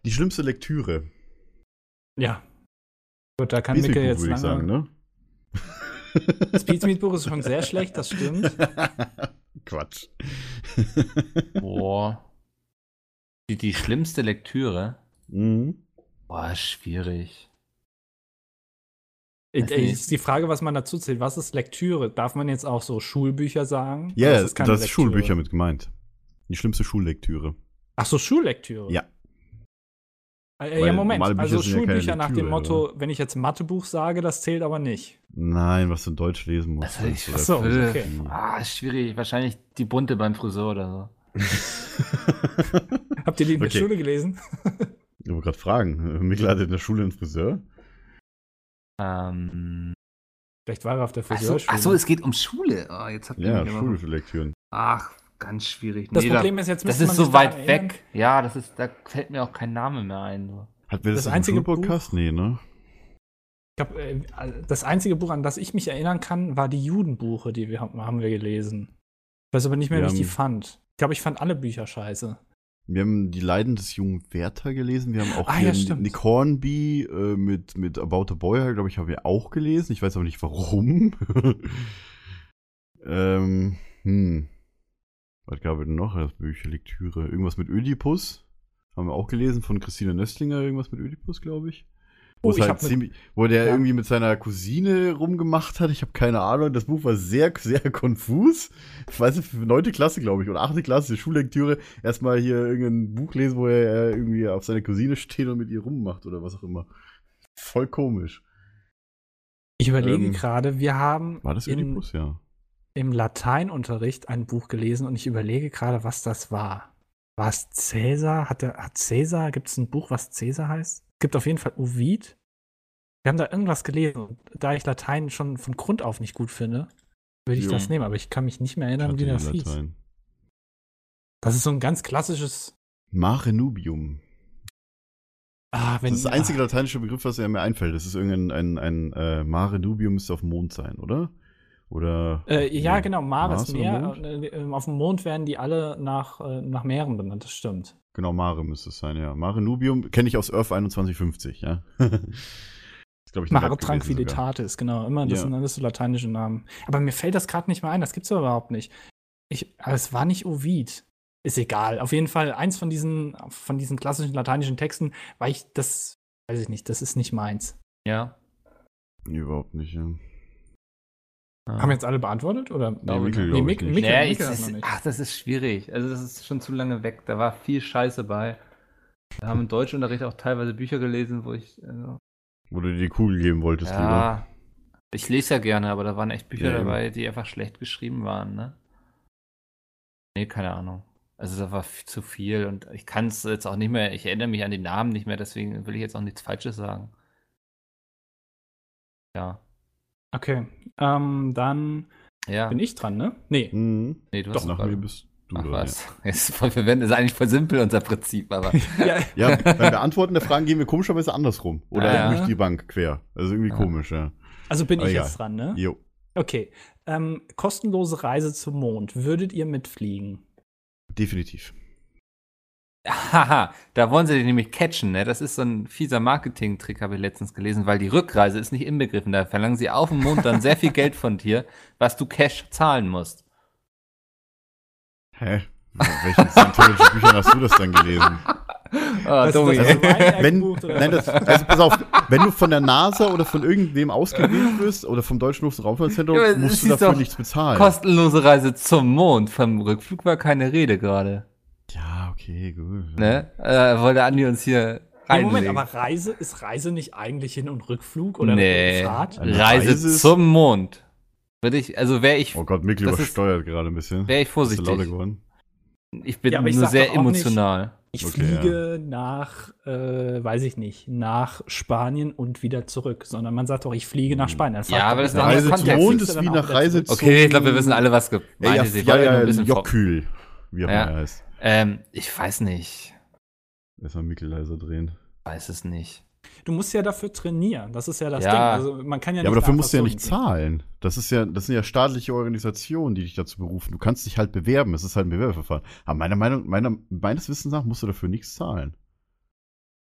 [SPEAKER 1] Die schlimmste Lektüre.
[SPEAKER 5] ja. Gut, da kann Mikkel jetzt
[SPEAKER 1] würde
[SPEAKER 5] lange.
[SPEAKER 1] ich sagen, ne?
[SPEAKER 5] Das Pizza Meat Buch ist schon sehr schlecht, das
[SPEAKER 1] (laughs)
[SPEAKER 5] stimmt.
[SPEAKER 1] ne? Quatsch. (laughs)
[SPEAKER 6] Boah. Die, die schlimmste Lektüre.
[SPEAKER 1] mhm.
[SPEAKER 6] Boah, schwierig.
[SPEAKER 5] Äh, äh,
[SPEAKER 6] nicht.
[SPEAKER 5] ist die Frage, was man dazu zählt. Was ist Lektüre? Darf man jetzt auch so Schulbücher sagen?
[SPEAKER 1] Ja,
[SPEAKER 5] Oder
[SPEAKER 1] das,
[SPEAKER 5] keine
[SPEAKER 1] das ist
[SPEAKER 5] Lektüre?
[SPEAKER 1] Schulbücher mit gemeint. Die schlimmste Schullektüre.
[SPEAKER 5] Ach so, Schullektüre.
[SPEAKER 1] Ja.
[SPEAKER 5] Äh,
[SPEAKER 1] Weil
[SPEAKER 5] ja, Moment.
[SPEAKER 1] normale Bücher
[SPEAKER 5] Also
[SPEAKER 1] sind ja keine
[SPEAKER 5] Schulbücher nach dem
[SPEAKER 1] Lektüre,
[SPEAKER 5] Motto, wenn ich jetzt Mathebuch sage, das zählt aber nicht. (laughs)
[SPEAKER 1] Nein, was du in Deutsch lesen musst.
[SPEAKER 6] Das hätte ich
[SPEAKER 1] ist
[SPEAKER 5] fast so,
[SPEAKER 1] Philosophie.
[SPEAKER 5] okay.
[SPEAKER 6] Ah, ist schwierig. Wahrscheinlich die bunte beim Friseur oder so.
[SPEAKER 1] Mhm.
[SPEAKER 5] (laughs) Habt ihr die in der
[SPEAKER 1] Okay.
[SPEAKER 5] Schule gelesen?
[SPEAKER 1] Ich wollte gerade fragen. (laughs) Mikkel hatte in der Schule einen Friseur.
[SPEAKER 6] Ähm,
[SPEAKER 5] Vielleicht war er auf der
[SPEAKER 6] ach so,
[SPEAKER 5] Friseurschule.
[SPEAKER 6] ach so, es geht um Schule. Oh, jetzt habt ihr
[SPEAKER 1] Ja, genau.
[SPEAKER 6] mich aber-
[SPEAKER 1] Schullektüren.
[SPEAKER 6] Ach,
[SPEAKER 4] ganz schwierig.
[SPEAKER 5] Das
[SPEAKER 4] Nee, da-
[SPEAKER 5] Problem ist, jetzt
[SPEAKER 6] Das
[SPEAKER 5] müsste
[SPEAKER 6] ist
[SPEAKER 5] man
[SPEAKER 6] so
[SPEAKER 5] sich
[SPEAKER 6] weit
[SPEAKER 5] daran
[SPEAKER 6] weg. Ja, das ist, da fällt mir auch kein Name mehr ein. so.
[SPEAKER 1] Hatten wir das,
[SPEAKER 5] Das
[SPEAKER 1] das
[SPEAKER 5] einzige
[SPEAKER 1] einzige Podcast? Nee, ne?
[SPEAKER 5] erinnern. Ich hab, äh, das einzige Buch, an das ich mich erinnern kann, war die Judenbuche, die wir haben wir gelesen. Ich weiß aber nicht mehr,
[SPEAKER 1] Wir
[SPEAKER 5] wie ich die
[SPEAKER 1] haben-
[SPEAKER 5] fand. Ich glaube, ich fand alle Bücher scheiße.
[SPEAKER 1] Wir haben Die Leiden des jungen Werther gelesen. Wir haben auch
[SPEAKER 5] Ah,
[SPEAKER 1] hier
[SPEAKER 5] ja, stimmt.
[SPEAKER 1] Nick Hornby äh, mit, mit About the Boy, glaube ich, haben wir auch gelesen. Ich weiß aber nicht warum. (laughs) ähm, hm. Was gab es denn noch als Bücher, Lektüre? Irgendwas mit Ödipus. Haben wir auch gelesen von Christine Nöstlinger, irgendwas mit Ödipus, glaube ich. Wo,
[SPEAKER 5] Oh,
[SPEAKER 1] es
[SPEAKER 5] ich
[SPEAKER 1] halt
[SPEAKER 5] hab mit-
[SPEAKER 1] ziemlich, wo der
[SPEAKER 5] Ja.
[SPEAKER 1] irgendwie mit seiner Cousine rumgemacht hat. Ich habe keine Ahnung. Das Buch war sehr, sehr konfus. Ich weiß nicht, neunte Klasse, glaube ich, oder achte Klasse, Schullektüre. Erstmal hier irgendein Buch lesen, wo er äh, irgendwie auf seine Cousine steht und mit ihr rummacht oder was auch immer. Voll komisch.
[SPEAKER 5] Ich überlege
[SPEAKER 1] Ähm,
[SPEAKER 5] gerade, wir haben
[SPEAKER 1] War das
[SPEAKER 5] in,
[SPEAKER 1] Ödipus? Ja.
[SPEAKER 5] im Lateinunterricht ein Buch gelesen und ich überlege gerade, was das war. War es Cäsar? Hat, der, hat Cäsar, gibt es ein Buch, was Cäsar heißt? Es gibt auf jeden Fall Ovid. Wir haben da irgendwas gelesen. Und da ich Latein schon von Grund auf nicht gut finde, würde ich
[SPEAKER 6] Jo.
[SPEAKER 5] das nehmen, aber ich kann mich nicht mehr
[SPEAKER 1] Ich
[SPEAKER 5] erinnern,
[SPEAKER 1] hatte
[SPEAKER 5] wie
[SPEAKER 1] die
[SPEAKER 5] das hieß.
[SPEAKER 1] Latein.
[SPEAKER 5] Das ist so ein ganz klassisches.
[SPEAKER 1] Mare Nubium.
[SPEAKER 5] Ah, wenn,
[SPEAKER 1] das ist der einzige lateinische Begriff, was mir einfällt. Das ist irgendein ein, ein, äh, Mare Nubium müsste auf dem Mond sein, oder? Oder.
[SPEAKER 5] Äh, ja,
[SPEAKER 1] Nee.
[SPEAKER 5] genau, Mars,
[SPEAKER 1] Mars oder
[SPEAKER 5] Meer.
[SPEAKER 1] Mond?
[SPEAKER 5] Äh, äh, auf dem Mond werden die alle nach, äh, nach Meeren benannt, das stimmt.
[SPEAKER 1] Genau, Mare müsste es sein, ja. Mare Nubium kenne ich aus Earth 2150, ja. (laughs) ist, glaube ich, eine Web gewesen
[SPEAKER 5] Mare
[SPEAKER 1] sogar.
[SPEAKER 5] Tranquillitatis, genau. Immer, das
[SPEAKER 1] Ja.
[SPEAKER 5] sind alles so lateinische Namen. Aber mir fällt das gerade nicht mehr ein, das gibt's doch überhaupt nicht. Ich, aber es war nicht Ovid. Ist egal. Auf jeden Fall, eins von diesen, von diesen klassischen lateinischen Texten, weil ich das, weiß ich nicht, das ist nicht meins.
[SPEAKER 6] Ja.
[SPEAKER 1] Nee, überhaupt nicht, ja.
[SPEAKER 6] Ah.
[SPEAKER 5] Haben wir jetzt alle beantwortet? Oder?
[SPEAKER 1] Glaube Mikkel, ich.
[SPEAKER 5] nee,
[SPEAKER 1] glaube ich
[SPEAKER 5] Mik-
[SPEAKER 1] nicht.
[SPEAKER 5] Mikkel,
[SPEAKER 6] Naja, ich,
[SPEAKER 5] Mikkel hat
[SPEAKER 6] das,
[SPEAKER 5] noch nicht.
[SPEAKER 6] ach, das ist schwierig. Also das ist schon zu lange weg. Da war viel Scheiße bei. Wir haben im Deutschunterricht auch teilweise Bücher gelesen, wo ich. Also,
[SPEAKER 1] Wo du dir die Kugel geben wolltest, lieber.
[SPEAKER 6] ja. Ich lese ja gerne, aber da waren echt Bücher
[SPEAKER 1] Ja, eben.
[SPEAKER 6] dabei, die einfach schlecht geschrieben waren, ne? Nee, keine Ahnung. Also da war f- zu viel und ich kann es jetzt auch nicht mehr, ich erinnere mich an die Namen nicht mehr, deswegen will ich jetzt auch nichts Falsches sagen. Ja.
[SPEAKER 5] Okay. Ähm, dann
[SPEAKER 6] Ja.
[SPEAKER 5] bin ich dran, ne? Nee.
[SPEAKER 1] (laughs) Mhm.
[SPEAKER 6] Nee, du
[SPEAKER 1] Doch, nach
[SPEAKER 6] gerade-
[SPEAKER 1] mir bist du
[SPEAKER 6] Ach
[SPEAKER 1] dran,
[SPEAKER 6] was. (laughs) Ist voll verwendet. Ist eigentlich voll simpel, unser Prinzip, aber.
[SPEAKER 5] Ja,
[SPEAKER 1] Ja, ja beim Beantworten der Fragen gehen wir komischerweise andersrum. Oder
[SPEAKER 6] Ja.
[SPEAKER 1] durch die Bank quer. Also irgendwie
[SPEAKER 6] Ja.
[SPEAKER 1] komisch, ja.
[SPEAKER 5] also bin
[SPEAKER 1] Aber
[SPEAKER 5] ich
[SPEAKER 1] Ah, egal.
[SPEAKER 5] jetzt dran, ne?
[SPEAKER 1] Jo.
[SPEAKER 5] Okay. Ähm, kostenlose Reise zum Mond. Würdet ihr mitfliegen?
[SPEAKER 1] Ah, Definitiv.
[SPEAKER 6] Haha, da wollen sie dich nämlich catchen, ne? Das ist so ein fieser Marketing-Trick, habe ich letztens gelesen, weil die Rückreise ist nicht inbegriffen. Da verlangen sie auf dem Mond dann sehr viel Geld von dir, was du Cash zahlen musst.
[SPEAKER 1] Hä? Welchen (laughs) scientologischen Büchern hast du das denn gelesen?
[SPEAKER 6] Ah,
[SPEAKER 5] du,
[SPEAKER 6] Domi.
[SPEAKER 5] Also,
[SPEAKER 1] (laughs)
[SPEAKER 5] das ist ein Eck
[SPEAKER 1] Wenn,
[SPEAKER 5] bucht oder
[SPEAKER 1] nein, das, also pass auf, wenn du von der NASA oder von irgendwem ausgewählt wirst oder vom Deutschen Luft- und Raumfahrtzentrum,
[SPEAKER 6] Ja, aber es
[SPEAKER 1] musst du
[SPEAKER 6] ist
[SPEAKER 1] dafür
[SPEAKER 6] doch
[SPEAKER 1] nichts bezahlen.
[SPEAKER 6] Kostenlose Reise zum Mond. Vom Rückflug war keine Rede gerade.
[SPEAKER 1] ja, okay, gut.
[SPEAKER 6] Ne? Äh, wollte Andi uns hier
[SPEAKER 5] Nee, Moment,
[SPEAKER 6] reinlegen.
[SPEAKER 5] aber Reise, ist Reise nicht eigentlich Hin- und Rückflug oder
[SPEAKER 6] nee.
[SPEAKER 5] Fahrt?
[SPEAKER 1] Eine
[SPEAKER 6] Reise
[SPEAKER 1] Reise ist-
[SPEAKER 6] zum Mond. Würde ich, also wäre ich,
[SPEAKER 1] Oh Gott, Mikkel
[SPEAKER 6] Das ist-
[SPEAKER 1] übersteuert gerade ein bisschen.
[SPEAKER 6] wäre ich
[SPEAKER 1] Bist du lauter
[SPEAKER 6] vorsichtig.
[SPEAKER 1] geworden?
[SPEAKER 6] Ich bin
[SPEAKER 5] Ja, aber ich
[SPEAKER 6] nur
[SPEAKER 5] sag
[SPEAKER 6] sehr
[SPEAKER 5] doch auch nicht-
[SPEAKER 6] emotional.
[SPEAKER 5] Ich
[SPEAKER 1] Okay,
[SPEAKER 5] fliege nach, äh, weiß ich nicht, nach Spanien und wieder zurück, sondern man sagt doch, ich fliege nach Spanien. Dann
[SPEAKER 6] Hm. Ja,
[SPEAKER 5] fragt
[SPEAKER 6] aber
[SPEAKER 5] man
[SPEAKER 6] das
[SPEAKER 5] mich,
[SPEAKER 6] ist ein
[SPEAKER 5] warum
[SPEAKER 1] Reise zum
[SPEAKER 5] fliegst du
[SPEAKER 6] Kontext.
[SPEAKER 1] Mond
[SPEAKER 5] dann
[SPEAKER 1] ist
[SPEAKER 5] auch
[SPEAKER 1] wie
[SPEAKER 5] wieder
[SPEAKER 1] nach Reise
[SPEAKER 5] zurück?
[SPEAKER 1] zum...
[SPEAKER 6] Okay, ich glaube, wir wissen alle, was gemeint
[SPEAKER 1] Ey, ja,
[SPEAKER 6] ist. Ich
[SPEAKER 1] ja,
[SPEAKER 6] wollte nur
[SPEAKER 1] ja,
[SPEAKER 6] ein bisschen vor-
[SPEAKER 1] Jokül, wie auch
[SPEAKER 6] Ja.
[SPEAKER 1] immer er heißt.
[SPEAKER 6] Ähm, ich weiß nicht.
[SPEAKER 1] Erstmal Mikkel leiser drehen.
[SPEAKER 6] Weiß es nicht.
[SPEAKER 5] Du musst ja dafür trainieren, das ist ja das
[SPEAKER 6] Ja.
[SPEAKER 5] Ding. Also man kann ja,
[SPEAKER 1] Ja, aber dafür musst du ja
[SPEAKER 5] einfach
[SPEAKER 1] nicht
[SPEAKER 5] so-
[SPEAKER 1] zahlen. Das ist ja, das sind ja staatliche Organisationen, die dich dazu berufen. Du kannst dich halt bewerben. Es ist halt ein Bewerberverfahren. Aber meiner Meinung, meiner, meines Wissens nach musst du dafür nichts zahlen.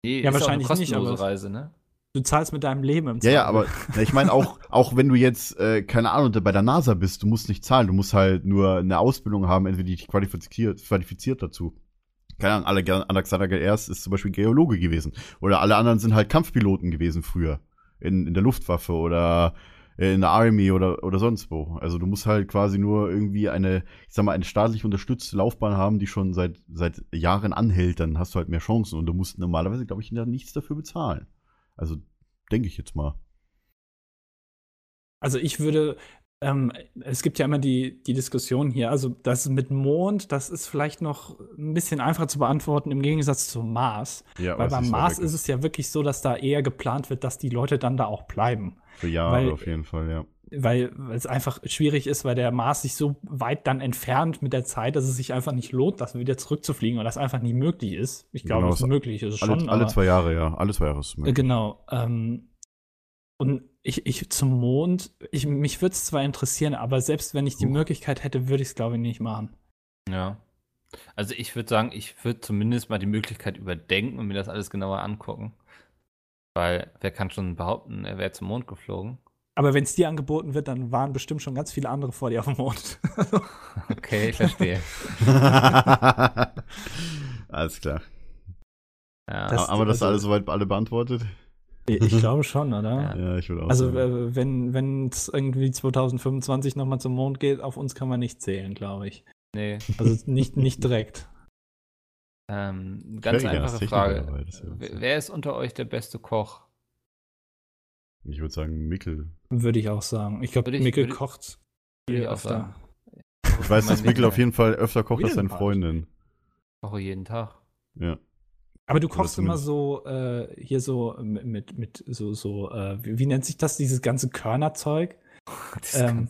[SPEAKER 6] Nee,
[SPEAKER 5] Ja,
[SPEAKER 6] ist auch
[SPEAKER 5] wahrscheinlich
[SPEAKER 6] eine
[SPEAKER 5] nicht,
[SPEAKER 6] kostenlose
[SPEAKER 5] aber-
[SPEAKER 6] Reise, ne?
[SPEAKER 5] Du zahlst mit deinem Leben im
[SPEAKER 1] Ja, ja,
[SPEAKER 5] Zweifel.
[SPEAKER 1] aber na, ich meine auch, (laughs) auch wenn du jetzt, äh, keine Ahnung, bei der NASA bist, du musst nicht zahlen, du musst halt nur eine Ausbildung haben, entweder die dich qualifiziert, qualifiziert dazu. Keine Ahnung, alle- Alexander Gerst ist zum Beispiel Geologe gewesen. Oder alle anderen sind halt Kampfpiloten gewesen früher. In, in der Luftwaffe oder in der Army oder, oder sonst wo. Also du musst halt quasi nur irgendwie eine, ich sag mal, eine staatlich unterstützte Laufbahn haben, die schon seit, seit Jahren anhält, dann hast du halt mehr Chancen und du musst normalerweise, glaube ich, da nichts dafür bezahlen. Also denke ich jetzt mal.
[SPEAKER 5] Also ich würde, ähm, es gibt ja immer die, die Diskussion hier, also das mit Mond, das ist vielleicht noch ein bisschen einfacher zu beantworten im Gegensatz zum Mars.
[SPEAKER 1] Ja,
[SPEAKER 5] weil beim Mars ist es ja wirklich so, dass da eher geplant wird, dass die Leute dann da auch bleiben.
[SPEAKER 1] Für Jahre
[SPEAKER 5] weil-
[SPEAKER 1] auf jeden Fall, ja.
[SPEAKER 5] weil weil es einfach schwierig ist, weil der Mars sich so weit dann entfernt mit der Zeit, dass es sich einfach nicht lohnt, das wieder zurückzufliegen, weil das einfach nicht möglich ist. Ich glaube,
[SPEAKER 1] Genau,
[SPEAKER 5] es
[SPEAKER 1] es-
[SPEAKER 5] ist möglich, es ist
[SPEAKER 1] alle,
[SPEAKER 5] schon.
[SPEAKER 1] alle
[SPEAKER 5] aber-
[SPEAKER 1] zwei Jahre, ja. Alle zwei Jahre ist es
[SPEAKER 5] äh,
[SPEAKER 1] möglich.
[SPEAKER 5] Genau. Ähm, und ich, ich zum Mond, ich, mich würde es zwar interessieren, aber selbst wenn ich die
[SPEAKER 1] Huch.
[SPEAKER 5] Möglichkeit hätte, würde ich es, glaube ich, nicht machen.
[SPEAKER 6] Ja. Also ich würde sagen, ich würde zumindest mal die Möglichkeit überdenken und mir das alles genauer angucken. Weil wer kann schon behaupten, er wäre zum Mond geflogen?
[SPEAKER 5] Aber wenn es dir angeboten wird, dann waren bestimmt schon ganz viele andere vor dir auf dem Mond. (laughs)
[SPEAKER 6] Okay, ich verstehe.
[SPEAKER 1] (laughs) Alles klar.
[SPEAKER 6] (laughs) Ja.
[SPEAKER 5] Das-
[SPEAKER 1] Aber das
[SPEAKER 5] also-
[SPEAKER 1] alles soweit alle beantwortet?
[SPEAKER 5] ich glaube schon,
[SPEAKER 6] Ja.
[SPEAKER 5] oder?
[SPEAKER 1] Ja, ich würde auch
[SPEAKER 5] Also,
[SPEAKER 1] sagen.
[SPEAKER 5] äh, wenn es irgendwie 2025 nochmal zum Mond geht, auf uns kann man nicht zählen, glaube ich.
[SPEAKER 6] nee.
[SPEAKER 1] (laughs)
[SPEAKER 5] Also nicht, nicht direkt.
[SPEAKER 6] Ähm, ganz
[SPEAKER 1] wäre gerne als
[SPEAKER 6] einfache
[SPEAKER 1] Techniker
[SPEAKER 6] Frage.
[SPEAKER 1] dabei, das wäre
[SPEAKER 6] Wer
[SPEAKER 1] witzig.
[SPEAKER 6] wer ist unter euch der beste Koch?
[SPEAKER 5] äh,
[SPEAKER 1] Ich würde sagen, Mickel.
[SPEAKER 5] Würde ich auch sagen. Ich glaube,
[SPEAKER 6] Würde ich-
[SPEAKER 5] Mikkel
[SPEAKER 6] würde-
[SPEAKER 5] kocht
[SPEAKER 6] würde
[SPEAKER 5] viel
[SPEAKER 6] ich auch
[SPEAKER 5] öfter.
[SPEAKER 6] sagen.
[SPEAKER 1] Ich weiß, dass Mickel auf jeden Fall öfter kocht
[SPEAKER 5] Wie
[SPEAKER 1] als
[SPEAKER 5] denn
[SPEAKER 1] seine
[SPEAKER 5] Bart?
[SPEAKER 1] Freundin.
[SPEAKER 6] Fall. Koche jeden Tag.
[SPEAKER 1] Ja.
[SPEAKER 5] Aber du
[SPEAKER 1] Oder
[SPEAKER 5] kochst immer
[SPEAKER 1] zumindest-
[SPEAKER 5] so, äh, hier so mit, mit, mit so, so äh, wie, wie nennt sich das, dieses ganze Körnerzeug?
[SPEAKER 6] Das
[SPEAKER 5] Ähm,
[SPEAKER 6] kann-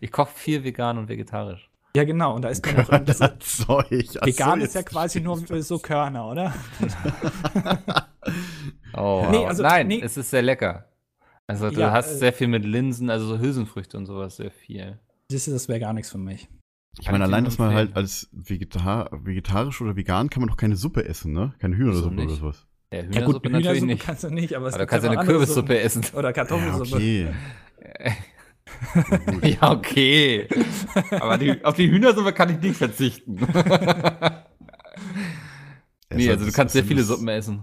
[SPEAKER 6] Ich koche viel vegan und vegetarisch.
[SPEAKER 5] ja, genau, und da ist man noch.
[SPEAKER 1] (laughs)
[SPEAKER 5] Das,
[SPEAKER 1] Zeug. Ach so,
[SPEAKER 5] vegan ist
[SPEAKER 1] jetzt
[SPEAKER 5] ja quasi nur
[SPEAKER 1] verstehe (laughs)
[SPEAKER 5] äh,
[SPEAKER 1] ich
[SPEAKER 5] so Körner, oder?
[SPEAKER 6] Oh,
[SPEAKER 5] Nee,
[SPEAKER 6] wow.
[SPEAKER 5] also,
[SPEAKER 6] nein,
[SPEAKER 5] nee.
[SPEAKER 6] es ist sehr lecker. Also du
[SPEAKER 5] Ja,
[SPEAKER 6] hast
[SPEAKER 5] äh,
[SPEAKER 6] sehr viel mit Linsen, also so Hülsenfrüchte und sowas sehr viel.
[SPEAKER 5] Das, das wäre gar nichts für mich.
[SPEAKER 1] Ich meine, allein, dass man
[SPEAKER 6] empfehlen.
[SPEAKER 1] halt als Vegetar vegetarisch oder vegan kann man doch keine Suppe essen, ne? Keine Hühnersuppe
[SPEAKER 6] Wieso
[SPEAKER 1] oder
[SPEAKER 6] nicht?
[SPEAKER 1] sowas.
[SPEAKER 6] Ja,
[SPEAKER 5] Ja, gut,
[SPEAKER 6] Hühnersuppe natürlich
[SPEAKER 5] Hühnersuppe
[SPEAKER 6] nicht.
[SPEAKER 5] kannst du nicht, aber es
[SPEAKER 6] Aber du
[SPEAKER 5] gibt
[SPEAKER 6] kannst ja
[SPEAKER 5] noch
[SPEAKER 6] eine
[SPEAKER 5] andere
[SPEAKER 6] Kürbissuppe essen. (laughs)
[SPEAKER 5] Suppen. Oder Kartoffelsuppe.
[SPEAKER 1] okay.
[SPEAKER 6] Ja, okay.
[SPEAKER 5] (laughs)
[SPEAKER 6] Aber die, auf die Hühnersuppe kann ich nicht verzichten. (laughs) nee,
[SPEAKER 1] Es
[SPEAKER 5] halt
[SPEAKER 6] also du
[SPEAKER 1] hat-
[SPEAKER 6] kannst sehr
[SPEAKER 1] es-
[SPEAKER 6] viele
[SPEAKER 1] es-
[SPEAKER 6] Suppen essen.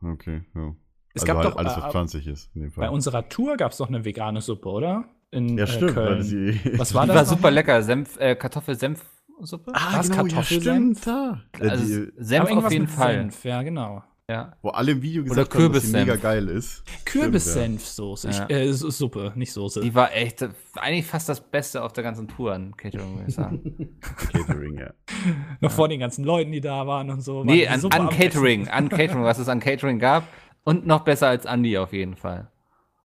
[SPEAKER 1] halt Okay, ja.
[SPEAKER 5] Es
[SPEAKER 1] also
[SPEAKER 5] gab
[SPEAKER 1] halt
[SPEAKER 5] doch
[SPEAKER 1] alles, was
[SPEAKER 5] äh,
[SPEAKER 1] pflanzlich ist. In dem Fall.
[SPEAKER 5] bei unserer Tour gab es doch eine vegane Suppe, oder? In
[SPEAKER 1] ja,
[SPEAKER 5] äh,
[SPEAKER 1] stimmt. weil
[SPEAKER 5] Köln.
[SPEAKER 1] sie-
[SPEAKER 5] Was war
[SPEAKER 1] (laughs)
[SPEAKER 6] Die
[SPEAKER 5] das?
[SPEAKER 6] war
[SPEAKER 5] noch
[SPEAKER 6] super
[SPEAKER 5] mal?
[SPEAKER 6] lecker. Senf, äh, Kartoffel-Senf-Suppe?
[SPEAKER 1] Ah,
[SPEAKER 5] Was,
[SPEAKER 1] genau, ja,
[SPEAKER 5] Kartoffelsenf?
[SPEAKER 1] stimmt. Da.
[SPEAKER 5] Äh,
[SPEAKER 1] Ja,
[SPEAKER 6] Also
[SPEAKER 1] die,
[SPEAKER 5] Aber
[SPEAKER 6] Senf auf
[SPEAKER 5] irgendwas
[SPEAKER 6] jeden
[SPEAKER 5] mit
[SPEAKER 6] Fall.
[SPEAKER 5] Senf, ja, genau.
[SPEAKER 6] Ja.
[SPEAKER 1] wo alle im Video
[SPEAKER 6] Oder
[SPEAKER 1] gesagt haben, dass sie
[SPEAKER 6] Kürbissenf.
[SPEAKER 1] mega geil ist.
[SPEAKER 5] (laughs) Kürbissenfsoße.
[SPEAKER 6] Ja.
[SPEAKER 5] Ich- Äh, S- Suppe, nicht Soße.
[SPEAKER 6] Die war echt, äh, eigentlich fast das Beste auf der ganzen Tour an Catering, würde ich sagen.
[SPEAKER 1] Catering, (laughs) ja.
[SPEAKER 5] Noch vor den ganzen Leuten, die da waren und so. war
[SPEAKER 6] nee,
[SPEAKER 5] die
[SPEAKER 6] an,
[SPEAKER 5] Suppe
[SPEAKER 6] an
[SPEAKER 5] am
[SPEAKER 6] Catering, an Catering, was es an Catering gab. Und noch besser als Andi auf jeden Fall.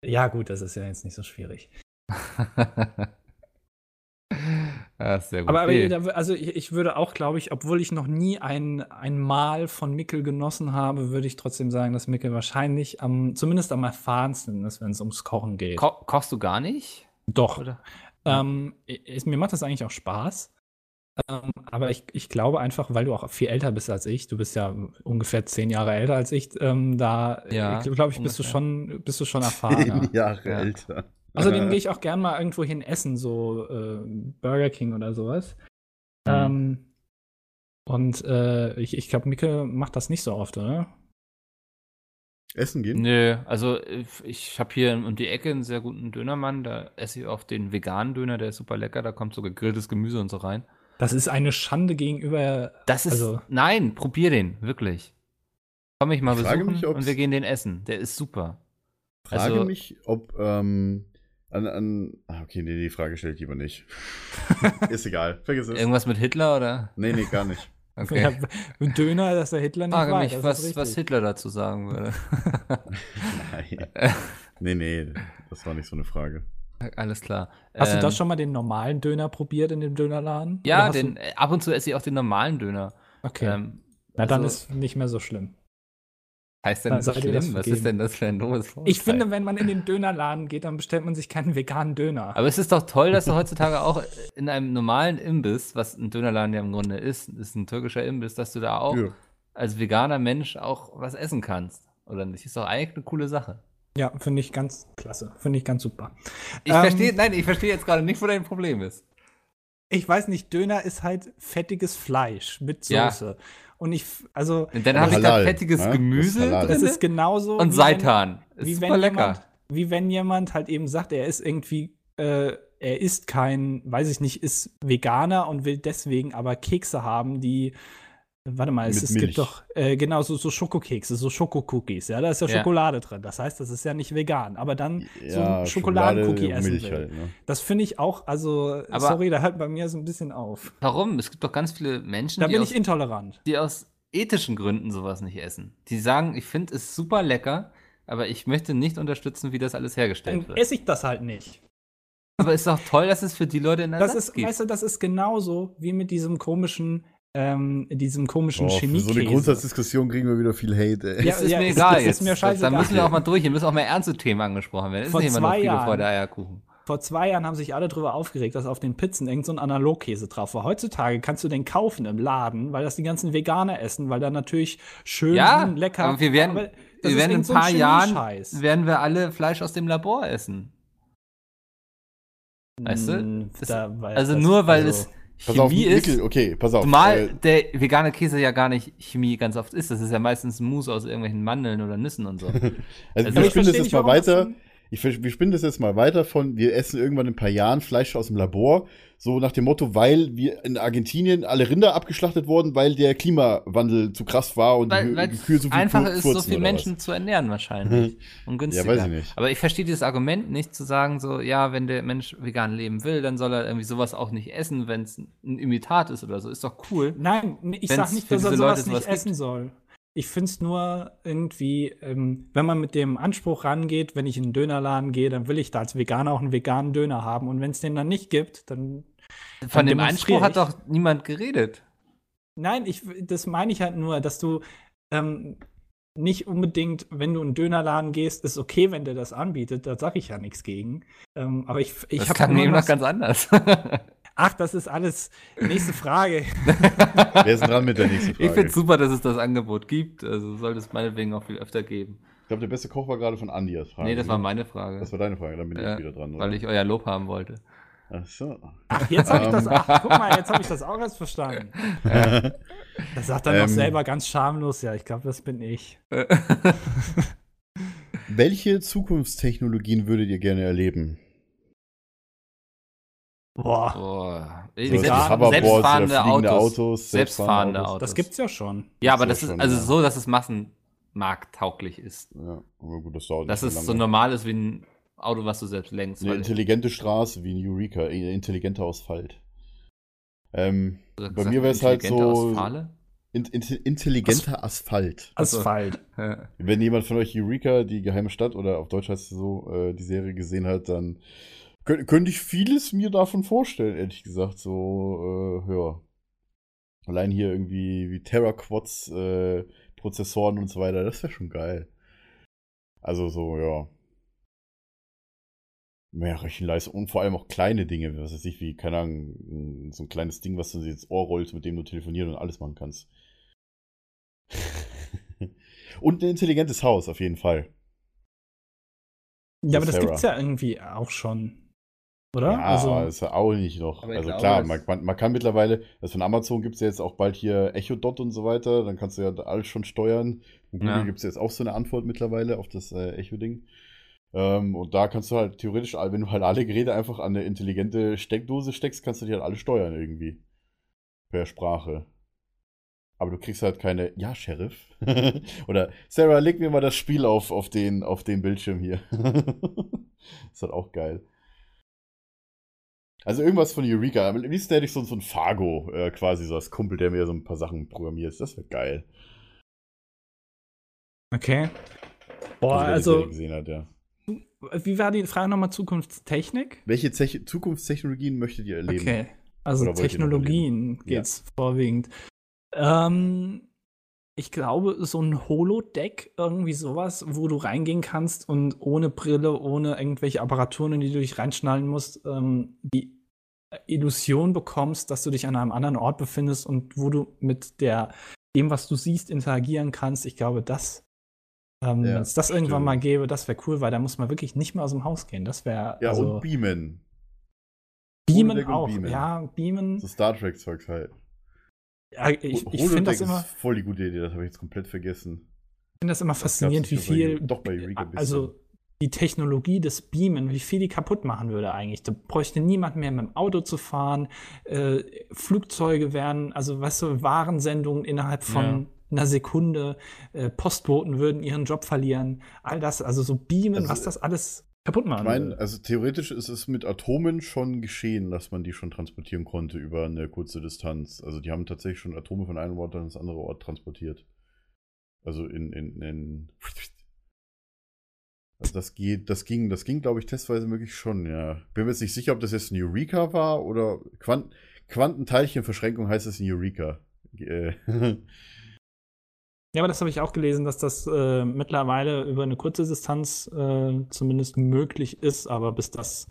[SPEAKER 5] besten. Ja, gut, das ist ja jetzt nicht so schwierig.
[SPEAKER 6] das ist sehr gut.
[SPEAKER 5] Aber, aber
[SPEAKER 6] Nee.
[SPEAKER 5] da- also ich, ich würde auch, glaube ich, obwohl ich noch nie ein, ein Mahl von Mickel genossen habe, würde ich trotzdem sagen, dass Mickel wahrscheinlich am, zumindest am erfahrensten ist, wenn es ums Kochen geht.
[SPEAKER 6] Ko kochst du gar nicht?
[SPEAKER 5] Doch.
[SPEAKER 6] Oder?
[SPEAKER 5] Ähm, ist, mir macht das eigentlich auch Spaß. Ähm, aber ich, ich glaube einfach, weil du auch viel älter bist als ich, du bist ja ungefähr zehn Jahre älter als ich, ähm, da
[SPEAKER 6] Ja,
[SPEAKER 5] ich glaube ich, bist du
[SPEAKER 6] ungefähr.
[SPEAKER 5] schon, bist
[SPEAKER 6] (laughs)
[SPEAKER 5] du schon erfahrener.
[SPEAKER 1] Jahre Äh,
[SPEAKER 6] Ja.
[SPEAKER 1] älter.
[SPEAKER 5] Außerdem gehe ich auch gern mal irgendwo hin essen, so äh, Burger King oder sowas.
[SPEAKER 6] Mhm.
[SPEAKER 5] Ähm, und äh, ich, ich glaube, Micke macht das nicht so oft, oder?
[SPEAKER 1] Essen gehen?
[SPEAKER 6] Nö, also äh, ich habe hier um die Ecke einen sehr guten Dönermann. Da esse ich auch den veganen Döner, der ist super lecker. Da kommt so gegrilltes Gemüse und so rein.
[SPEAKER 5] Das ist eine Schande gegenüber.
[SPEAKER 6] Das ist.
[SPEAKER 5] Also-
[SPEAKER 6] nein, probier den, wirklich. Komm ich mal
[SPEAKER 1] Ich frage
[SPEAKER 6] besuchen
[SPEAKER 1] mich, ob's-
[SPEAKER 6] und wir gehen den essen. Der ist super.
[SPEAKER 1] Frage
[SPEAKER 6] Also-
[SPEAKER 1] mich, ob ähm, an, an. Ah, okay, nee, die Frage stelle ich lieber
[SPEAKER 6] (laughs)
[SPEAKER 1] nicht. ist egal. Vergiss es.
[SPEAKER 6] Irgendwas mit Hitler oder?
[SPEAKER 1] Nee, nee, gar
[SPEAKER 6] (laughs)
[SPEAKER 1] nicht.
[SPEAKER 6] Okay.
[SPEAKER 5] Ja, (laughs) Döner, dass der Hitler nicht
[SPEAKER 6] frage
[SPEAKER 5] war.
[SPEAKER 6] mich,
[SPEAKER 5] das
[SPEAKER 6] was,
[SPEAKER 5] ist
[SPEAKER 6] was
[SPEAKER 5] richtig.
[SPEAKER 6] Hitler dazu sagen würde. (laughs)
[SPEAKER 1] Nein. Nee, nee, das war nicht so eine Frage.
[SPEAKER 6] Alles klar.
[SPEAKER 5] Hast
[SPEAKER 6] Ähm,
[SPEAKER 5] du das schon mal den normalen Döner probiert in dem Dönerladen? Oder
[SPEAKER 6] Ja,
[SPEAKER 5] hast
[SPEAKER 6] den,
[SPEAKER 5] Du,
[SPEAKER 6] äh, ab und zu esse ich auch den normalen Döner.
[SPEAKER 5] okay.
[SPEAKER 6] Ähm,
[SPEAKER 5] Na, dann
[SPEAKER 6] also-
[SPEAKER 5] ist nicht mehr so schlimm.
[SPEAKER 6] heißt
[SPEAKER 5] dann
[SPEAKER 6] denn das
[SPEAKER 5] seid ihr
[SPEAKER 6] schlimm?
[SPEAKER 5] das
[SPEAKER 6] Was
[SPEAKER 5] vergeben.
[SPEAKER 6] ist denn das für ein doofes Vorurteil?
[SPEAKER 5] Ich finde, wenn man in den Dönerladen geht, dann bestellt man sich keinen veganen Döner.
[SPEAKER 6] Aber es ist doch toll, dass du heutzutage auch in einem normalen Imbiss, was ein Dönerladen ja im Grunde ist, ist ein türkischer Imbiss, dass du da auch
[SPEAKER 1] Ja.
[SPEAKER 6] als veganer Mensch auch was essen kannst. Oder nicht? Ist doch eigentlich eine coole Sache.
[SPEAKER 5] Ja, finde ich ganz klasse. Finde ich ganz super.
[SPEAKER 6] Ich
[SPEAKER 5] Ähm,
[SPEAKER 6] verstehe, nein, ich verstehe jetzt gerade nicht, wo dein Problem ist.
[SPEAKER 5] Ich weiß nicht, Döner ist halt fettiges Fleisch mit
[SPEAKER 6] Ja.
[SPEAKER 5] Soße. Und ich, f- also,
[SPEAKER 6] Und dann
[SPEAKER 1] Aber
[SPEAKER 6] habe ich da
[SPEAKER 1] halal,
[SPEAKER 6] fettiges
[SPEAKER 1] ne?
[SPEAKER 6] Gemüse
[SPEAKER 1] Das ist halal.
[SPEAKER 5] das
[SPEAKER 6] drinne
[SPEAKER 5] ist genauso.
[SPEAKER 6] und
[SPEAKER 5] wie wenn-
[SPEAKER 6] Seitan. Ist
[SPEAKER 5] wie wenn
[SPEAKER 6] super lecker.
[SPEAKER 5] Jemand, wie wenn jemand halt eben sagt, er ist irgendwie, äh, er ist kein, weiß ich nicht, ist Veganer und will deswegen aber Kekse haben, die, warte mal, es,
[SPEAKER 1] Mit
[SPEAKER 5] es gibt
[SPEAKER 1] Milch.
[SPEAKER 5] doch, äh, genau, so, so Schokokekse, so Schokocookies, ja, da ist ja,
[SPEAKER 6] Ja.
[SPEAKER 5] Schokolade drin. Das heißt, das ist ja nicht vegan, aber dann so
[SPEAKER 1] Ja,
[SPEAKER 5] einen Schokoladencookie
[SPEAKER 1] Schokolade und
[SPEAKER 5] essen
[SPEAKER 1] Milch
[SPEAKER 5] will.
[SPEAKER 1] halt, ne?
[SPEAKER 5] Das finde ich auch, also,
[SPEAKER 6] Aber-
[SPEAKER 5] sorry, da hört bei mir so ein bisschen auf.
[SPEAKER 6] Warum? Es gibt doch ganz viele Menschen,
[SPEAKER 5] Da
[SPEAKER 6] die
[SPEAKER 5] bin
[SPEAKER 6] aus
[SPEAKER 5] ich intolerant.
[SPEAKER 6] die aus ethischen Gründen sowas nicht essen. Die sagen, ich finde es super lecker, aber ich möchte nicht unterstützen, wie das alles hergestellt
[SPEAKER 5] Dann
[SPEAKER 6] wird.
[SPEAKER 5] esse ich das halt nicht.
[SPEAKER 6] Aber ist doch toll, dass es für die Leute in der
[SPEAKER 5] Das ist, weißt du, das ist genauso wie mit diesem komischen, ähm, diesem komischen
[SPEAKER 1] Boah, für
[SPEAKER 5] Chemie.
[SPEAKER 1] so eine Grundsatzdiskussion kriegen wir wieder viel Hate, ey.
[SPEAKER 5] Ja,
[SPEAKER 6] Das ist
[SPEAKER 5] ja,
[SPEAKER 6] mir
[SPEAKER 5] es-
[SPEAKER 6] egal
[SPEAKER 5] es
[SPEAKER 6] jetzt.
[SPEAKER 5] ist mir
[SPEAKER 6] da
[SPEAKER 5] scheißegal.
[SPEAKER 6] müssen wir auch mal durch. Hier müssen auch mal ernste Themen angesprochen werden. Es
[SPEAKER 5] Vor
[SPEAKER 6] ist nicht immer nur
[SPEAKER 5] zwei
[SPEAKER 6] Friede,
[SPEAKER 5] Jahren.
[SPEAKER 6] Freude, Eierkuchen.
[SPEAKER 5] Vor zwei Jahren haben sich alle drüber aufgeregt, dass auf den Pizzen irgend so ein Analogkäse drauf war. Heutzutage kannst du den kaufen im Laden, weil das die ganzen Veganer essen, weil da natürlich schön
[SPEAKER 6] Ja,
[SPEAKER 5] lecker.
[SPEAKER 6] aber wir werden,
[SPEAKER 5] aber das
[SPEAKER 6] wir werden
[SPEAKER 5] ist
[SPEAKER 6] in ein
[SPEAKER 5] irgend so
[SPEAKER 6] paar Jahren
[SPEAKER 5] Chemiescheiß.
[SPEAKER 6] werden wir alle Fleisch aus dem Labor essen. Weißt du?
[SPEAKER 5] Mm,
[SPEAKER 6] Das-
[SPEAKER 5] da- weil-
[SPEAKER 6] Also
[SPEAKER 5] das-
[SPEAKER 6] nur weil
[SPEAKER 5] also-
[SPEAKER 6] es Chemie
[SPEAKER 1] Mikkel,
[SPEAKER 6] ist.
[SPEAKER 1] okay, pass auf. äh,
[SPEAKER 6] Zumal der vegane Käse ja gar nicht Chemie ganz oft ist. Das ist ja meistens Mousse aus irgendwelchen Mandeln oder
[SPEAKER 1] (laughs)
[SPEAKER 6] Nüssen und so.
[SPEAKER 1] also,
[SPEAKER 6] also
[SPEAKER 1] wir
[SPEAKER 6] ich
[SPEAKER 1] spinnen
[SPEAKER 5] versteh
[SPEAKER 1] das jetzt
[SPEAKER 5] nicht,
[SPEAKER 1] mal
[SPEAKER 5] warum das
[SPEAKER 1] weiter.
[SPEAKER 5] ein-
[SPEAKER 1] Ich, ver- wir spinnen das jetzt mal weiter von, wir essen irgendwann in ein paar Jahren Fleisch aus dem Labor, so nach dem Motto, weil wir in Argentinien alle Rinder abgeschlachtet wurden, weil der Klimawandel zu krass war und
[SPEAKER 6] Weil
[SPEAKER 1] die,
[SPEAKER 6] weil
[SPEAKER 1] die Kühe so
[SPEAKER 6] es
[SPEAKER 1] viel
[SPEAKER 6] einfacher
[SPEAKER 1] pu-
[SPEAKER 6] ist, so
[SPEAKER 1] furzen
[SPEAKER 6] viele
[SPEAKER 1] oder was.
[SPEAKER 6] Menschen zu
[SPEAKER 1] (laughs)
[SPEAKER 6] ernähren wahrscheinlich. und günstiger.
[SPEAKER 1] weiß ich nicht.
[SPEAKER 6] Aber ich verstehe dieses Argument nicht, zu sagen so, ja, wenn der Mensch vegan leben will, dann soll er irgendwie sowas auch nicht essen, wenn es ein Imitat ist oder so. Ist doch cool.
[SPEAKER 5] Nein, nee, ich
[SPEAKER 6] Wenn's
[SPEAKER 5] sag nicht,
[SPEAKER 6] für
[SPEAKER 5] dass er
[SPEAKER 6] diese
[SPEAKER 5] sowas
[SPEAKER 6] Leute
[SPEAKER 5] nicht
[SPEAKER 6] sowas gibt.
[SPEAKER 5] essen soll. Ich finde es nur irgendwie, ähm, wenn man mit dem Anspruch rangeht, wenn ich in einen Dönerladen gehe, dann will ich da als Veganer auch einen veganen Döner haben. Und wenn es den dann nicht gibt, dann.
[SPEAKER 6] Von dem
[SPEAKER 5] demonstriere
[SPEAKER 6] Anspruch hat
[SPEAKER 5] ich.
[SPEAKER 6] doch niemand geredet.
[SPEAKER 5] Nein, ich, das meine ich halt nur, dass du ähm, nicht unbedingt, wenn du in einen Dönerladen gehst, ist okay, wenn der das anbietet, da sage ich ja nichts gegen. Ähm, aber ich, ich
[SPEAKER 6] das
[SPEAKER 5] hab
[SPEAKER 6] klang
[SPEAKER 5] immer
[SPEAKER 6] eben
[SPEAKER 5] noch
[SPEAKER 6] noch ganz (laughs) anders.
[SPEAKER 5] Ach, das ist alles. Nächste Frage.
[SPEAKER 1] Wer ist denn dran mit der nächsten Frage?
[SPEAKER 6] (laughs) ich finde super, dass es das Angebot gibt. Also sollte es meinetwegen auch viel öfter geben.
[SPEAKER 1] Ich glaube, der beste Koch war gerade von Andi als Frage.
[SPEAKER 6] nee, das
[SPEAKER 1] ne?
[SPEAKER 6] war meine Frage.
[SPEAKER 1] Das war deine Frage, dann bin
[SPEAKER 6] Ja,
[SPEAKER 1] ich wieder dran.
[SPEAKER 6] weil ich euer Lob haben wollte.
[SPEAKER 1] Ach so.
[SPEAKER 5] Ach, jetzt habe ich das.
[SPEAKER 1] Ähm.
[SPEAKER 5] Ach, guck mal, jetzt habe ich das auch erst verstanden. Das sagt dann
[SPEAKER 1] Ähm.
[SPEAKER 5] auch selber ganz schamlos, ja, ich glaube, das bin ich.
[SPEAKER 1] (laughs) Welche Zukunftstechnologien würdet ihr gerne erleben?
[SPEAKER 5] Boah,
[SPEAKER 6] Boah.
[SPEAKER 1] So,
[SPEAKER 5] Selbst-
[SPEAKER 1] das Hoverboards oder fliegende Autos,
[SPEAKER 6] Selbstfahrende
[SPEAKER 1] Oh,
[SPEAKER 6] Autos.
[SPEAKER 5] das gibt's ja schon.
[SPEAKER 6] Ja,
[SPEAKER 1] Das
[SPEAKER 6] aber
[SPEAKER 1] ist
[SPEAKER 6] das
[SPEAKER 1] ja
[SPEAKER 6] ist
[SPEAKER 1] schon,
[SPEAKER 6] also
[SPEAKER 1] ja.
[SPEAKER 6] so, dass es massenmarkttauglich ist.
[SPEAKER 1] Ja, aber gut, das dauert
[SPEAKER 6] Dass
[SPEAKER 1] nicht so
[SPEAKER 6] es so
[SPEAKER 1] lange.
[SPEAKER 6] normal ist wie ein Auto, was du selbst lenkst.
[SPEAKER 1] Eine
[SPEAKER 6] weil-
[SPEAKER 1] intelligente Straße wie in Eureka, eine intelligente Asphalt. Ähm,
[SPEAKER 6] oder
[SPEAKER 1] bei
[SPEAKER 6] gesagt,
[SPEAKER 1] mir wäre es halt
[SPEAKER 6] intelligente
[SPEAKER 1] so-
[SPEAKER 6] Ausfahle?
[SPEAKER 1] in, in, intelligenter Asphalt.
[SPEAKER 6] Also-
[SPEAKER 5] Asphalt.
[SPEAKER 1] Wenn jemand von euch Eureka, die geheime Stadt oder auf Deutsch heißt es so, äh, die Serie gesehen hat, dann könnt, könnte ich vieles mir davon vorstellen, ehrlich gesagt. So, äh, ja. Allein hier irgendwie wie Terra-Quads, äh, Prozessoren und so weiter, das wäre schon geil. Also so, ja. Mehr Rechenleistung und vor allem auch kleine Dinge, was weiß ich, wie, keine Ahnung, so ein kleines Ding, was du dir ins Ohr rollst, mit dem du telefonieren und alles machen kannst. und ein intelligentes Haus, auf jeden Fall.
[SPEAKER 5] Ja, aber das
[SPEAKER 1] Sarah.
[SPEAKER 5] gibt's ja irgendwie auch schon. Oder? Also,
[SPEAKER 1] Ja, aber ist ja auch nicht noch.
[SPEAKER 6] Aber ich
[SPEAKER 1] Also
[SPEAKER 6] glaube,
[SPEAKER 1] klar,
[SPEAKER 6] das-
[SPEAKER 1] man, man, man kann mittlerweile, das von Amazon gibt es ja jetzt auch bald hier Echo Dot und so weiter, dann kannst du ja da alles schon steuern. Und Google
[SPEAKER 6] Ja.
[SPEAKER 1] gibt es jetzt auch so eine Antwort mittlerweile auf das äh, Echo-Ding. Ähm, und da kannst du halt theoretisch, all- wenn du halt alle Geräte einfach an eine intelligente Steckdose steckst, kannst du die halt alle steuern irgendwie. Per Sprache. Aber du kriegst halt keine, ja, Sheriff. (laughs) Oder Sarah, leg mir mal das Spiel auf, auf, den, auf den Bildschirm hier. (laughs) ist halt auch geil. Also irgendwas von Eureka. Am liebsten hätte ich so, so ein Fargo äh, quasi, so als Kumpel, der mir so ein paar Sachen programmiert. Das wäre geil.
[SPEAKER 5] Okay. Boah,
[SPEAKER 1] wer die Serie
[SPEAKER 5] also,
[SPEAKER 1] gesehen hat, ja.
[SPEAKER 5] wie war die Frage nochmal? Zukunftstechnik?
[SPEAKER 1] Welche Zech- Zukunftstechnologien möchtet ihr erleben?
[SPEAKER 5] Okay. Also
[SPEAKER 1] Oder wollt ihr noch
[SPEAKER 5] Technologien
[SPEAKER 1] Ja.
[SPEAKER 5] geht's vorwiegend. Ähm, ich glaube, so ein Holodeck, irgendwie sowas, wo du reingehen kannst und ohne Brille, ohne irgendwelche Apparaturen, in die du dich reinschnallen musst, ähm, die Illusion bekommst, dass du dich an einem anderen Ort befindest und wo du mit der, dem, was du siehst, interagieren kannst. Ich glaube, das, ähm,
[SPEAKER 1] Ja,
[SPEAKER 5] wenn es das irgendwann
[SPEAKER 1] stimmt.
[SPEAKER 5] mal gäbe, das wäre cool, weil da muss man wirklich nicht mehr aus dem Haus gehen. Das wäre
[SPEAKER 1] Ja,
[SPEAKER 5] also,
[SPEAKER 1] und Beamen.
[SPEAKER 5] Beamen
[SPEAKER 1] Holodeck und
[SPEAKER 5] auch.
[SPEAKER 1] Beamen.
[SPEAKER 5] Ja, Beamen.
[SPEAKER 1] So Star Trek-Zeugs halt.
[SPEAKER 5] Ja, ich ich finde
[SPEAKER 1] Holodeck
[SPEAKER 5] das, immer-
[SPEAKER 1] ist voll die gute Idee, das habe ich jetzt komplett vergessen.
[SPEAKER 5] find das immer faszinierend, wie
[SPEAKER 1] gab's nicht
[SPEAKER 5] viel.
[SPEAKER 1] bei- doch bei Eureka ein bisschen. ne?
[SPEAKER 5] Also die Technologie des Beamen, wie viel die kaputt machen würde eigentlich. Da bräuchte niemand mehr mit dem Auto zu fahren. Äh, Flugzeuge wären, also weißt du, Warensendungen innerhalb von einer Sekunde. Äh, Postboten würden ihren Job verlieren. All das, also so Beamen,
[SPEAKER 1] Also,
[SPEAKER 5] was das alles kaputt
[SPEAKER 1] Ich
[SPEAKER 5] machen
[SPEAKER 1] meine,
[SPEAKER 5] würde.
[SPEAKER 1] also theoretisch ist es mit Atomen schon geschehen, dass man die schon transportieren konnte über eine kurze Distanz. Also die haben tatsächlich schon Atome von einem Ort an das andere Ort transportiert. Also in, in, in Also das geht, das ging, das ging, glaube ich, testweise wirklich schon, ja. Bin mir jetzt nicht sicher, ob das jetzt ein Eureka war oder Quant Quantenteilchenverschränkung heißt es ein Eureka. Äh. (laughs)
[SPEAKER 5] Ja, aber das habe ich auch gelesen, dass das äh, mittlerweile über eine kurze Distanz äh, zumindest möglich ist, aber bis das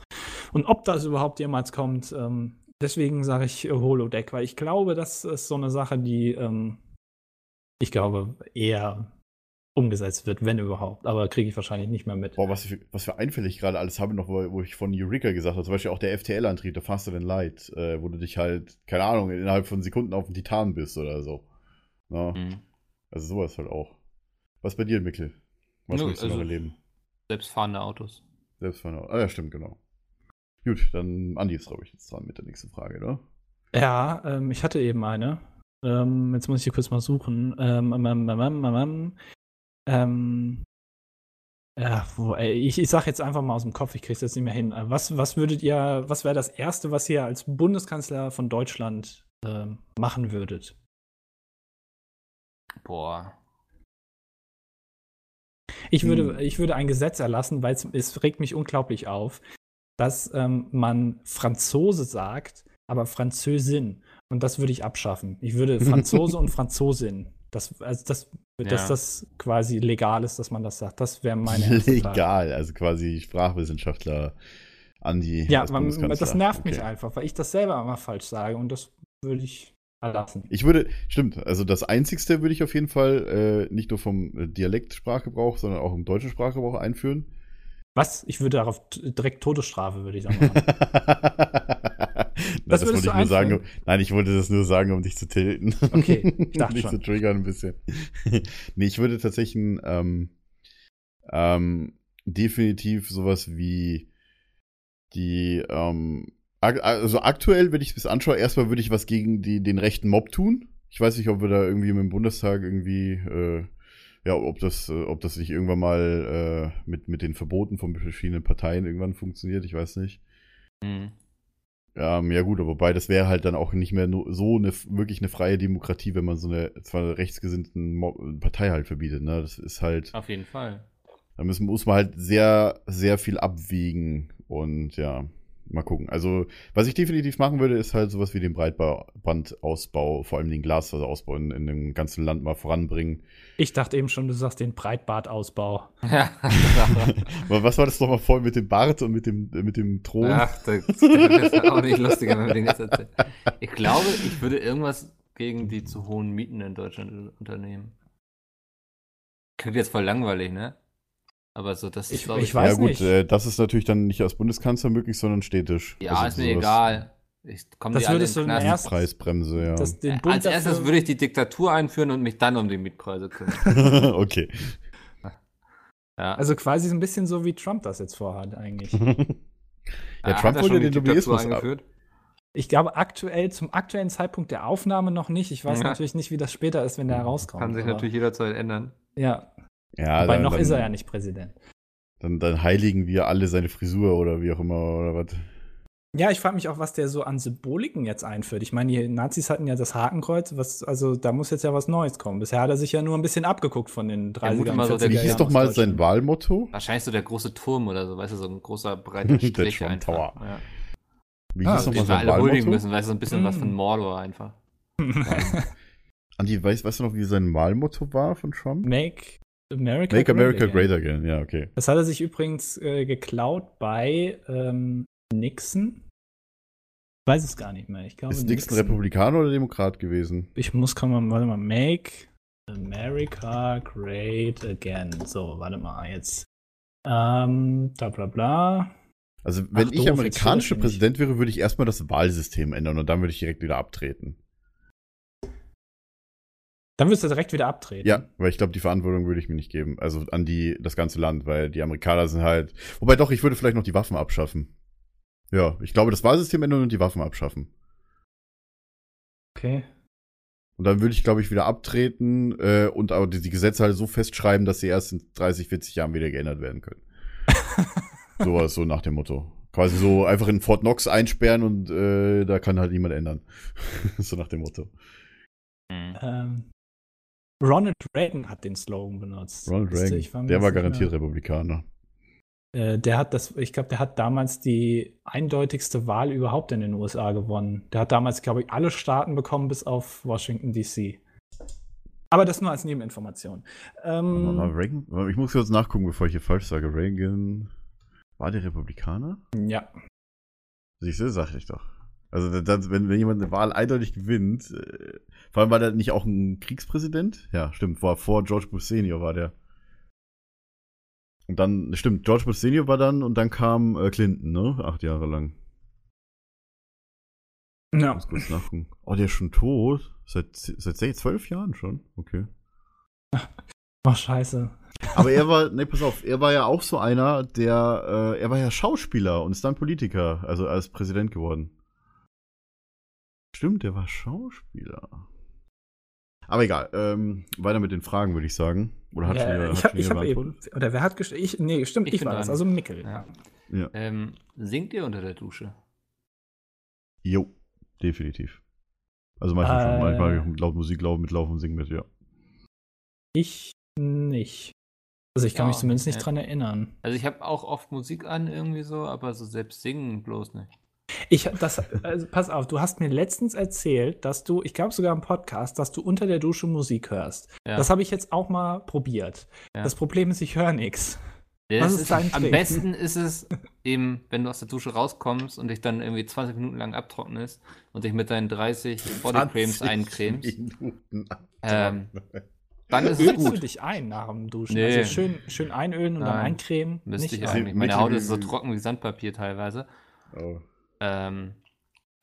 [SPEAKER 5] und ob das überhaupt jemals kommt, ähm, deswegen sage ich äh, Holodeck, weil ich glaube, das ist so eine Sache, die ähm, ich glaube eher umgesetzt wird, wenn überhaupt, aber kriege ich wahrscheinlich nicht mehr mit.
[SPEAKER 1] Boah, was, ich- was für einfällig gerade alles habe noch, wo wo ich von Eureka gesagt habe, zum Beispiel auch der FTL-Antrieb, der Faster Than Light, äh, wo du dich halt, keine Ahnung, innerhalb von Sekunden auf den Titan bist oder so. Na,
[SPEAKER 6] Mhm.
[SPEAKER 1] Also sowas halt auch. Was bei dir, Mikkel? Was
[SPEAKER 6] Nö,
[SPEAKER 1] möchtest du
[SPEAKER 6] also-
[SPEAKER 1] noch erleben?
[SPEAKER 6] Selbstfahrende Autos.
[SPEAKER 1] Selbstfahrende. Ah ja, stimmt, genau. Gut, dann Andi ist, glaube ich, jetzt dran mit der nächsten Frage, oder?
[SPEAKER 5] Ja, ähm, ich hatte eben eine. Ähm, jetzt muss ich hier kurz mal suchen. Ähm, ähm, ähm, ähm, ähm, ähm, ähm, ja, wo, ey, ich, ich sag jetzt einfach mal aus dem Kopf, ich krieg's jetzt nicht mehr hin. Äh, Was, was würdet ihr, was wäre das Erste, was ihr als Bundeskanzler von Deutschland ähm, machen würdet?
[SPEAKER 6] Boah.
[SPEAKER 5] Ich würde,
[SPEAKER 6] Hm.
[SPEAKER 5] ich würde ein Gesetz erlassen, weil es- es regt mich unglaublich auf, dass ähm, man Franzose sagt, aber Französin. Und das würde ich abschaffen. Ich würde Franzose und Franzosin. Das, also das, dass
[SPEAKER 6] Ja.
[SPEAKER 5] das quasi legal ist, dass man das sagt. Das wäre meine erste
[SPEAKER 1] (laughs)
[SPEAKER 5] Frage.
[SPEAKER 1] Legal, also quasi Sprachwissenschaftler Andi.
[SPEAKER 5] Ja,
[SPEAKER 1] als
[SPEAKER 5] man,
[SPEAKER 1] Bundeskanzler.
[SPEAKER 5] das nervt mich
[SPEAKER 1] Okay.
[SPEAKER 5] einfach, weil ich das selber immer falsch sage und das würde ich erlassen.
[SPEAKER 1] Ich würde, stimmt, also das Einzigste würde ich auf jeden Fall äh, nicht nur vom äh, Dialekt-Sprachgebrauch, sondern auch im deutschen Sprachgebrauch einführen.
[SPEAKER 5] Was? Ich würde darauf t- direkt Todesstrafe, würde ich sagen.
[SPEAKER 1] nein, (laughs)
[SPEAKER 5] Das
[SPEAKER 1] das wollte
[SPEAKER 5] würdest du
[SPEAKER 1] ich nur sagen, um,
[SPEAKER 5] einführen?
[SPEAKER 1] nein, ich wollte das nur sagen, um dich zu tilten.
[SPEAKER 5] Okay,
[SPEAKER 1] (laughs)
[SPEAKER 5] ich dachte
[SPEAKER 1] um dich
[SPEAKER 5] schon.
[SPEAKER 1] zu triggern ein bisschen. (laughs) nee, ich würde tatsächlich ein, ähm, ähm, definitiv sowas wie die, ähm, ak also aktuell, wenn ich es bis anschaue, erstmal würde ich was gegen die, den rechten Mob tun. Ich weiß nicht, ob wir da irgendwie im Bundestag irgendwie, äh, ja, ob das, äh, ob das nicht irgendwann mal äh, mit, mit den Verboten von verschiedenen Parteien irgendwann funktioniert, ich weiß nicht.
[SPEAKER 6] Mhm.
[SPEAKER 1] Ähm, ja gut, aber wobei das wäre halt dann auch nicht mehr nur so eine wirklich eine freie Demokratie, wenn man so eine zwar rechtsgesinnten Mob Partei halt verbietet. Ne, das ist halt.
[SPEAKER 6] Auf jeden (laughs) Fall.
[SPEAKER 1] Da müssen, muss man halt sehr, sehr viel abwiegen und ja, mal gucken. Also, was ich definitiv machen würde, ist halt sowas wie den Breitbandausbau, vor allem den Glasfaserausbau in, in dem ganzen Land mal
[SPEAKER 6] (laughs)
[SPEAKER 1] voranbringen. (laughs)
[SPEAKER 5] Ich dachte eben schon, du sagst den Breitbartausbau.
[SPEAKER 6] Ja,
[SPEAKER 1] Aber was war das nochmal vorhin mit dem Bart und mit dem, äh, mit dem Thron?
[SPEAKER 6] Ach, das, das wäre auch nicht lustiger, wenn wir den jetzt erzählen. Ich glaube, ich würde irgendwas gegen die zu hohen Mieten in Deutschland unternehmen. Klingt jetzt voll langweilig, ne? Aber so, das ist,
[SPEAKER 5] Ich-
[SPEAKER 6] glaube
[SPEAKER 5] ich weiß
[SPEAKER 1] ja, gut,
[SPEAKER 5] nicht.
[SPEAKER 1] Äh, das ist natürlich dann nicht als Bundeskanzler möglich, sondern städtisch.
[SPEAKER 6] Ja,
[SPEAKER 1] Also
[SPEAKER 6] ist mir
[SPEAKER 1] sowas-
[SPEAKER 6] egal. Ich komme
[SPEAKER 5] Das
[SPEAKER 6] die alle in
[SPEAKER 5] würdest
[SPEAKER 6] den
[SPEAKER 5] du
[SPEAKER 6] Knast. Äh,
[SPEAKER 5] erst-
[SPEAKER 1] Preisbremse, ja. (laughs)
[SPEAKER 5] Das, den Bund
[SPEAKER 6] Als erstes
[SPEAKER 5] dafür-
[SPEAKER 6] würde ich die Diktatur einführen und mich dann um die Mietpreise
[SPEAKER 5] (laughs)
[SPEAKER 6] kümmern.
[SPEAKER 1] okay.
[SPEAKER 6] Ja.
[SPEAKER 5] Also quasi so ein bisschen so, wie Trump das jetzt vorhat eigentlich.
[SPEAKER 1] Mhm. Ja,
[SPEAKER 6] Ah,
[SPEAKER 1] Trump
[SPEAKER 6] hat er
[SPEAKER 1] wollte
[SPEAKER 6] schon
[SPEAKER 1] den
[SPEAKER 6] die
[SPEAKER 1] Lobbyismus
[SPEAKER 6] Diktatur
[SPEAKER 1] ab.
[SPEAKER 6] eingeführt?
[SPEAKER 5] Ich glaube aktuell, zum aktuellen Zeitpunkt der Aufnahme noch nicht. Ich weiß
[SPEAKER 6] Ja.
[SPEAKER 5] natürlich nicht, wie das später ist, wenn der
[SPEAKER 1] Mhm.
[SPEAKER 5] herauskommt.
[SPEAKER 6] Kann sich
[SPEAKER 5] aber-
[SPEAKER 6] natürlich jederzeit ändern.
[SPEAKER 5] Ja,
[SPEAKER 1] ja,
[SPEAKER 5] wobei
[SPEAKER 1] dann-
[SPEAKER 5] noch ist er
[SPEAKER 1] dann-
[SPEAKER 5] ja nicht Präsident.
[SPEAKER 1] Dann, dann heiligen wir alle seine Frisur oder wie auch immer oder was.
[SPEAKER 5] Ja, ich frage mich auch, was der so an Symboliken jetzt einführt. Ich meine, die Nazis hatten ja das Hakenkreuz, was, also da muss jetzt ja was Neues kommen. Bisher hat er sich ja nur ein bisschen abgeguckt von den 30
[SPEAKER 6] mal so, der
[SPEAKER 1] Wie
[SPEAKER 6] Ja,
[SPEAKER 1] hieß doch mal sein Wahlmotto?
[SPEAKER 6] Wahrscheinlich so der große Turm oder so, weißt du, so ein großer breiter
[SPEAKER 1] (laughs) Der
[SPEAKER 6] Strich
[SPEAKER 1] Trump
[SPEAKER 6] einfach.
[SPEAKER 1] Tower.
[SPEAKER 6] Ja.
[SPEAKER 1] Wie
[SPEAKER 5] Ah,
[SPEAKER 1] hieß doch
[SPEAKER 5] das
[SPEAKER 1] mal
[SPEAKER 6] Den wir
[SPEAKER 1] sein
[SPEAKER 6] alle huldigen
[SPEAKER 1] Wahlmotto?
[SPEAKER 6] müssen, weißt du, so ein bisschen was von
[SPEAKER 5] Mm.
[SPEAKER 6] Mordor einfach.
[SPEAKER 1] Andi, weißt, weißt du noch, wie sein Wahlmotto war von Trump?
[SPEAKER 5] (laughs) Make America,
[SPEAKER 1] Make America
[SPEAKER 5] again.
[SPEAKER 1] Great Again, ja, okay.
[SPEAKER 5] Das hat er sich übrigens äh, geklaut bei ähm, Nixon. Ich weiß es gar nicht mehr. Ich glaube,
[SPEAKER 1] Ist Nixon Republikaner oder Demokrat gewesen?
[SPEAKER 5] Ich muss, komm mal, warte mal, Make America Great Again. So, warte mal, jetzt. Ähm, bla bla bla.
[SPEAKER 1] Also, wenn
[SPEAKER 5] Ach, doof,
[SPEAKER 1] ich
[SPEAKER 5] jetzt will
[SPEAKER 1] amerikanischer
[SPEAKER 5] ich
[SPEAKER 1] Präsident wäre, würde ich erstmal das Wahlsystem ändern und dann würde ich direkt wieder abtreten.
[SPEAKER 5] Dann wirst du direkt wieder abtreten.
[SPEAKER 1] Ja, weil ich glaube, die Verantwortung würde ich mir nicht geben. Also an die, das ganze Land, weil die Amerikaner sind halt. Wobei doch, ich würde vielleicht noch die Waffen abschaffen. Ja, ich glaube, das Wahlsystem ändern und die Waffen abschaffen.
[SPEAKER 5] Okay.
[SPEAKER 1] Und dann würde ich, glaube ich, wieder abtreten äh, und aber die, die Gesetze halt so festschreiben, dass sie erst in 30, 40 Jahren wieder geändert werden
[SPEAKER 5] (laughs)
[SPEAKER 1] können. Sowas, so nach dem Motto. Quasi so einfach in Fort Knox einsperren und äh, da kann halt niemand ändern. (laughs) so nach dem Motto.
[SPEAKER 5] Ähm, Ronald Reagan hat den Slogan benutzt.
[SPEAKER 1] Ronald
[SPEAKER 5] Wisst ihr,
[SPEAKER 1] Reagan,
[SPEAKER 5] ich mir
[SPEAKER 1] der war
[SPEAKER 5] jetzt nicht
[SPEAKER 1] garantiert
[SPEAKER 5] mehr-
[SPEAKER 1] Republikaner.
[SPEAKER 5] Äh, der hat das, ich glaube, der hat damals die eindeutigste Wahl überhaupt in den USA gewonnen. Der hat damals, glaube ich, alle Staaten bekommen, bis auf Washington DC. Aber das nur als Nebeninformation.
[SPEAKER 1] Warte mal,
[SPEAKER 5] Ähm,
[SPEAKER 1] Reagan? Ich muss kurz nachgucken, bevor ich hier falsch sage. Reagan war der Republikaner?
[SPEAKER 5] ja.
[SPEAKER 1] Siehst du, sag ich doch. Also, da- da- wenn, wenn jemand eine Wahl eindeutig gewinnt, äh, vor allem war der nicht auch ein Kriegspräsident? Ja, stimmt, war vor George Bush Senior war der. Und dann, stimmt, George Bush Senior war dann und dann kam äh, Clinton, ne? Acht Jahre lang. Ich
[SPEAKER 5] ja.
[SPEAKER 1] muss kurz nachgucken. Oh, der ist schon tot? Seit, seit seit zwölf Jahren schon? Okay.
[SPEAKER 5] Oh, scheiße.
[SPEAKER 1] Aber er war, nee, pass auf, er war ja auch so einer, der, äh, er war ja Schauspieler und ist dann Politiker, also als Präsident geworden. Stimmt, der war Schauspieler. Aber egal, ähm, weiter mit den Fragen, würde ich sagen. Oder hat schon
[SPEAKER 5] Ja,
[SPEAKER 1] jeder-
[SPEAKER 5] ich
[SPEAKER 1] hat
[SPEAKER 5] habe
[SPEAKER 1] schon
[SPEAKER 5] ich
[SPEAKER 1] jeder
[SPEAKER 5] hab eben.
[SPEAKER 1] beantwortet?
[SPEAKER 5] Oder wer hat gestellt? Ich, nee, stimmt,
[SPEAKER 6] Ich
[SPEAKER 5] ich,
[SPEAKER 6] bin
[SPEAKER 5] war das.
[SPEAKER 6] dran.
[SPEAKER 5] Also Mickel.
[SPEAKER 6] Ja.
[SPEAKER 1] Ja.
[SPEAKER 6] Ähm, singt ihr unter der Dusche?
[SPEAKER 1] Jo, definitiv. Also manchmal
[SPEAKER 5] Äh.
[SPEAKER 1] schon, manchmal laut Musik laufen, mitlaufen, singen mit, ja.
[SPEAKER 5] Ich nicht. Also ich kann
[SPEAKER 6] Ja,
[SPEAKER 5] mich zumindest nicht
[SPEAKER 6] ja.
[SPEAKER 5] dran erinnern.
[SPEAKER 6] Also ich habe auch oft Musik an irgendwie so, aber so selbst singen bloß nicht.
[SPEAKER 5] Ich hab das, also pass auf, du hast mir letztens erzählt, dass du, ich glaube sogar im Podcast, dass du unter der Dusche Musik hörst.
[SPEAKER 6] Ja.
[SPEAKER 5] Das habe ich jetzt auch mal probiert.
[SPEAKER 6] Ja.
[SPEAKER 5] Das Problem ist, ich höre nichts.
[SPEAKER 6] Das
[SPEAKER 5] was ist dein
[SPEAKER 6] am
[SPEAKER 5] Trick?
[SPEAKER 6] besten ist es eben, wenn du aus der Dusche rauskommst und dich dann irgendwie 20 Minuten lang abtrocknest und dich mit deinen 30 Bodycremes
[SPEAKER 1] 20
[SPEAKER 5] (laughs)
[SPEAKER 6] eincremst,
[SPEAKER 1] Minuten.
[SPEAKER 6] ähm, dann ist es
[SPEAKER 5] Kriegst du
[SPEAKER 6] gut.
[SPEAKER 5] dich ein nach dem Duschen?
[SPEAKER 6] Nee.
[SPEAKER 5] Also schön, schön einölen und dann
[SPEAKER 6] Nein.
[SPEAKER 5] eincremen.
[SPEAKER 6] Müsste ich
[SPEAKER 5] Nicht?
[SPEAKER 6] eigentlich. Meine
[SPEAKER 1] Mittel-
[SPEAKER 6] Haut ist so trocken wie Sandpapier teilweise.
[SPEAKER 1] Oh,
[SPEAKER 6] Ähm,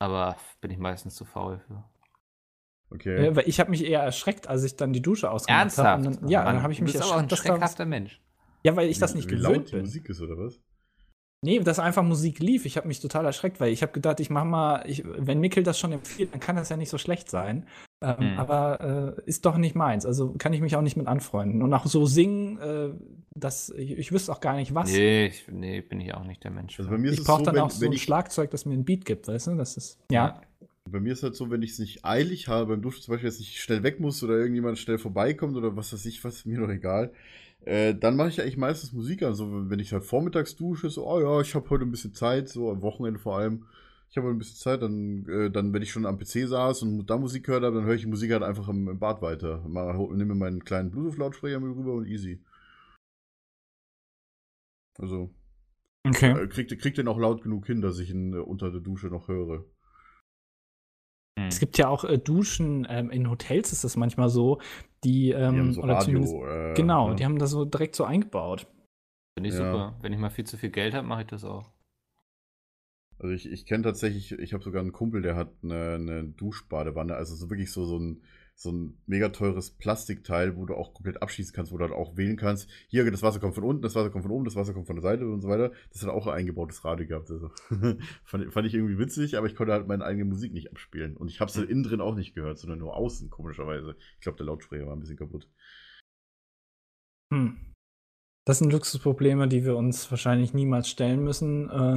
[SPEAKER 6] aber bin ich meistens zu faul für.
[SPEAKER 1] okay.
[SPEAKER 5] Äh, Weil ich habe mich eher erschreckt, als ich dann die Dusche ausgemacht habe.
[SPEAKER 6] Ernsthaft?
[SPEAKER 5] Dann, ja,
[SPEAKER 6] Mann,
[SPEAKER 5] dann habe ich
[SPEAKER 6] du
[SPEAKER 5] mich
[SPEAKER 6] bist aber auch ein
[SPEAKER 5] erschreckt. dass da was-
[SPEAKER 6] schreckhafter Mensch.
[SPEAKER 5] ja, weil ich das nicht
[SPEAKER 1] wie, wie
[SPEAKER 5] gewöhnt
[SPEAKER 1] laut die
[SPEAKER 5] bin.
[SPEAKER 1] Musik ist, oder was?
[SPEAKER 5] Nee, dass einfach Musik lief. Ich habe mich total erschreckt, weil ich habe gedacht, ich mache mal, ich, wenn Mikkel das schon empfiehlt, dann kann das ja nicht so schlecht sein. Ähm,
[SPEAKER 6] Hm.
[SPEAKER 5] Aber äh, ist doch nicht meins. Also kann ich mich auch nicht mit anfreunden. Und auch so singen, äh, das, ich, ich wüsste auch gar nicht was.
[SPEAKER 6] Nee, ich, nee, bin ich auch nicht der Mensch.
[SPEAKER 1] Also
[SPEAKER 6] für.
[SPEAKER 1] bei mir ist
[SPEAKER 5] ich
[SPEAKER 1] es
[SPEAKER 5] brauche
[SPEAKER 1] so,
[SPEAKER 5] dann
[SPEAKER 1] wenn,
[SPEAKER 5] auch so
[SPEAKER 1] wenn
[SPEAKER 5] ein
[SPEAKER 1] ich
[SPEAKER 5] Schlagzeug, das mir einen Beat gibt, weißt du? Das ist, ja.
[SPEAKER 1] Bei mir ist halt so, wenn ich es nicht eilig habe, beim Duschen zum Beispiel, dass ich schnell weg muss oder irgendjemand schnell vorbeikommt oder was weiß ich, was mir doch egal, äh, dann mache ich eigentlich meistens Musik an. So, wenn ich halt vormittags dusche, so, oh ja, ich habe heute ein bisschen Zeit, so am Wochenende vor allem, ich habe heute ein bisschen Zeit, dann, äh, dann, wenn ich schon am PC saß und da Musik gehört habe, dann höre ich die Musik halt einfach im, im Bad weiter. Mal- hol- Nehme mir meinen kleinen Bluetooth-Lautsprecher mit rüber und easy. Also,
[SPEAKER 5] Okay.
[SPEAKER 1] äh, kriegt krieg den auch laut genug hin, dass ich ihn äh, unter der Dusche noch höre.
[SPEAKER 6] Hm.
[SPEAKER 5] Es gibt ja auch äh, Duschen, ähm, in Hotels ist das manchmal so, die, ähm,
[SPEAKER 1] Die haben so
[SPEAKER 5] oder zumindest,
[SPEAKER 1] äh,
[SPEAKER 5] genau,
[SPEAKER 1] ne?
[SPEAKER 5] die haben das so direkt so eingebaut.
[SPEAKER 6] Finde ich
[SPEAKER 1] Ja.
[SPEAKER 6] super. Wenn ich mal viel zu viel Geld habe, mache ich das auch.
[SPEAKER 1] Also ich, ich kenne tatsächlich, ich habe sogar einen Kumpel, der hat eine, eine Duschbadewanne, also so wirklich so, so ein so ein mega teures Plastikteil, wo du auch komplett abschießen kannst, wo du dann auch wählen kannst, hier, das Wasser kommt von unten, das Wasser kommt von oben, das Wasser kommt von der Seite und so weiter. Das hat auch ein eingebautes Radio gehabt. Also. (laughs) fand, fand ich irgendwie witzig, aber ich konnte halt meine eigene Musik nicht abspielen. Und ich habe
[SPEAKER 5] Hm.
[SPEAKER 1] sie innen drin auch nicht gehört, sondern nur außen, komischerweise. Ich glaube, der Lautsprecher war ein bisschen kaputt.
[SPEAKER 5] Hm. Das sind Luxusprobleme, die wir uns wahrscheinlich niemals stellen müssen. Äh,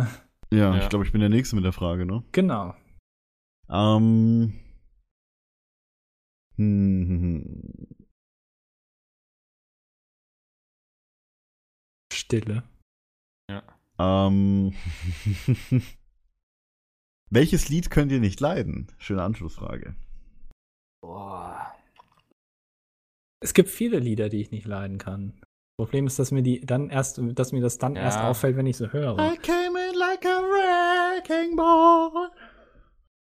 [SPEAKER 1] Ja,
[SPEAKER 6] Ja. ich
[SPEAKER 1] glaube, ich bin der Nächste mit der Frage, ne?
[SPEAKER 5] genau.
[SPEAKER 1] Ähm. Hm, hm, hm.
[SPEAKER 5] Stille.
[SPEAKER 1] Ähm, (laughs) welches Lied könnt ihr nicht leiden? Schöne Anschlussfrage.
[SPEAKER 6] Boah.
[SPEAKER 5] Es gibt viele Lieder, die ich nicht leiden kann. Problem ist, dass mir die dann erst, dass mir das dann
[SPEAKER 6] Ja.
[SPEAKER 5] erst auffällt, wenn ich sie höre.
[SPEAKER 1] came in like a wrecking ball.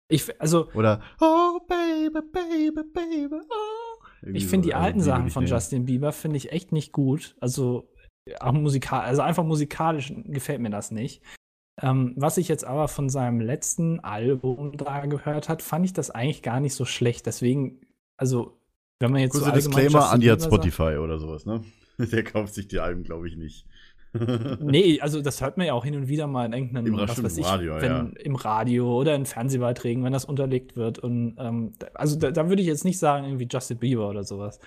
[SPEAKER 5] Ich, also,
[SPEAKER 1] Oder Oh baby, baby, baby, oh. Irgendwie
[SPEAKER 5] ich
[SPEAKER 1] so,
[SPEAKER 5] finde die
[SPEAKER 1] also
[SPEAKER 5] alten
[SPEAKER 1] würde
[SPEAKER 5] Sachen
[SPEAKER 1] ich
[SPEAKER 5] von
[SPEAKER 1] nehmen.
[SPEAKER 5] Justin Bieber finde ich echt nicht gut. Also auch musikal, also einfach musikalisch gefällt mir das nicht. Ähm, was ich jetzt aber von seinem letzten Album da gehört hat, fand ich das eigentlich gar nicht so schlecht. Deswegen, also wenn man jetzt
[SPEAKER 1] Kurzer
[SPEAKER 5] so allgemein
[SPEAKER 1] Disclaimer,
[SPEAKER 5] Justin
[SPEAKER 1] Andi hat
[SPEAKER 5] Bieber sagt-
[SPEAKER 1] Spotify oder sowas, ne? (laughs) Der kauft sich die Alben, glaube ich, nicht. (laughs)
[SPEAKER 5] Nee, also das hört man ja auch hin und wieder mal in irgendeinem
[SPEAKER 1] Im
[SPEAKER 5] was
[SPEAKER 1] Raschen-
[SPEAKER 5] weiß ich,
[SPEAKER 1] Radio, ja.
[SPEAKER 5] wenn, im Radio oder in Fernsehbeiträgen, wenn das unterlegt wird. Und ähm, da- also da, da würde ich jetzt nicht sagen, irgendwie Justin Bieber oder sowas.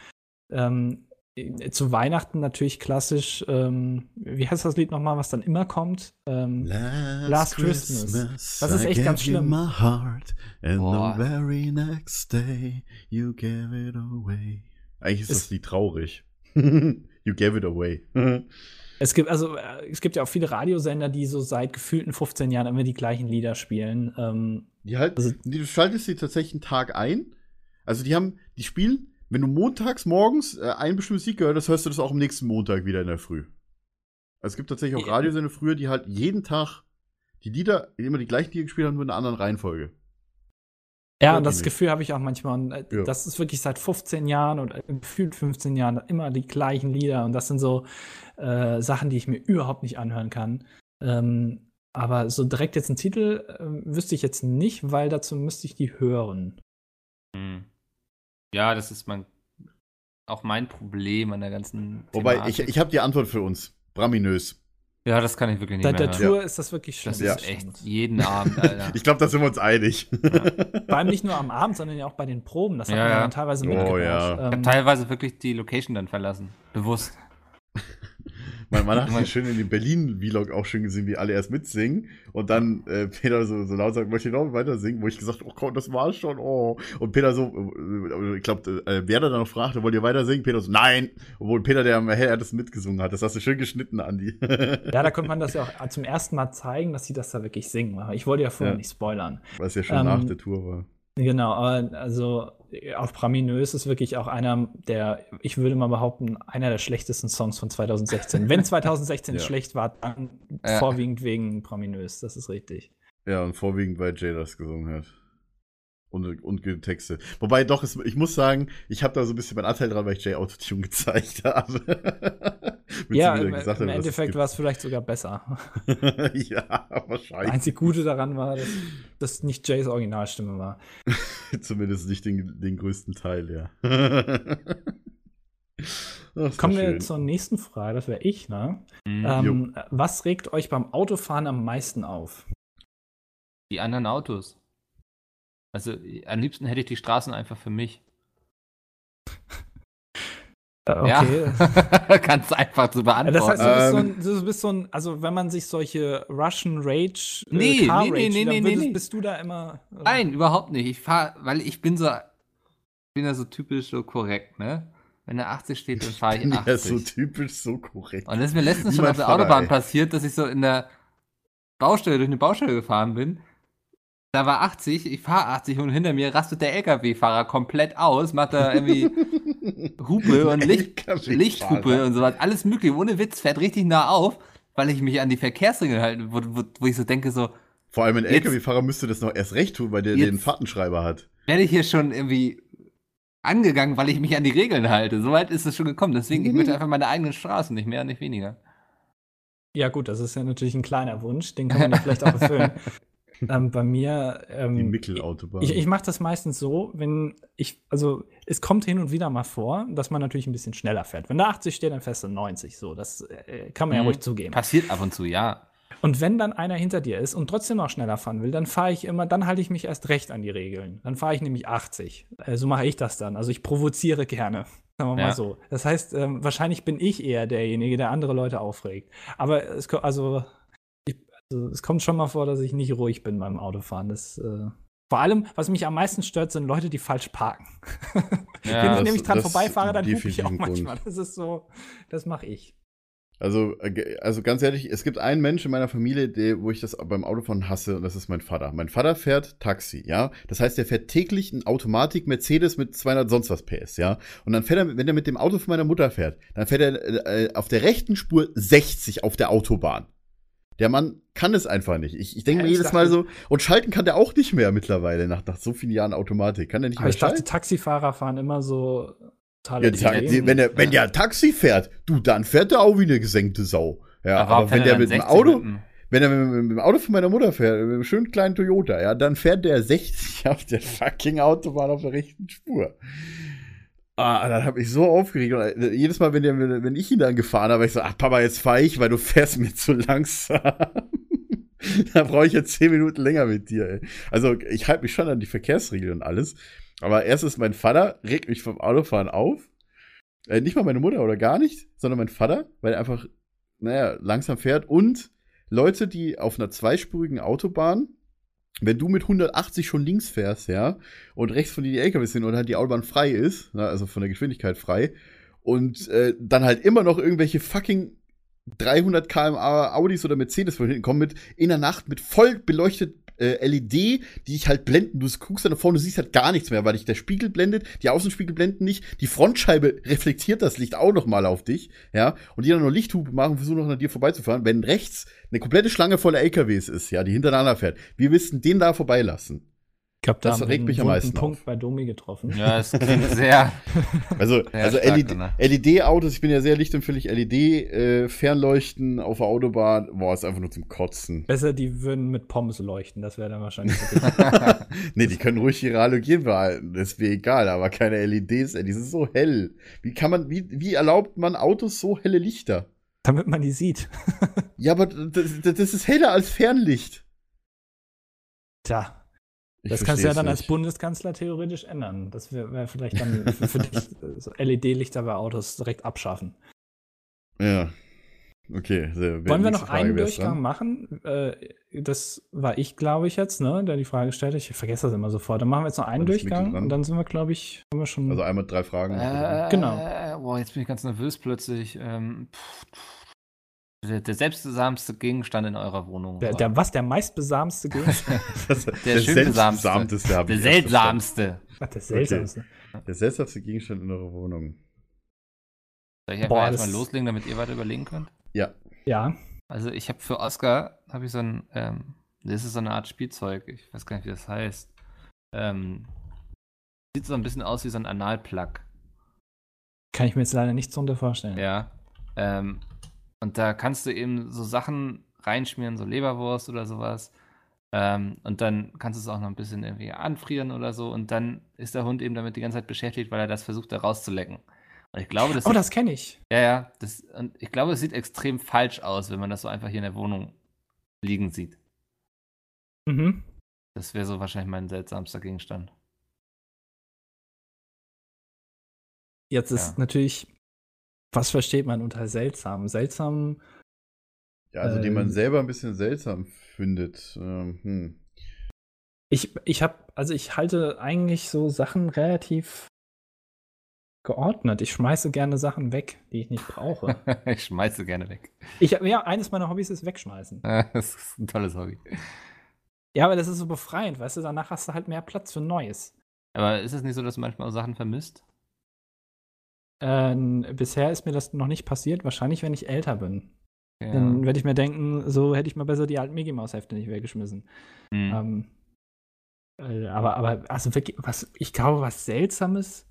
[SPEAKER 5] Ähm, äh, zu Weihnachten natürlich klassisch, ähm, wie heißt das Lied nochmal, was dann immer kommt? Ähm,
[SPEAKER 1] Last,
[SPEAKER 5] Last Christmas. Das ist echt
[SPEAKER 1] gave
[SPEAKER 5] ganz
[SPEAKER 1] you
[SPEAKER 5] schlimm.
[SPEAKER 1] My heart, and
[SPEAKER 6] Boah.
[SPEAKER 1] the very next day you gave it away. Eigentlich ist, (laughs)
[SPEAKER 5] Ist-
[SPEAKER 1] das Lied traurig. you gave it away.
[SPEAKER 5] Es gibt also äh, es gibt ja auch viele Radiosender, die so seit gefühlten 15 Jahren immer die gleichen Lieder spielen. Ähm,
[SPEAKER 1] Die halt,
[SPEAKER 5] Also-
[SPEAKER 1] die, du schaltest die tatsächlich einen Tag ein. Also die haben, die spielen, wenn du montags morgens äh, ein bestimmtes Lied gehört hast, hörst du das auch am nächsten Montag wieder in der Früh. Also es gibt tatsächlich auch
[SPEAKER 5] Ja.
[SPEAKER 1] Radiosender früher, die halt jeden Tag die Lieder, immer die gleichen Lieder gespielt haben, nur in einer anderen Reihenfolge.
[SPEAKER 5] ja, und
[SPEAKER 1] irgendwie.
[SPEAKER 5] das Gefühl habe ich auch manchmal. Und, äh,
[SPEAKER 1] Ja.
[SPEAKER 5] Das ist wirklich seit 15 Jahren oder gefühlt 15 Jahren immer die gleichen Lieder. Und das sind so äh, Sachen, die ich mir überhaupt nicht anhören kann. Ähm, aber so direkt jetzt einen Titel ähm, wüsste ich jetzt nicht, weil dazu müsste ich die hören.
[SPEAKER 6] Hm. Ja, das ist mein, auch mein Problem an der ganzen.
[SPEAKER 1] Wobei, ich,
[SPEAKER 6] Thematik.
[SPEAKER 1] ich habe die Antwort für uns. Braminös.
[SPEAKER 6] ja, das kann ich wirklich nicht
[SPEAKER 5] Seit
[SPEAKER 6] mehr.
[SPEAKER 5] der
[SPEAKER 6] hören.
[SPEAKER 5] Tour ist das wirklich schlimm.
[SPEAKER 6] Das
[SPEAKER 1] Ja.
[SPEAKER 6] ist echt
[SPEAKER 1] (laughs)
[SPEAKER 6] jeden Abend, Alter.
[SPEAKER 1] Ich glaube, da sind wir uns einig.
[SPEAKER 5] Vor allem nicht nur am Abend, sondern ja auch bei den Proben. Das hat
[SPEAKER 6] Ja,
[SPEAKER 5] man
[SPEAKER 6] ja.
[SPEAKER 5] dann teilweise
[SPEAKER 1] Oh,
[SPEAKER 5] mitgebracht.
[SPEAKER 1] ja.
[SPEAKER 6] Ich
[SPEAKER 5] Ähm,
[SPEAKER 6] habe teilweise wirklich die Location dann verlassen. Bewusst.
[SPEAKER 1] Mein Mann hat ja schön in dem Berlin-Vlog auch schön gesehen, wie alle erst mitsingen und dann äh, Peter so, so laut sagt, möchte ich noch weiter singen, wo ich gesagt oh komm, das war's schon, oh. Und Peter so, äh, ich glaube, äh, Werder dann noch fragte, wollt ihr weiter singen? Peter so, nein. Obwohl Peter der am härtesten mitgesungen hat. Das hast du schön geschnitten, Andi. (laughs)
[SPEAKER 5] ja, da könnte man das ja auch zum ersten Mal zeigen, dass sie das da wirklich singen. Aber Ich wollte ja vorher
[SPEAKER 1] Ja.
[SPEAKER 5] nicht spoilern.
[SPEAKER 1] Was ja schon
[SPEAKER 5] Ähm,
[SPEAKER 1] nach der Tour war.
[SPEAKER 5] Genau, aber also äh, auch Praminös ist wirklich auch einer der, ich würde mal behaupten, einer der schlechtesten Songs von 2016. Wenn
[SPEAKER 1] (laughs)
[SPEAKER 5] 2016
[SPEAKER 1] Ja.
[SPEAKER 5] schlecht war, dann
[SPEAKER 6] Ja.
[SPEAKER 5] vorwiegend wegen Praminös. Das ist richtig.
[SPEAKER 1] Ja, und vorwiegend, weil Jay das gesungen hat. Und, und Texte. Wobei doch, es, ich muss sagen, ich habe da so ein bisschen meinen Anteil dran, weil ich Jay Autotune (laughs) gezeigt habe. (laughs) Willst du
[SPEAKER 5] ja,
[SPEAKER 1] wieder
[SPEAKER 5] im,
[SPEAKER 1] gesagt
[SPEAKER 5] im
[SPEAKER 1] haben, dass es
[SPEAKER 5] Endeffekt
[SPEAKER 1] gibt?
[SPEAKER 5] war es vielleicht sogar besser.
[SPEAKER 1] (laughs) ja,
[SPEAKER 5] Das
[SPEAKER 1] wahrscheinlich.
[SPEAKER 5] einzig Gute daran war, dass das nicht Jays Originalstimme war.
[SPEAKER 1] Zumindest nicht den, den größten Teil, ja. (laughs) Ach,
[SPEAKER 5] Kommen wir
[SPEAKER 1] zu.
[SPEAKER 5] zur nächsten Frage, das wäre ich, ne?
[SPEAKER 6] Mhm.
[SPEAKER 5] Ähm, was regt euch beim Autofahren am meisten auf?
[SPEAKER 6] Die anderen Autos. Also äh, am liebsten hätte ich die Straßen einfach für mich.
[SPEAKER 5] Äh, (laughs) Okay.
[SPEAKER 6] Ja. (laughs) Ganz einfach zu
[SPEAKER 5] Ja.
[SPEAKER 6] beantworten.
[SPEAKER 5] Das heißt, du bist, so
[SPEAKER 1] Ähm.
[SPEAKER 5] ein, du bist so ein, also wenn man sich solche Russian Rage, äh,
[SPEAKER 6] Nee,
[SPEAKER 5] Car
[SPEAKER 6] nee,
[SPEAKER 5] Rage,
[SPEAKER 6] nee, nee,
[SPEAKER 5] dann
[SPEAKER 6] nee,
[SPEAKER 5] würdest,
[SPEAKER 6] nee.
[SPEAKER 5] bist du da immer. äh,
[SPEAKER 6] Nein, überhaupt nicht. Ich fahre, weil ich bin so, ich bin ja so typisch so korrekt, ne? Wenn da 80 steht, dann fahre ich
[SPEAKER 1] (laughs)
[SPEAKER 6] 80.
[SPEAKER 1] Ja, so typisch, so korrekt.
[SPEAKER 6] Und das ist mir letztens
[SPEAKER 1] Wie
[SPEAKER 6] schon
[SPEAKER 1] mein
[SPEAKER 6] auf der
[SPEAKER 1] Vater,
[SPEAKER 6] Autobahn
[SPEAKER 1] ey.
[SPEAKER 6] passiert, dass ich so in der Baustelle, durch eine Baustelle gefahren bin. Da war 80, ich fahre 80 und hinter mir rastet der LKW-Fahrer komplett aus, macht da
[SPEAKER 1] (laughs)
[SPEAKER 6] irgendwie Hupe und Licht,
[SPEAKER 1] LKW-Fahrer.
[SPEAKER 6] Lichthupe und sowas. Alles mögliche, ohne Witz, fährt richtig nah auf, weil ich mich an die Verkehrsregeln halte, wo, wo, wo ich so denke, so,
[SPEAKER 1] Vor allem ein
[SPEAKER 6] Jetzt-
[SPEAKER 1] LKW-Fahrer müsste das noch erst recht tun, weil der
[SPEAKER 6] Jetzt-
[SPEAKER 1] den Fahrtenschreiber hat.
[SPEAKER 6] werde ich hier schon irgendwie angegangen, weil ich mich an die Regeln halte. Soweit ist es schon gekommen. Deswegen,
[SPEAKER 1] (laughs)
[SPEAKER 6] ich möchte einfach meine eigenen Straßen, nicht mehr, nicht weniger.
[SPEAKER 5] Ja, gut, das ist ja natürlich ein kleiner Wunsch, den kann man ja vielleicht
[SPEAKER 6] (laughs)
[SPEAKER 5] auch erfüllen. ähm, bei mir. Ähm,
[SPEAKER 1] Die Mittelautobahn.
[SPEAKER 5] Ich, ich mache das meistens so, wenn ich, also es kommt hin und wieder mal vor, dass man natürlich ein bisschen schneller fährt. Wenn da 80 steht, dann fährst du 90. So, das äh, kann man ja
[SPEAKER 6] Mhm.
[SPEAKER 5] ruhig zugeben.
[SPEAKER 6] Passiert ab und zu, ja.
[SPEAKER 5] Und wenn dann einer hinter dir ist und trotzdem noch schneller fahren will, dann fahre ich immer, dann halte ich mich erst recht an die Regeln. Dann fahre ich nämlich 80. Äh, so mache ich das dann. Also ich provoziere gerne. (laughs) Sagen wir
[SPEAKER 6] Ja.
[SPEAKER 5] mal so. Das heißt, ähm, wahrscheinlich bin ich eher derjenige, der andere Leute aufregt. Aber es, ko- also, ich, also, es kommt schon mal vor, dass ich nicht ruhig bin beim Autofahren. Das, äh, vor allem, was mich am meisten stört, sind Leute, die falsch parken.
[SPEAKER 6] ja
[SPEAKER 5] Wenn
[SPEAKER 1] das-
[SPEAKER 5] ich nämlich dran
[SPEAKER 1] das
[SPEAKER 5] vorbeifahre, dann hupe ich
[SPEAKER 1] definitiv
[SPEAKER 5] auch
[SPEAKER 1] ein Grund.
[SPEAKER 5] manchmal. Das ist so, das mache ich.
[SPEAKER 1] Also, äh, also ganz ehrlich, es gibt einen Menschen in meiner Familie, der, wo ich das beim Autofahren hasse, und das ist mein Vater. Mein Vater fährt Taxi, ja. Das heißt, er fährt täglich einen Automatik Mercedes mit 200 sonst was PS, ja. Und dann fährt er, wenn er mit dem Auto von meiner Mutter fährt, dann fährt er äh, auf der rechten Spur 60 auf der Autobahn. Der Mann kann es einfach nicht. Ich, ich denke
[SPEAKER 5] Ja,
[SPEAKER 1] mir
[SPEAKER 5] ich
[SPEAKER 1] jedes
[SPEAKER 5] dachte-
[SPEAKER 1] Mal so, und schalten kann der auch nicht mehr mittlerweile, nach, nach so vielen Jahren Automatik. Kann der nicht
[SPEAKER 5] Aber
[SPEAKER 1] mehr
[SPEAKER 5] ich dachte,
[SPEAKER 1] schalten?
[SPEAKER 5] Taxifahrer fahren immer so totale
[SPEAKER 1] halt. Ja, ta-
[SPEAKER 5] Ideen.
[SPEAKER 1] wenn der, wenn der Taxi fährt, du, dann fährt der auch wie eine gesenkte Sau. Ja,
[SPEAKER 6] Da war
[SPEAKER 1] aber wenn
[SPEAKER 6] Fender
[SPEAKER 1] der
[SPEAKER 6] dann
[SPEAKER 1] mit dem
[SPEAKER 6] 60
[SPEAKER 1] Auto,
[SPEAKER 6] mit dem-
[SPEAKER 1] wenn er mit, mit, mit dem Auto von meiner Mutter fährt, mit einem schönen kleinen Toyota, ja, dann fährt der (laughs) 60 auf der fucking Autobahn auf der rechten Spur. Ah, dann habe ich so aufgeregt. Und äh, jedes Mal, wenn, der, wenn ich ihn dann gefahren habe, hab ich so, ach Papa, jetzt fahre ich, weil du fährst mir zu langsam. (laughs) da brauche ich jetzt 10 Minuten länger mit dir. Ey. Also ich halte mich schon an die Verkehrsregeln und alles. Aber erstens, mein Vater regt mich vom Autofahren auf. Äh, nicht mal meine Mutter oder gar nicht, sondern mein Vater, weil er einfach, naja, langsam fährt und Leute, die auf einer zweispurigen Autobahn, wenn du mit 180 schon links fährst, ja, und rechts von dir die LKWs sind und halt die Autobahn frei ne, ist, na, also von der Geschwindigkeit frei, und äh, dann halt immer noch irgendwelche fucking 300 km/h Audis oder Mercedes von hinten kommen mit in der Nacht mit voll beleuchtet äh, LED, die ich halt blenden. Du guckst dann nach vorne, du siehst halt gar nichts mehr, weil dich der Spiegel blendet, die Außenspiegel blenden nicht, die Frontscheibe reflektiert das Licht auch noch mal auf dich, ja. Und die dann nur Lichthupe machen und versuchen noch an dir vorbeizufahren, wenn rechts eine komplette Schlange voller LKWs ist, ja, die hintereinander fährt. Wir müssten den da vorbeilassen.
[SPEAKER 5] Ich glaube, da
[SPEAKER 1] Das
[SPEAKER 5] haben
[SPEAKER 1] regt
[SPEAKER 5] wir
[SPEAKER 1] mich am
[SPEAKER 5] wunden
[SPEAKER 1] meisten auf.
[SPEAKER 5] Punkt bei Domi getroffen.
[SPEAKER 6] Ja, es klingt sehr.
[SPEAKER 1] (laughs)
[SPEAKER 6] (laughs)
[SPEAKER 1] Also, also
[SPEAKER 6] stark,
[SPEAKER 1] LED
[SPEAKER 6] ne?
[SPEAKER 1] LED-Autos, ich bin ja sehr lichtempfindlich, E LED-Fernleuchten äh, auf der Autobahn, boah, ist einfach nur zum
[SPEAKER 6] (laughs)
[SPEAKER 1] Kotzen.
[SPEAKER 5] Besser, die würden mit Pommes leuchten. Das wäre dann wahrscheinlich. (laughs)
[SPEAKER 1] nee, die können ruhig ihre Halogen behalten, das ist mir egal, aber keine LEDs, ey, die sind so hell. Wie kann man, wie, wie erlaubt man Autos so helle Lichter?
[SPEAKER 5] damit man die sieht.
[SPEAKER 1] Ja, aber das, das das ist heller als Fernlicht.
[SPEAKER 5] Tja,
[SPEAKER 1] Ich
[SPEAKER 5] das kannst du ja
[SPEAKER 1] versteh's
[SPEAKER 5] dann als
[SPEAKER 1] nicht.
[SPEAKER 5] Bundeskanzler theoretisch ändern. Das wäre wär vielleicht dann für, für dich äh, so LED-Lichter bei Autos direkt abschaffen.
[SPEAKER 1] Ja. Okay, sehr,
[SPEAKER 5] Wollen wir
[SPEAKER 1] nächste
[SPEAKER 5] noch
[SPEAKER 1] Frage
[SPEAKER 5] einen
[SPEAKER 1] wär's dran.
[SPEAKER 5] Durchgang machen? Äh, das war ich, glaube ich, jetzt, ne, der die Frage gestellt hat. Ich vergesse das immer sofort. Dann machen wir jetzt noch einen
[SPEAKER 1] Dann ist Mikkel
[SPEAKER 5] Durchgang
[SPEAKER 1] dran.
[SPEAKER 5] und dann sind wir, glaube ich, haben wir schon.
[SPEAKER 1] Also einmal drei Fragen.
[SPEAKER 5] Genau.
[SPEAKER 6] Äh, boah, jetzt bin ich ganz nervös plötzlich. Ähm, pff, pff. der, der selbstgesamte Gegenstand in eurer Wohnung.
[SPEAKER 5] der,
[SPEAKER 6] (laughs)
[SPEAKER 5] der, was der
[SPEAKER 1] (laughs)
[SPEAKER 5] meistbesamste Gegenstand?
[SPEAKER 1] Das-
[SPEAKER 6] schön besamste.
[SPEAKER 1] seltsamste hab
[SPEAKER 6] Der
[SPEAKER 1] ich erst
[SPEAKER 6] seltsamste.
[SPEAKER 5] Ach, das seltsamste.
[SPEAKER 1] verstanden. Der seltsamste Gegenstand in eurer Wohnung.
[SPEAKER 6] Soll ich
[SPEAKER 5] Boah,
[SPEAKER 6] einfach erstmal
[SPEAKER 5] das-
[SPEAKER 6] loslegen, damit ihr weiter überlegen könnt?
[SPEAKER 5] Ja.
[SPEAKER 6] Also ich habe für Oscar, habe ich so ein, ähm, das ist so eine Art Spielzeug, ich weiß gar nicht, wie das heißt. Ähm, sieht so ein bisschen aus wie so ein Analplug,
[SPEAKER 5] Kann ich mir jetzt leider nichts darunter vorstellen.
[SPEAKER 6] ja. Ähm, und da kannst du eben so Sachen reinschmieren, so Leberwurst oder sowas. Ähm, und dann kannst du es auch noch ein bisschen irgendwie anfrieren oder so. Und dann ist der Hund eben damit die ganze Zeit beschäftigt, weil er das versucht, da rauszulecken. Und ich glaube, das
[SPEAKER 5] oh,
[SPEAKER 6] sieht-
[SPEAKER 5] das kenne ich.
[SPEAKER 6] Ja, ja. Das, und ich glaube, es sieht extrem falsch aus, wenn man das so einfach hier in der Wohnung liegen sieht.
[SPEAKER 5] Mhm.
[SPEAKER 6] Das wäre so wahrscheinlich mein seltsamster
[SPEAKER 5] (laughs)
[SPEAKER 6] Gegenstand.
[SPEAKER 5] Jetzt ist
[SPEAKER 6] Ja.
[SPEAKER 5] natürlich, was versteht man unter seltsam? Seltsam,
[SPEAKER 1] Ja, also den
[SPEAKER 5] Ähm.
[SPEAKER 1] man selber ein bisschen seltsam findet. Ähm, hm.
[SPEAKER 5] ich, ich habe, also ich halte eigentlich so Sachen relativ geordnet. Ich schmeiße gerne Sachen weg, die ich nicht
[SPEAKER 6] (laughs)
[SPEAKER 5] brauche.
[SPEAKER 6] ich schmeiße gerne weg.
[SPEAKER 5] ich, ja, eines meiner Hobbys ist wegschmeißen.
[SPEAKER 6] (laughs) Das ist ein tolles Hobby.
[SPEAKER 5] Ja, aber das ist so befreiend, weißt du, danach hast du halt mehr Platz für Neues.
[SPEAKER 6] Aber ist es nicht so, dass du manchmal auch Sachen vermisst?
[SPEAKER 5] Ähm, bisher ist mir das noch nicht passiert, wahrscheinlich wenn ich älter bin.
[SPEAKER 6] Ja.
[SPEAKER 5] Dann werde ich mir denken, so hätte ich mal besser die alten Mickey Maus Hefte nicht weggeschmissen.
[SPEAKER 6] Hm.
[SPEAKER 5] Ähm, äh, aber, aber, also wirklich, was, ich glaube, was Seltsames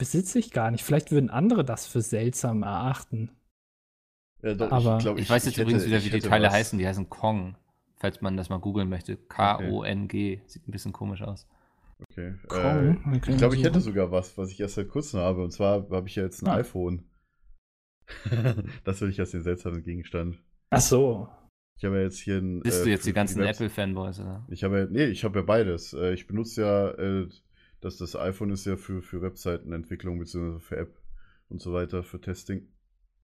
[SPEAKER 5] besitze ich gar nicht. Vielleicht würden andere das für seltsam erachten.
[SPEAKER 1] Ja, doch,
[SPEAKER 5] Aber-
[SPEAKER 1] glaub,
[SPEAKER 6] ich weiß jetzt
[SPEAKER 1] hätte-
[SPEAKER 6] übrigens wieder, wie
[SPEAKER 1] ich
[SPEAKER 6] die
[SPEAKER 1] hätte
[SPEAKER 6] Teile
[SPEAKER 1] was.
[SPEAKER 6] heißen. Die heißen Kong. Falls man das mal googeln möchte. K-O-N-G. Sieht ein bisschen komisch aus.
[SPEAKER 1] Okay. Äh,
[SPEAKER 5] Komm, wir können
[SPEAKER 1] ich glaube, ich
[SPEAKER 5] so-
[SPEAKER 1] hätte sogar was, was ich erst seit kurzem habe. Und zwar habe ich ja jetzt ein
[SPEAKER 5] Ah.
[SPEAKER 1] iPhone. (laughs) das würde ich als den seltsamen Gegenstand.
[SPEAKER 5] Ach so.
[SPEAKER 1] Ich habe ja jetzt hier ein.
[SPEAKER 6] Bist
[SPEAKER 1] äh,
[SPEAKER 6] du jetzt
[SPEAKER 1] für-
[SPEAKER 6] die
[SPEAKER 1] für
[SPEAKER 6] ganzen
[SPEAKER 1] Webs-
[SPEAKER 6] Apple-Fanboys, oder?
[SPEAKER 1] Ich habe ja, nee, ich habe ja beides. Äh, Ich benutze ja, äh, das, das iPhone ist ja für, für Webseitenentwicklung bzw. für App und so weiter, für Testing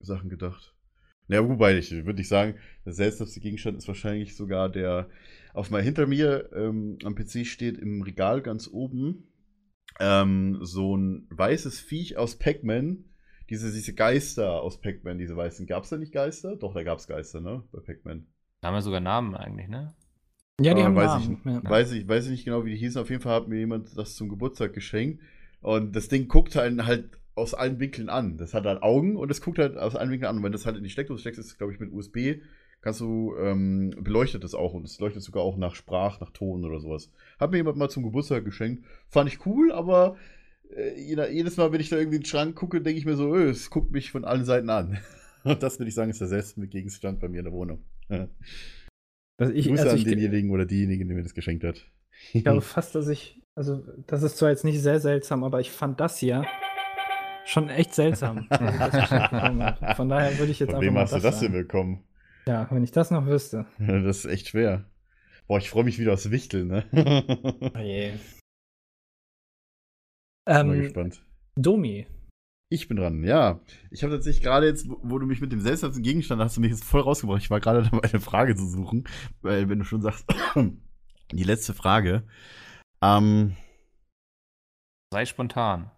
[SPEAKER 1] Sachen gedacht. Naja, wobei ich würde ich sagen, der seltsamste Gegenstand ist wahrscheinlich sogar der, auf mal hinter mir ähm, am PC steht im Regal ganz oben ähm, so ein weißes Viech aus Pac-Man. Diese, diese Geister aus Pac-Man, diese weißen. Gab es da nicht Geister? Doch, da gab es Geister, ne? Bei Pac-Man.
[SPEAKER 6] Da haben wir sogar Namen eigentlich, ne?
[SPEAKER 5] Ja, die
[SPEAKER 1] Aber
[SPEAKER 5] haben
[SPEAKER 1] weiß
[SPEAKER 5] Namen.
[SPEAKER 1] Ich,
[SPEAKER 5] ja.
[SPEAKER 1] weiß, ich, weiß ich nicht genau, wie die hießen. Auf jeden Fall hat mir jemand das zum Geburtstag geschenkt. Und das Ding guckt einen halt aus allen Winkeln an. Das hat halt Augen und es guckt halt aus allen Winkeln an. Und wenn das halt in die Steckdose steckst, ist es, glaube ich, mit USB, kannst du, ähm, beleuchtet das auch. Und es leuchtet sogar auch nach Sprach, nach Ton oder sowas. Hat mir jemand mal zum Geburtstag geschenkt. Fand ich cool, aber äh, jeder, jedes Mal, wenn ich da irgendwie in den Schrank gucke, denke ich mir so, öh, es guckt mich von allen Seiten an. (laughs) Und das würde ich sagen, ist der selbst Gegenstand bei mir in der Wohnung.
[SPEAKER 5] Also ich,
[SPEAKER 1] Grüße
[SPEAKER 5] also
[SPEAKER 1] an
[SPEAKER 5] ich,
[SPEAKER 1] denjenigen oder diejenigen, der mir das geschenkt hat.
[SPEAKER 5] ich glaube fast, dass ich, also das ist zwar jetzt nicht sehr seltsam, aber ich fand das hier schon echt seltsam.
[SPEAKER 1] (laughs)
[SPEAKER 5] als ich das geschenkt bekommen habe. (laughs) Von daher würde ich jetzt
[SPEAKER 1] Von
[SPEAKER 5] einfach
[SPEAKER 1] wem
[SPEAKER 5] mal
[SPEAKER 1] hast du das denn
[SPEAKER 5] sagen.
[SPEAKER 1] bekommen? (laughs)
[SPEAKER 5] Ja, wenn ich das noch wüsste.
[SPEAKER 1] Das ist echt schwer. Boah, ich freue mich wieder aufs Wichteln, ne? (laughs) Bin mal
[SPEAKER 5] Ähm,
[SPEAKER 1] gespannt.
[SPEAKER 5] Domi,
[SPEAKER 1] Ich bin dran, ja. Ich habe tatsächlich gerade jetzt, wo wo du mich mit dem seltsamsten Gegenstand hast, du mich jetzt voll rausgebracht. Ich war gerade (laughs) dabei, eine Frage zu suchen, weil wenn du schon sagst, (clears throat) die letzte Frage. Ähm,
[SPEAKER 6] Sei spontan.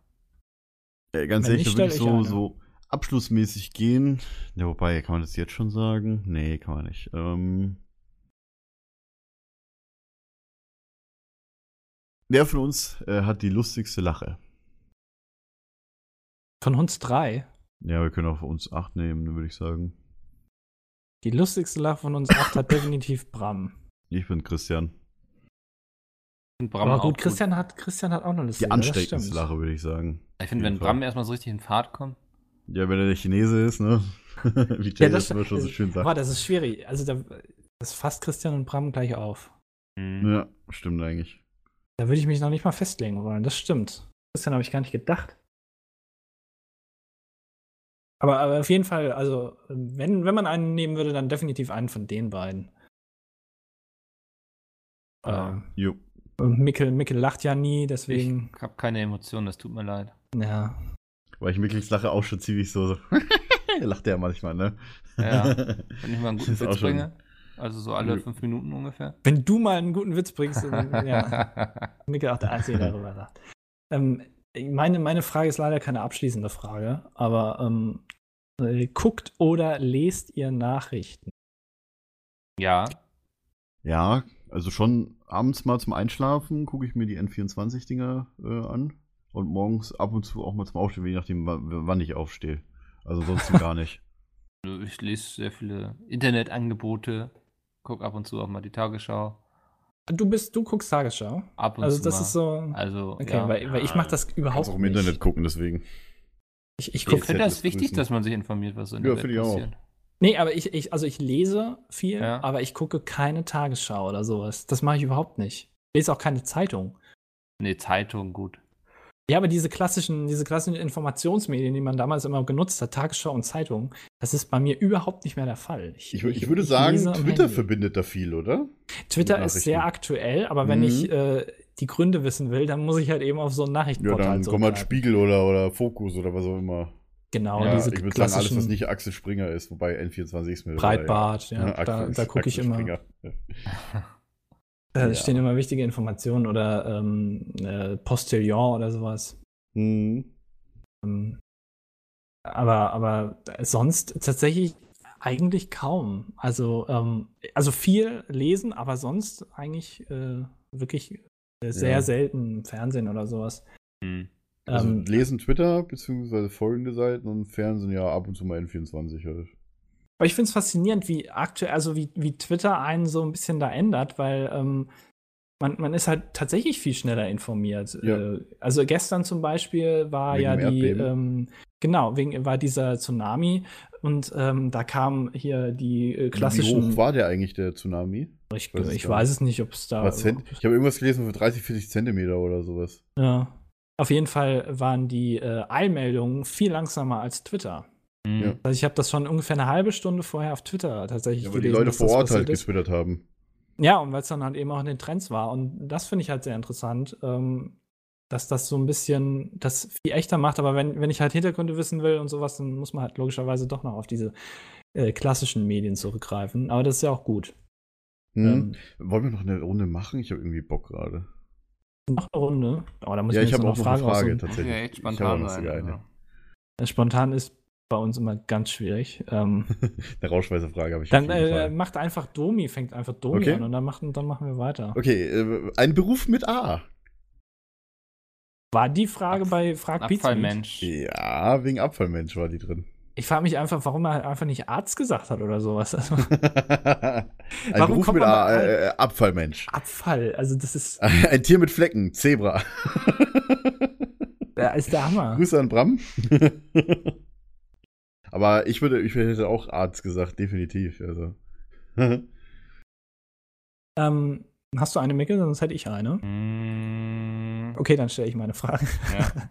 [SPEAKER 1] äh, ganz
[SPEAKER 5] Wenn
[SPEAKER 1] ehrlich,
[SPEAKER 5] nicht,
[SPEAKER 1] da bin ich
[SPEAKER 5] stell ich
[SPEAKER 1] so,
[SPEAKER 5] eine.
[SPEAKER 1] so abschlussmäßig gehen. Ja, wobei, kann man das jetzt schon sagen? Nee, kann man nicht. Ähm, wer von uns äh, hat die lustigste Lache?
[SPEAKER 5] Von uns drei.
[SPEAKER 1] Ja, wir können auch uns acht nehmen, würde ich sagen.
[SPEAKER 5] Die lustigste Lache von uns acht hat definitiv Bram.
[SPEAKER 1] Ich bin Christian.
[SPEAKER 6] Und Bram
[SPEAKER 5] Aber
[SPEAKER 6] auch
[SPEAKER 5] gut, Christian, Hat, Christian hat auch eine lustige
[SPEAKER 1] Die anstrengendste
[SPEAKER 5] das stimmt.
[SPEAKER 1] Lache, würde ich sagen.
[SPEAKER 6] Ich finde,
[SPEAKER 1] Auf
[SPEAKER 6] wenn
[SPEAKER 1] jeden
[SPEAKER 6] Bram
[SPEAKER 1] Fall.
[SPEAKER 6] erstmal so richtig in Fahrt kommt.
[SPEAKER 1] Ja, wenn er der Chinese ist, ne? (laughs) Wie Jay
[SPEAKER 5] Ja, das äh,
[SPEAKER 1] das immer schon so schön sagt.
[SPEAKER 5] Boah, das ist schwierig. Also da, das fasst Christian und Bram gleich auf.
[SPEAKER 6] Mhm.
[SPEAKER 1] Ja, stimmt eigentlich.
[SPEAKER 5] Da würde ich mich noch nicht mal festlegen wollen. Das stimmt. Christian habe ich gar nicht gedacht. Aber, aber auf jeden Fall, also wenn, wenn man einen nehmen würde, dann definitiv einen von den beiden. Ähm,
[SPEAKER 1] Jo.
[SPEAKER 5] und Mikkel, Mikkel lacht ja nie, deswegen.
[SPEAKER 6] Ich habe keine Emotionen, das tut mir leid.
[SPEAKER 5] Ja.
[SPEAKER 1] Weil ich Mickels Lache auch schon ziemlich so. (laughs) so lacht der manchmal, ne?
[SPEAKER 6] Ja.
[SPEAKER 1] (laughs)
[SPEAKER 6] Wenn ich mal einen guten
[SPEAKER 1] Ist auch
[SPEAKER 6] Witz
[SPEAKER 1] schon-
[SPEAKER 6] bringe. Also so alle
[SPEAKER 1] Nö.
[SPEAKER 6] fünf Minuten ungefähr.
[SPEAKER 5] Wenn du mal einen guten Witz bringst, dann, ja. Mikkel auch der Einzige, der darüber lacht. Ähm, meine, meine Frage ist leider keine abschließende Frage, aber ähm, äh, guckt oder lest ihr Nachrichten?
[SPEAKER 6] (laughs) ja.
[SPEAKER 1] Ja, also schon abends mal zum Einschlafen gucke ich mir die N24-Dinger äh, an. Und morgens ab und zu auch mal zum Aufstehen, je nachdem, wa- wann ich aufstehe. Also (laughs) ansonsten gar nicht.
[SPEAKER 6] Nö, also Ich lese sehr viele Internetangebote, guck ab und zu auch mal die Tagesschau.
[SPEAKER 5] Du bist, du guckst Tagesschau.
[SPEAKER 6] Ab und
[SPEAKER 5] Also
[SPEAKER 6] zu
[SPEAKER 5] das
[SPEAKER 6] mal.
[SPEAKER 5] ist so.
[SPEAKER 6] Also,
[SPEAKER 5] Okay,
[SPEAKER 6] ja.
[SPEAKER 5] weil, weil ich mache das überhaupt
[SPEAKER 1] Kannst
[SPEAKER 5] nicht.
[SPEAKER 1] gucken, deswegen.
[SPEAKER 5] Ich, ich
[SPEAKER 6] ich
[SPEAKER 5] guck,
[SPEAKER 1] Jetzt.
[SPEAKER 6] finde das
[SPEAKER 1] Zettel
[SPEAKER 6] wichtig,
[SPEAKER 1] grüßen.
[SPEAKER 6] dass man sich informiert, was so in
[SPEAKER 1] Ja,
[SPEAKER 6] der Welt
[SPEAKER 1] finde ich auch.
[SPEAKER 6] passiert.
[SPEAKER 5] nee, aber ich, ich, also ich lese viel,
[SPEAKER 6] Ja.
[SPEAKER 5] aber ich gucke keine Tagesschau oder sowas. Das mache ich überhaupt nicht. Ich lese auch keine Zeitung.
[SPEAKER 6] Nee, Zeitung, gut.
[SPEAKER 5] Ja, aber diese klassischen, diese klassischen Informationsmedien, die man damals immer genutzt hat, Tagesschau und Zeitung, das ist bei mir überhaupt nicht mehr der Fall.
[SPEAKER 1] Ich, wür- ich würde sagen,
[SPEAKER 5] lese am
[SPEAKER 1] Twitter
[SPEAKER 5] Handy.
[SPEAKER 1] verbindet da viel, oder?
[SPEAKER 5] Twitter
[SPEAKER 1] mit
[SPEAKER 5] ist
[SPEAKER 1] Nachrichten.
[SPEAKER 5] sehr aktuell, aber wenn
[SPEAKER 1] Mhm.
[SPEAKER 5] ich äh, die Gründe wissen will, dann muss ich halt eben auf so ein
[SPEAKER 1] Ja,
[SPEAKER 5] Nachrichtenportal
[SPEAKER 1] dann komm
[SPEAKER 5] zurückgreifen.
[SPEAKER 1] halt Spiegel oder, oder Fokus oder was auch immer.
[SPEAKER 5] Genau,
[SPEAKER 1] Ja,
[SPEAKER 5] diese
[SPEAKER 1] ich würde sagen,
[SPEAKER 5] klassischen
[SPEAKER 1] alles, was nicht Axel Springer ist, wobei N24 ist mir dabei.
[SPEAKER 5] Breitbart, ja, da,
[SPEAKER 1] Axel-
[SPEAKER 5] da gucke ich
[SPEAKER 1] Axel
[SPEAKER 5] immer.
[SPEAKER 1] Springer.
[SPEAKER 5] Da
[SPEAKER 1] Ja.
[SPEAKER 5] stehen immer wichtige Informationen oder ähm, äh, Postillon oder sowas.
[SPEAKER 1] Hm.
[SPEAKER 5] Ähm, aber, aber sonst tatsächlich eigentlich kaum. Also, ähm, also viel lesen, aber sonst eigentlich äh, wirklich äh, sehr
[SPEAKER 1] Ja.
[SPEAKER 5] selten im Fernsehen oder sowas.
[SPEAKER 6] Hm.
[SPEAKER 1] Also
[SPEAKER 5] Ähm,
[SPEAKER 1] lesen Twitter, beziehungsweise folgende Seiten und Fernsehen ja ab und zu mal N24 halt.
[SPEAKER 5] Aber ich finde es faszinierend, wie aktuell, also wie, wie Twitter einen so ein bisschen da ändert, weil ähm, man, man ist halt tatsächlich viel schneller informiert.
[SPEAKER 1] Ja.
[SPEAKER 5] Äh, also gestern zum Beispiel war
[SPEAKER 1] Wegen
[SPEAKER 5] ja
[SPEAKER 1] dem
[SPEAKER 5] die,
[SPEAKER 1] Erdbeben.
[SPEAKER 5] ähm, genau, wegen, war dieser Tsunami und ähm, da kamen hier die äh,
[SPEAKER 1] Wie
[SPEAKER 5] klassischen.
[SPEAKER 1] hoch war der eigentlich, der Tsunami?
[SPEAKER 5] ich
[SPEAKER 1] weiß es
[SPEAKER 5] ich
[SPEAKER 1] gar
[SPEAKER 5] weiß
[SPEAKER 1] nicht.
[SPEAKER 5] es nicht, ob es da.
[SPEAKER 1] Was Zent ich habe irgendwas gelesen von 30, 40 Zentimeter oder sowas.
[SPEAKER 5] Ja. Auf jeden Fall waren die äh, Eilmeldungen viel langsamer als Twitter.
[SPEAKER 6] Hm.
[SPEAKER 1] Ja.
[SPEAKER 5] Also ich habe das schon ungefähr eine halbe Stunde vorher auf Twitter tatsächlich
[SPEAKER 1] Ja, weil die
[SPEAKER 5] gelesen.
[SPEAKER 1] Leute
[SPEAKER 5] dass
[SPEAKER 1] vor
[SPEAKER 5] das
[SPEAKER 1] Ort halt
[SPEAKER 5] passiert ist.
[SPEAKER 1] getwittert haben.
[SPEAKER 5] Ja, und weil es dann halt eben auch in den Trends war. Und das finde ich halt sehr interessant, ähm, dass das so ein bisschen das viel echter macht. Aber wenn, wenn ich halt Hintergründe wissen will und sowas, dann muss man halt logischerweise doch noch auf diese äh, klassischen Medien zurückgreifen. Aber das ist ja auch gut.
[SPEAKER 1] Hm. Wollen wir noch eine Runde machen? Ich habe irgendwie Bock gerade.
[SPEAKER 5] Ähm, noch eine Runde. Aber da muss
[SPEAKER 1] Ja,
[SPEAKER 5] ich
[SPEAKER 1] ich
[SPEAKER 5] mir jetzt
[SPEAKER 1] habe
[SPEAKER 5] noch
[SPEAKER 1] auch noch eine Frage
[SPEAKER 5] Frage
[SPEAKER 1] tatsächlich.
[SPEAKER 6] Ja, echt
[SPEAKER 1] ich habe auch
[SPEAKER 6] spontan genau.
[SPEAKER 1] noch sogar
[SPEAKER 6] sein.
[SPEAKER 1] eine.
[SPEAKER 6] ja.
[SPEAKER 5] raussuchen. Spontan ist bei uns immer ganz schwierig.
[SPEAKER 1] (laughs)
[SPEAKER 5] Ähm,
[SPEAKER 1] Eine Rauschweiße-Frage habe ich
[SPEAKER 5] dann
[SPEAKER 1] auf jeden
[SPEAKER 5] äh,
[SPEAKER 1] Fall.
[SPEAKER 5] macht einfach Domi, fängt einfach Domi
[SPEAKER 1] Okay.
[SPEAKER 5] an und dann machen, dann machen wir weiter.
[SPEAKER 1] Okay, äh, ein Beruf mit A.
[SPEAKER 5] War die Frage
[SPEAKER 6] Ab-
[SPEAKER 5] bei Frag Pizza?
[SPEAKER 6] Abfallmensch.
[SPEAKER 1] Ja, wegen Abfallmensch war die drin. (laughs)
[SPEAKER 5] Ich frage mich einfach, warum er einfach nicht Arzt gesagt hat oder sowas. Also,
[SPEAKER 1] ein
[SPEAKER 5] Warum
[SPEAKER 1] Beruf
[SPEAKER 5] kommt
[SPEAKER 1] mit
[SPEAKER 5] man
[SPEAKER 1] A,
[SPEAKER 5] bei-
[SPEAKER 1] äh, äh, Abfallmensch.
[SPEAKER 5] Abfall, also das
[SPEAKER 1] (laughs)
[SPEAKER 5] ist,
[SPEAKER 1] Ein Tier mit Flecken, Zebra. (laughs)
[SPEAKER 5] das ist der Hammer.
[SPEAKER 1] Grüße an Bram.
[SPEAKER 5] (laughs)
[SPEAKER 1] Aber ich würde, ich hätte auch Arzt gesagt, definitiv. Also. (laughs)
[SPEAKER 5] Ähm, hast du eine Mickel, sonst hätte ich eine.
[SPEAKER 1] Mhm.
[SPEAKER 6] Hm.
[SPEAKER 5] Okay, dann stelle ich meine Frage.
[SPEAKER 6] Ja.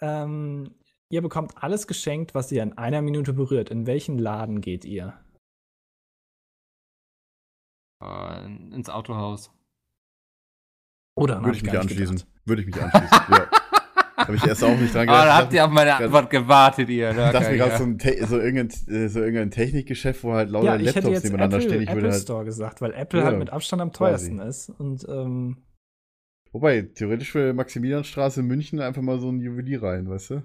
[SPEAKER 5] (laughs) ähm, ihr bekommt alles geschenkt, was ihr in einer Minute berührt. In welchen Laden geht ihr?
[SPEAKER 6] Äh, ins Autohaus.
[SPEAKER 5] Oder
[SPEAKER 1] würde ich mich
[SPEAKER 5] gar nicht
[SPEAKER 1] anschließen.
[SPEAKER 5] gedacht.
[SPEAKER 1] Würde ich mich anschließen. ja. Habe ich erst auch nicht
[SPEAKER 5] (laughs)
[SPEAKER 1] dran
[SPEAKER 6] (laughs) Ah,
[SPEAKER 1] gedacht.
[SPEAKER 6] da habt ihr auf meine
[SPEAKER 1] grad-
[SPEAKER 6] Antwort gewartet, ihr.
[SPEAKER 1] ich dachte mir
[SPEAKER 6] Lurker,
[SPEAKER 1] gerade
[SPEAKER 6] ja.
[SPEAKER 1] so, ein Te- so, irgendein, äh, so irgendein Technikgeschäft, wo halt lauter
[SPEAKER 5] Ja, ich hätte
[SPEAKER 1] Laptops
[SPEAKER 5] jetzt
[SPEAKER 1] nebeneinander
[SPEAKER 5] Apple,
[SPEAKER 1] stehen. Ich würde
[SPEAKER 5] Apple
[SPEAKER 1] halt,
[SPEAKER 5] Store gesagt, weil Apple
[SPEAKER 1] Ja,
[SPEAKER 5] halt mit Abstand am
[SPEAKER 1] quasi.
[SPEAKER 5] teuersten ist. Und ähm,
[SPEAKER 1] wobei, theoretisch würde Maximilianstraße in München einfach mal so ein Juwelier rein, weißt du?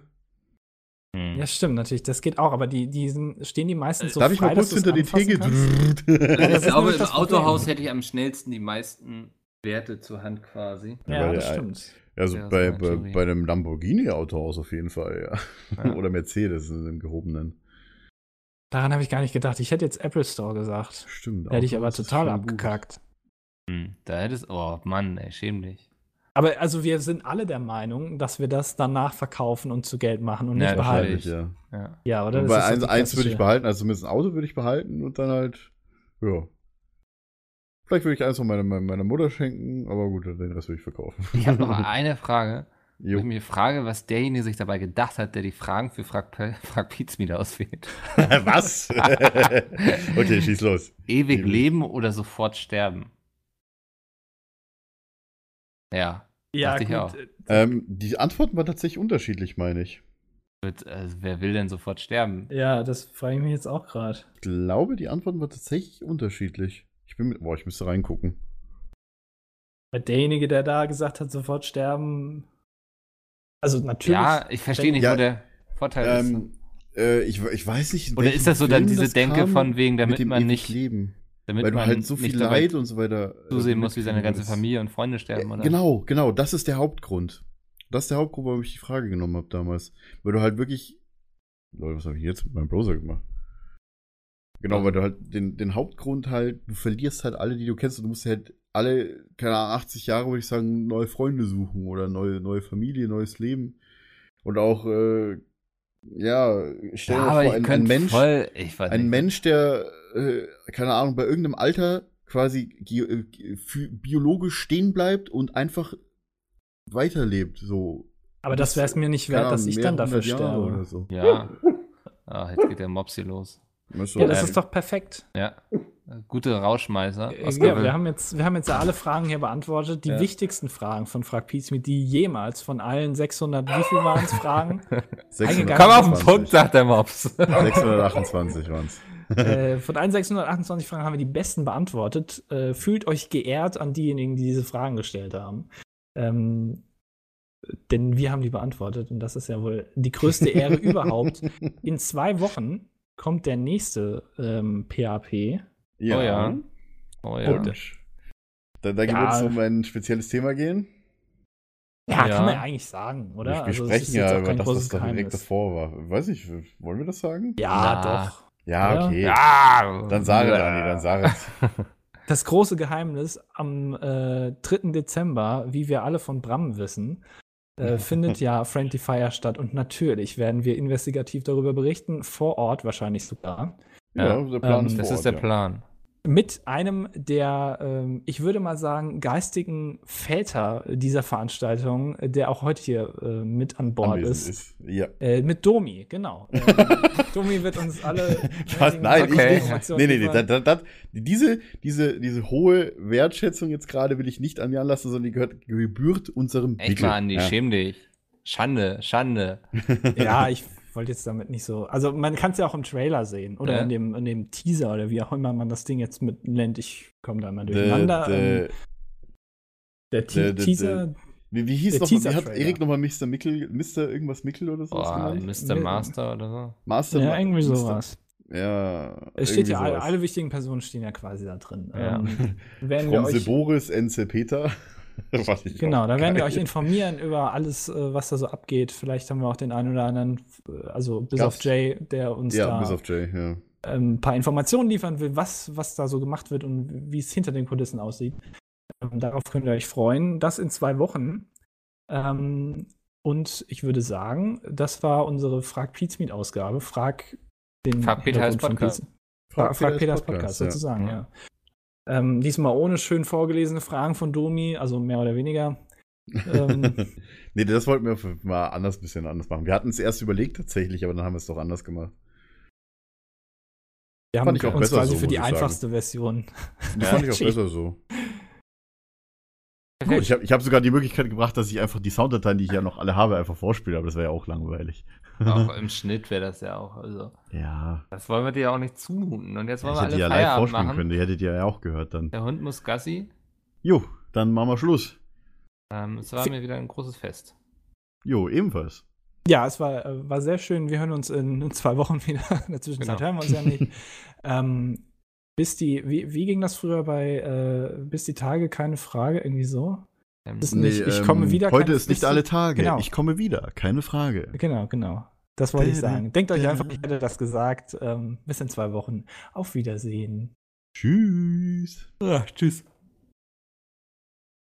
[SPEAKER 6] Hm.
[SPEAKER 5] Ja, stimmt, natürlich. Das geht auch, aber die, die sind, stehen die meistens so
[SPEAKER 1] Äh, Darf ich mal
[SPEAKER 5] frei,
[SPEAKER 1] kurz
[SPEAKER 5] dass du's
[SPEAKER 1] hinter den Tee
[SPEAKER 5] anfassen
[SPEAKER 1] gehen?
[SPEAKER 5] kannst?
[SPEAKER 1] Ja,
[SPEAKER 5] das
[SPEAKER 6] ich
[SPEAKER 5] ist
[SPEAKER 6] glaube,
[SPEAKER 5] nämlich
[SPEAKER 6] im
[SPEAKER 5] das Problem.
[SPEAKER 6] Autohaus hätte ich am schnellsten die meisten Werte zur Hand quasi.
[SPEAKER 5] Ja,
[SPEAKER 1] Weil
[SPEAKER 5] das
[SPEAKER 1] (laughs) ja,
[SPEAKER 5] stimmt.
[SPEAKER 1] Also
[SPEAKER 6] Ja, so
[SPEAKER 1] bei,
[SPEAKER 6] ein
[SPEAKER 1] bei,
[SPEAKER 6] Chevy.
[SPEAKER 1] bei einem Lamborghini-Autohaus auf jeden Fall, ja.
[SPEAKER 6] Ja.
[SPEAKER 1] (laughs) Oder Mercedes, einem gehobenen.
[SPEAKER 5] Daran habe ich gar nicht gedacht. Ich hätte jetzt Apple Store gesagt.
[SPEAKER 1] Stimmt.
[SPEAKER 5] Hätte ich aber
[SPEAKER 1] Autohaus ist
[SPEAKER 5] total
[SPEAKER 1] schon gut.
[SPEAKER 5] abgekackt.
[SPEAKER 6] Hm, Da hättest oh Mann, ey, schäm dich.
[SPEAKER 5] Aber also wir sind alle der Meinung, dass wir das danach verkaufen und zu Geld machen und
[SPEAKER 6] Ja,
[SPEAKER 5] nicht behalten.
[SPEAKER 1] Wahrscheinlich, ja.
[SPEAKER 6] Ja.
[SPEAKER 5] Ja, oder?
[SPEAKER 1] Wobei
[SPEAKER 5] ist so
[SPEAKER 1] eins,
[SPEAKER 5] die
[SPEAKER 1] eins würde ich
[SPEAKER 5] klassische-
[SPEAKER 1] behalten, also zumindest ein Auto würde ich behalten und dann halt, ja. Vielleicht würde ich eins von meiner, meiner meiner Mutter schenken, aber gut, den Rest würde ich
[SPEAKER 6] (laughs)
[SPEAKER 1] verkaufen.
[SPEAKER 6] Ich habe noch eine Frage. Wo
[SPEAKER 1] (laughs) Jo.
[SPEAKER 6] (laughs) Ich mir frage, was derjenige sich dabei gedacht hat, der die Fragen für Frag, Pe- (laughs) Frag Pietz wieder auswählt.
[SPEAKER 1] (laughs)
[SPEAKER 6] (laughs)
[SPEAKER 1] Was? okay, schieß los.
[SPEAKER 6] Ewig
[SPEAKER 1] Ewig.
[SPEAKER 6] leben oder sofort sterben? Ja,
[SPEAKER 5] Ja,
[SPEAKER 6] Dachte ich
[SPEAKER 5] gut.
[SPEAKER 6] auch.
[SPEAKER 1] Ähm, die Antworten waren tatsächlich unterschiedlich, meine ich.
[SPEAKER 6] wird, also wer will denn sofort sterben?
[SPEAKER 5] Ja, das frage ich mich jetzt auch gerade.
[SPEAKER 1] Ich glaube, die Antworten waren tatsächlich unterschiedlich. Ich bin mit, boah, ich müsste reingucken.
[SPEAKER 5] Weil derjenige, der da gesagt hat, sofort sterben. Also natürlich.
[SPEAKER 6] Ja, ich verstehe nicht,
[SPEAKER 1] Ja.
[SPEAKER 6] wo der Vorteil ne?
[SPEAKER 1] Ähm, äh, ich, ich weiß nicht. in
[SPEAKER 6] ist. Oder
[SPEAKER 1] welchem
[SPEAKER 6] ist das so dann
[SPEAKER 1] Film
[SPEAKER 6] diese
[SPEAKER 1] das
[SPEAKER 6] Denke
[SPEAKER 1] kam,
[SPEAKER 6] von wegen,
[SPEAKER 1] mit
[SPEAKER 6] damit
[SPEAKER 1] dem
[SPEAKER 6] man
[SPEAKER 1] ewig
[SPEAKER 6] nicht,
[SPEAKER 1] Leben,
[SPEAKER 6] damit
[SPEAKER 1] weil du
[SPEAKER 6] man
[SPEAKER 1] halt so viel
[SPEAKER 6] nicht dabei
[SPEAKER 1] Leid und so weiter äh,
[SPEAKER 6] zusehen muss, wie seine ganze
[SPEAKER 1] mitkriegen würdest.
[SPEAKER 6] Familie und Freunde sterben?
[SPEAKER 1] Ja,
[SPEAKER 6] Oder?
[SPEAKER 1] Genau, genau, das ist der Hauptgrund. Das ist der Hauptgrund, warum ich die Frage genommen habe damals. Weil du halt wirklich. Leute, was habe ich jetzt mit meinem Browser gemacht? Genau, weil du halt den, den Hauptgrund halt, du verlierst halt alle, die du kennst und du musst halt alle, keine Ahnung, 80 Jahre, würde ich sagen, neue Freunde suchen oder neue, neue Familie, neues Leben. Und auch, äh, ja, stell
[SPEAKER 6] Ja,
[SPEAKER 1] dir vor,
[SPEAKER 6] aber ich
[SPEAKER 1] ein, ein
[SPEAKER 6] könnte
[SPEAKER 1] Mensch,
[SPEAKER 6] voll, ich weiß
[SPEAKER 1] ein
[SPEAKER 6] nicht.
[SPEAKER 1] Mensch, der, äh, keine Ahnung, bei irgendeinem Alter quasi ge- äh, ge- phy- biologisch stehen bleibt und einfach weiterlebt, so.
[SPEAKER 5] aber das wäre es mir nicht wert,
[SPEAKER 1] Keine
[SPEAKER 5] dass
[SPEAKER 1] Ahnung,
[SPEAKER 5] ich
[SPEAKER 1] mehr
[SPEAKER 5] dann dafür
[SPEAKER 1] 100 Jahre Oder
[SPEAKER 5] sterbe.
[SPEAKER 1] so.
[SPEAKER 6] Ja. Ah, jetzt geht der Mops hier los.
[SPEAKER 1] Weißt du,
[SPEAKER 5] Ja, das
[SPEAKER 1] ähm,
[SPEAKER 5] ist doch perfekt.
[SPEAKER 6] Ja. Gute Rauschmeißer.
[SPEAKER 5] Äh,
[SPEAKER 6] Oscar
[SPEAKER 5] Ja,
[SPEAKER 6] will-
[SPEAKER 5] wir haben jetzt, wir haben jetzt ja alle Fragen hier beantwortet. Die
[SPEAKER 6] Ja.
[SPEAKER 5] wichtigsten Fragen von Frag Peace mit, die jemals von allen 600, wie viel waren es Fragen? eingegangen.
[SPEAKER 6] Komm auf den Punkt,
[SPEAKER 1] 628.
[SPEAKER 6] sagt der
[SPEAKER 5] (laughs)
[SPEAKER 6] Mops.
[SPEAKER 1] 628 waren es. (laughs)
[SPEAKER 5] äh, von allen 628 Fragen haben wir die besten beantwortet. Äh, fühlt euch geehrt an diejenigen, die diese Fragen gestellt haben. Ähm, denn wir haben die beantwortet und das ist ja wohl die
[SPEAKER 1] (laughs)
[SPEAKER 5] größte Ehre überhaupt. In zwei Wochen kommt der nächste ähm, PAP.
[SPEAKER 6] Oh ja. Oh ja.
[SPEAKER 1] Und da, da
[SPEAKER 5] Ja.
[SPEAKER 1] wird es um ein spezielles Thema gehen.
[SPEAKER 5] Ja,
[SPEAKER 6] Ja.
[SPEAKER 5] kann man ja eigentlich sagen, oder?
[SPEAKER 1] Wir, wir
[SPEAKER 5] Also, es
[SPEAKER 1] sprechen
[SPEAKER 5] ist jetzt
[SPEAKER 1] ja
[SPEAKER 5] auch
[SPEAKER 1] über
[SPEAKER 5] kein
[SPEAKER 1] das, was
[SPEAKER 5] großes
[SPEAKER 1] da direkt
[SPEAKER 5] Geheimnis.
[SPEAKER 1] davor war. Weiß ich, wollen wir das sagen?
[SPEAKER 5] Ja,
[SPEAKER 6] Na.
[SPEAKER 5] doch.
[SPEAKER 1] Ja,
[SPEAKER 5] Ja.
[SPEAKER 1] okay.
[SPEAKER 6] Ja.
[SPEAKER 1] Dann sage,
[SPEAKER 6] Ja.
[SPEAKER 1] Dani, dann sage.
[SPEAKER 5] Das große Geheimnis am äh, 3. Dezember, wie wir alle von Bram wissen,
[SPEAKER 1] (laughs)
[SPEAKER 5] äh, findet ja Friendly Fire statt. Und natürlich werden wir investigativ darüber berichten, vor Ort wahrscheinlich sogar.
[SPEAKER 1] Ja, der Plan
[SPEAKER 5] Ähm,
[SPEAKER 1] ist vor
[SPEAKER 6] Das
[SPEAKER 1] Ort,
[SPEAKER 6] ist der
[SPEAKER 1] ja.
[SPEAKER 6] Plan.
[SPEAKER 5] Mit einem der, ähm, ich würde mal sagen, geistigen Väter dieser Veranstaltung, der auch heute hier äh, mit an Bord
[SPEAKER 1] Anwesend
[SPEAKER 5] ist.
[SPEAKER 1] ist.
[SPEAKER 5] (laughs)
[SPEAKER 1] Ja.
[SPEAKER 5] Äh, mit Domi,
[SPEAKER 1] (laughs)
[SPEAKER 5] genau. Ähm, Domi wird uns alle.
[SPEAKER 1] Was? Nein,
[SPEAKER 6] ich nicht.
[SPEAKER 5] Informationen
[SPEAKER 1] Nee, nee, nee.
[SPEAKER 5] liefern.
[SPEAKER 1] Das, das, das, diese, diese, diese hohe Wertschätzung jetzt gerade will ich nicht an mir anlassen, sondern die gehört, gebührt unserem
[SPEAKER 6] Echt
[SPEAKER 1] Wickel.
[SPEAKER 6] mal, Andi, schäm dich. Schande,
[SPEAKER 1] (laughs)
[SPEAKER 6] Schande.
[SPEAKER 5] Ja, ich wollte jetzt damit nicht so. Also man kann es ja auch im Trailer sehen oder
[SPEAKER 6] Ja.
[SPEAKER 5] in, dem, in dem Teaser oder wie auch immer man das Ding jetzt mit nennt. Ich komme da mal
[SPEAKER 1] Äh,
[SPEAKER 5] durcheinander.
[SPEAKER 1] De,
[SPEAKER 5] Ähm, der Te-
[SPEAKER 1] de- de-
[SPEAKER 5] Teaser,
[SPEAKER 1] wie, wie hieß
[SPEAKER 5] der
[SPEAKER 1] nochmal, wie hat
[SPEAKER 5] Teaser-Trailer.
[SPEAKER 1] Erik nochmal Mr. Mickel, Mr. irgendwas Mickel oder sowas
[SPEAKER 6] Boah,
[SPEAKER 1] genannt?
[SPEAKER 6] Mr. Master oder so.
[SPEAKER 1] Master
[SPEAKER 5] ja, irgendwie
[SPEAKER 1] Mr.
[SPEAKER 5] sowas.
[SPEAKER 1] Ja.
[SPEAKER 5] Es steht
[SPEAKER 1] irgendwie
[SPEAKER 5] ja, alle,
[SPEAKER 1] sowas.
[SPEAKER 5] alle wichtigen Personen stehen ja quasi da drin.
[SPEAKER 6] Ja.
[SPEAKER 5] Ähm, werden wir
[SPEAKER 1] Vom
[SPEAKER 5] euch,
[SPEAKER 1] Seboris NC Peter. (laughs) Fand ich auch
[SPEAKER 5] genau, da werden wir
[SPEAKER 1] geil.
[SPEAKER 5] euch informieren über alles, äh, was da so abgeht. Vielleicht haben wir auch den einen oder anderen, äh, also bis
[SPEAKER 1] Gast.
[SPEAKER 5] auf Jay, der uns
[SPEAKER 1] Ja,
[SPEAKER 5] da
[SPEAKER 1] bis auf Jay, ja.
[SPEAKER 5] ähm, ein paar Informationen liefern will, was, was da so gemacht wird und wie es hinter den Kulissen aussieht. Ähm, darauf könnt ihr euch freuen. Das in zwei Wochen. Ähm, und ich würde sagen, das war unsere Frag Pizmeet Ausgabe. Frag den
[SPEAKER 6] Frag Peter als
[SPEAKER 5] Hintergrund von
[SPEAKER 6] Podcast.
[SPEAKER 5] Pietz- Frag, Frag Peters Podcast,
[SPEAKER 1] ja.
[SPEAKER 5] sozusagen,
[SPEAKER 6] Ja.
[SPEAKER 5] ja. Ähm, diesmal ohne schön vorgelesene Fragen von Domi, also mehr oder weniger.
[SPEAKER 1] (laughs)
[SPEAKER 5] Ähm,
[SPEAKER 1] nee, das wollten wir f- mal anders, ein bisschen anders machen. Wir hatten es erst überlegt tatsächlich, aber dann haben wir es doch anders gemacht.
[SPEAKER 5] wir haben
[SPEAKER 1] Fand ich auch
[SPEAKER 5] uns
[SPEAKER 1] besser
[SPEAKER 5] quasi
[SPEAKER 1] so,
[SPEAKER 5] für die
[SPEAKER 1] muss ich sagen.
[SPEAKER 5] einfachste Version.
[SPEAKER 1] Das fand ich auch
[SPEAKER 5] Jay.
[SPEAKER 1] besser so. Gut, ich habe ich hab sogar die Möglichkeit gebracht, dass ich einfach die Sounddateien, die ich ja noch alle habe, einfach vorspiele, aber das wäre ja auch langweilig.
[SPEAKER 6] Auch im Schnitt wäre das ja auch. Also,
[SPEAKER 1] Ja.
[SPEAKER 6] das wollen wir dir ja auch nicht zumuten. Und jetzt
[SPEAKER 1] Ich
[SPEAKER 6] wollen
[SPEAKER 1] hätte die
[SPEAKER 6] wir
[SPEAKER 1] ja
[SPEAKER 6] alle
[SPEAKER 1] live
[SPEAKER 6] Feierabend
[SPEAKER 1] vorspielen
[SPEAKER 6] machen.
[SPEAKER 1] können, die hättet ihr ja auch gehört dann.
[SPEAKER 6] Der Hund muss Gassi.
[SPEAKER 1] Jo, dann machen wir Schluss.
[SPEAKER 6] Ähm, es war mir wieder ein großes Fest.
[SPEAKER 1] Jo, ebenfalls.
[SPEAKER 5] Ja, es war, äh, war sehr schön. Wir hören uns in, (laughs) in zwei Wochen wieder. In der Zwischenzeit
[SPEAKER 6] Genau.
[SPEAKER 5] hören wir uns
[SPEAKER 6] (laughs)
[SPEAKER 5] ja nicht. ähm, bis die, wie, wie ging das früher bei äh, bis die Tage keine Frage irgendwie so?
[SPEAKER 6] Ähm,
[SPEAKER 5] Das ist nicht, ich komme wieder.
[SPEAKER 1] Heute
[SPEAKER 5] keine-
[SPEAKER 1] ist nicht
[SPEAKER 5] bis-
[SPEAKER 1] alle Tage.
[SPEAKER 5] Genau.
[SPEAKER 1] Ich komme wieder, keine Frage.
[SPEAKER 5] Genau, genau. Das wollte ich sagen. Denkt euch einfach, ich hätte das gesagt. Ähm, bis in zwei Wochen. Auf Wiedersehen.
[SPEAKER 1] Tschüss.
[SPEAKER 6] Ach, tschüss.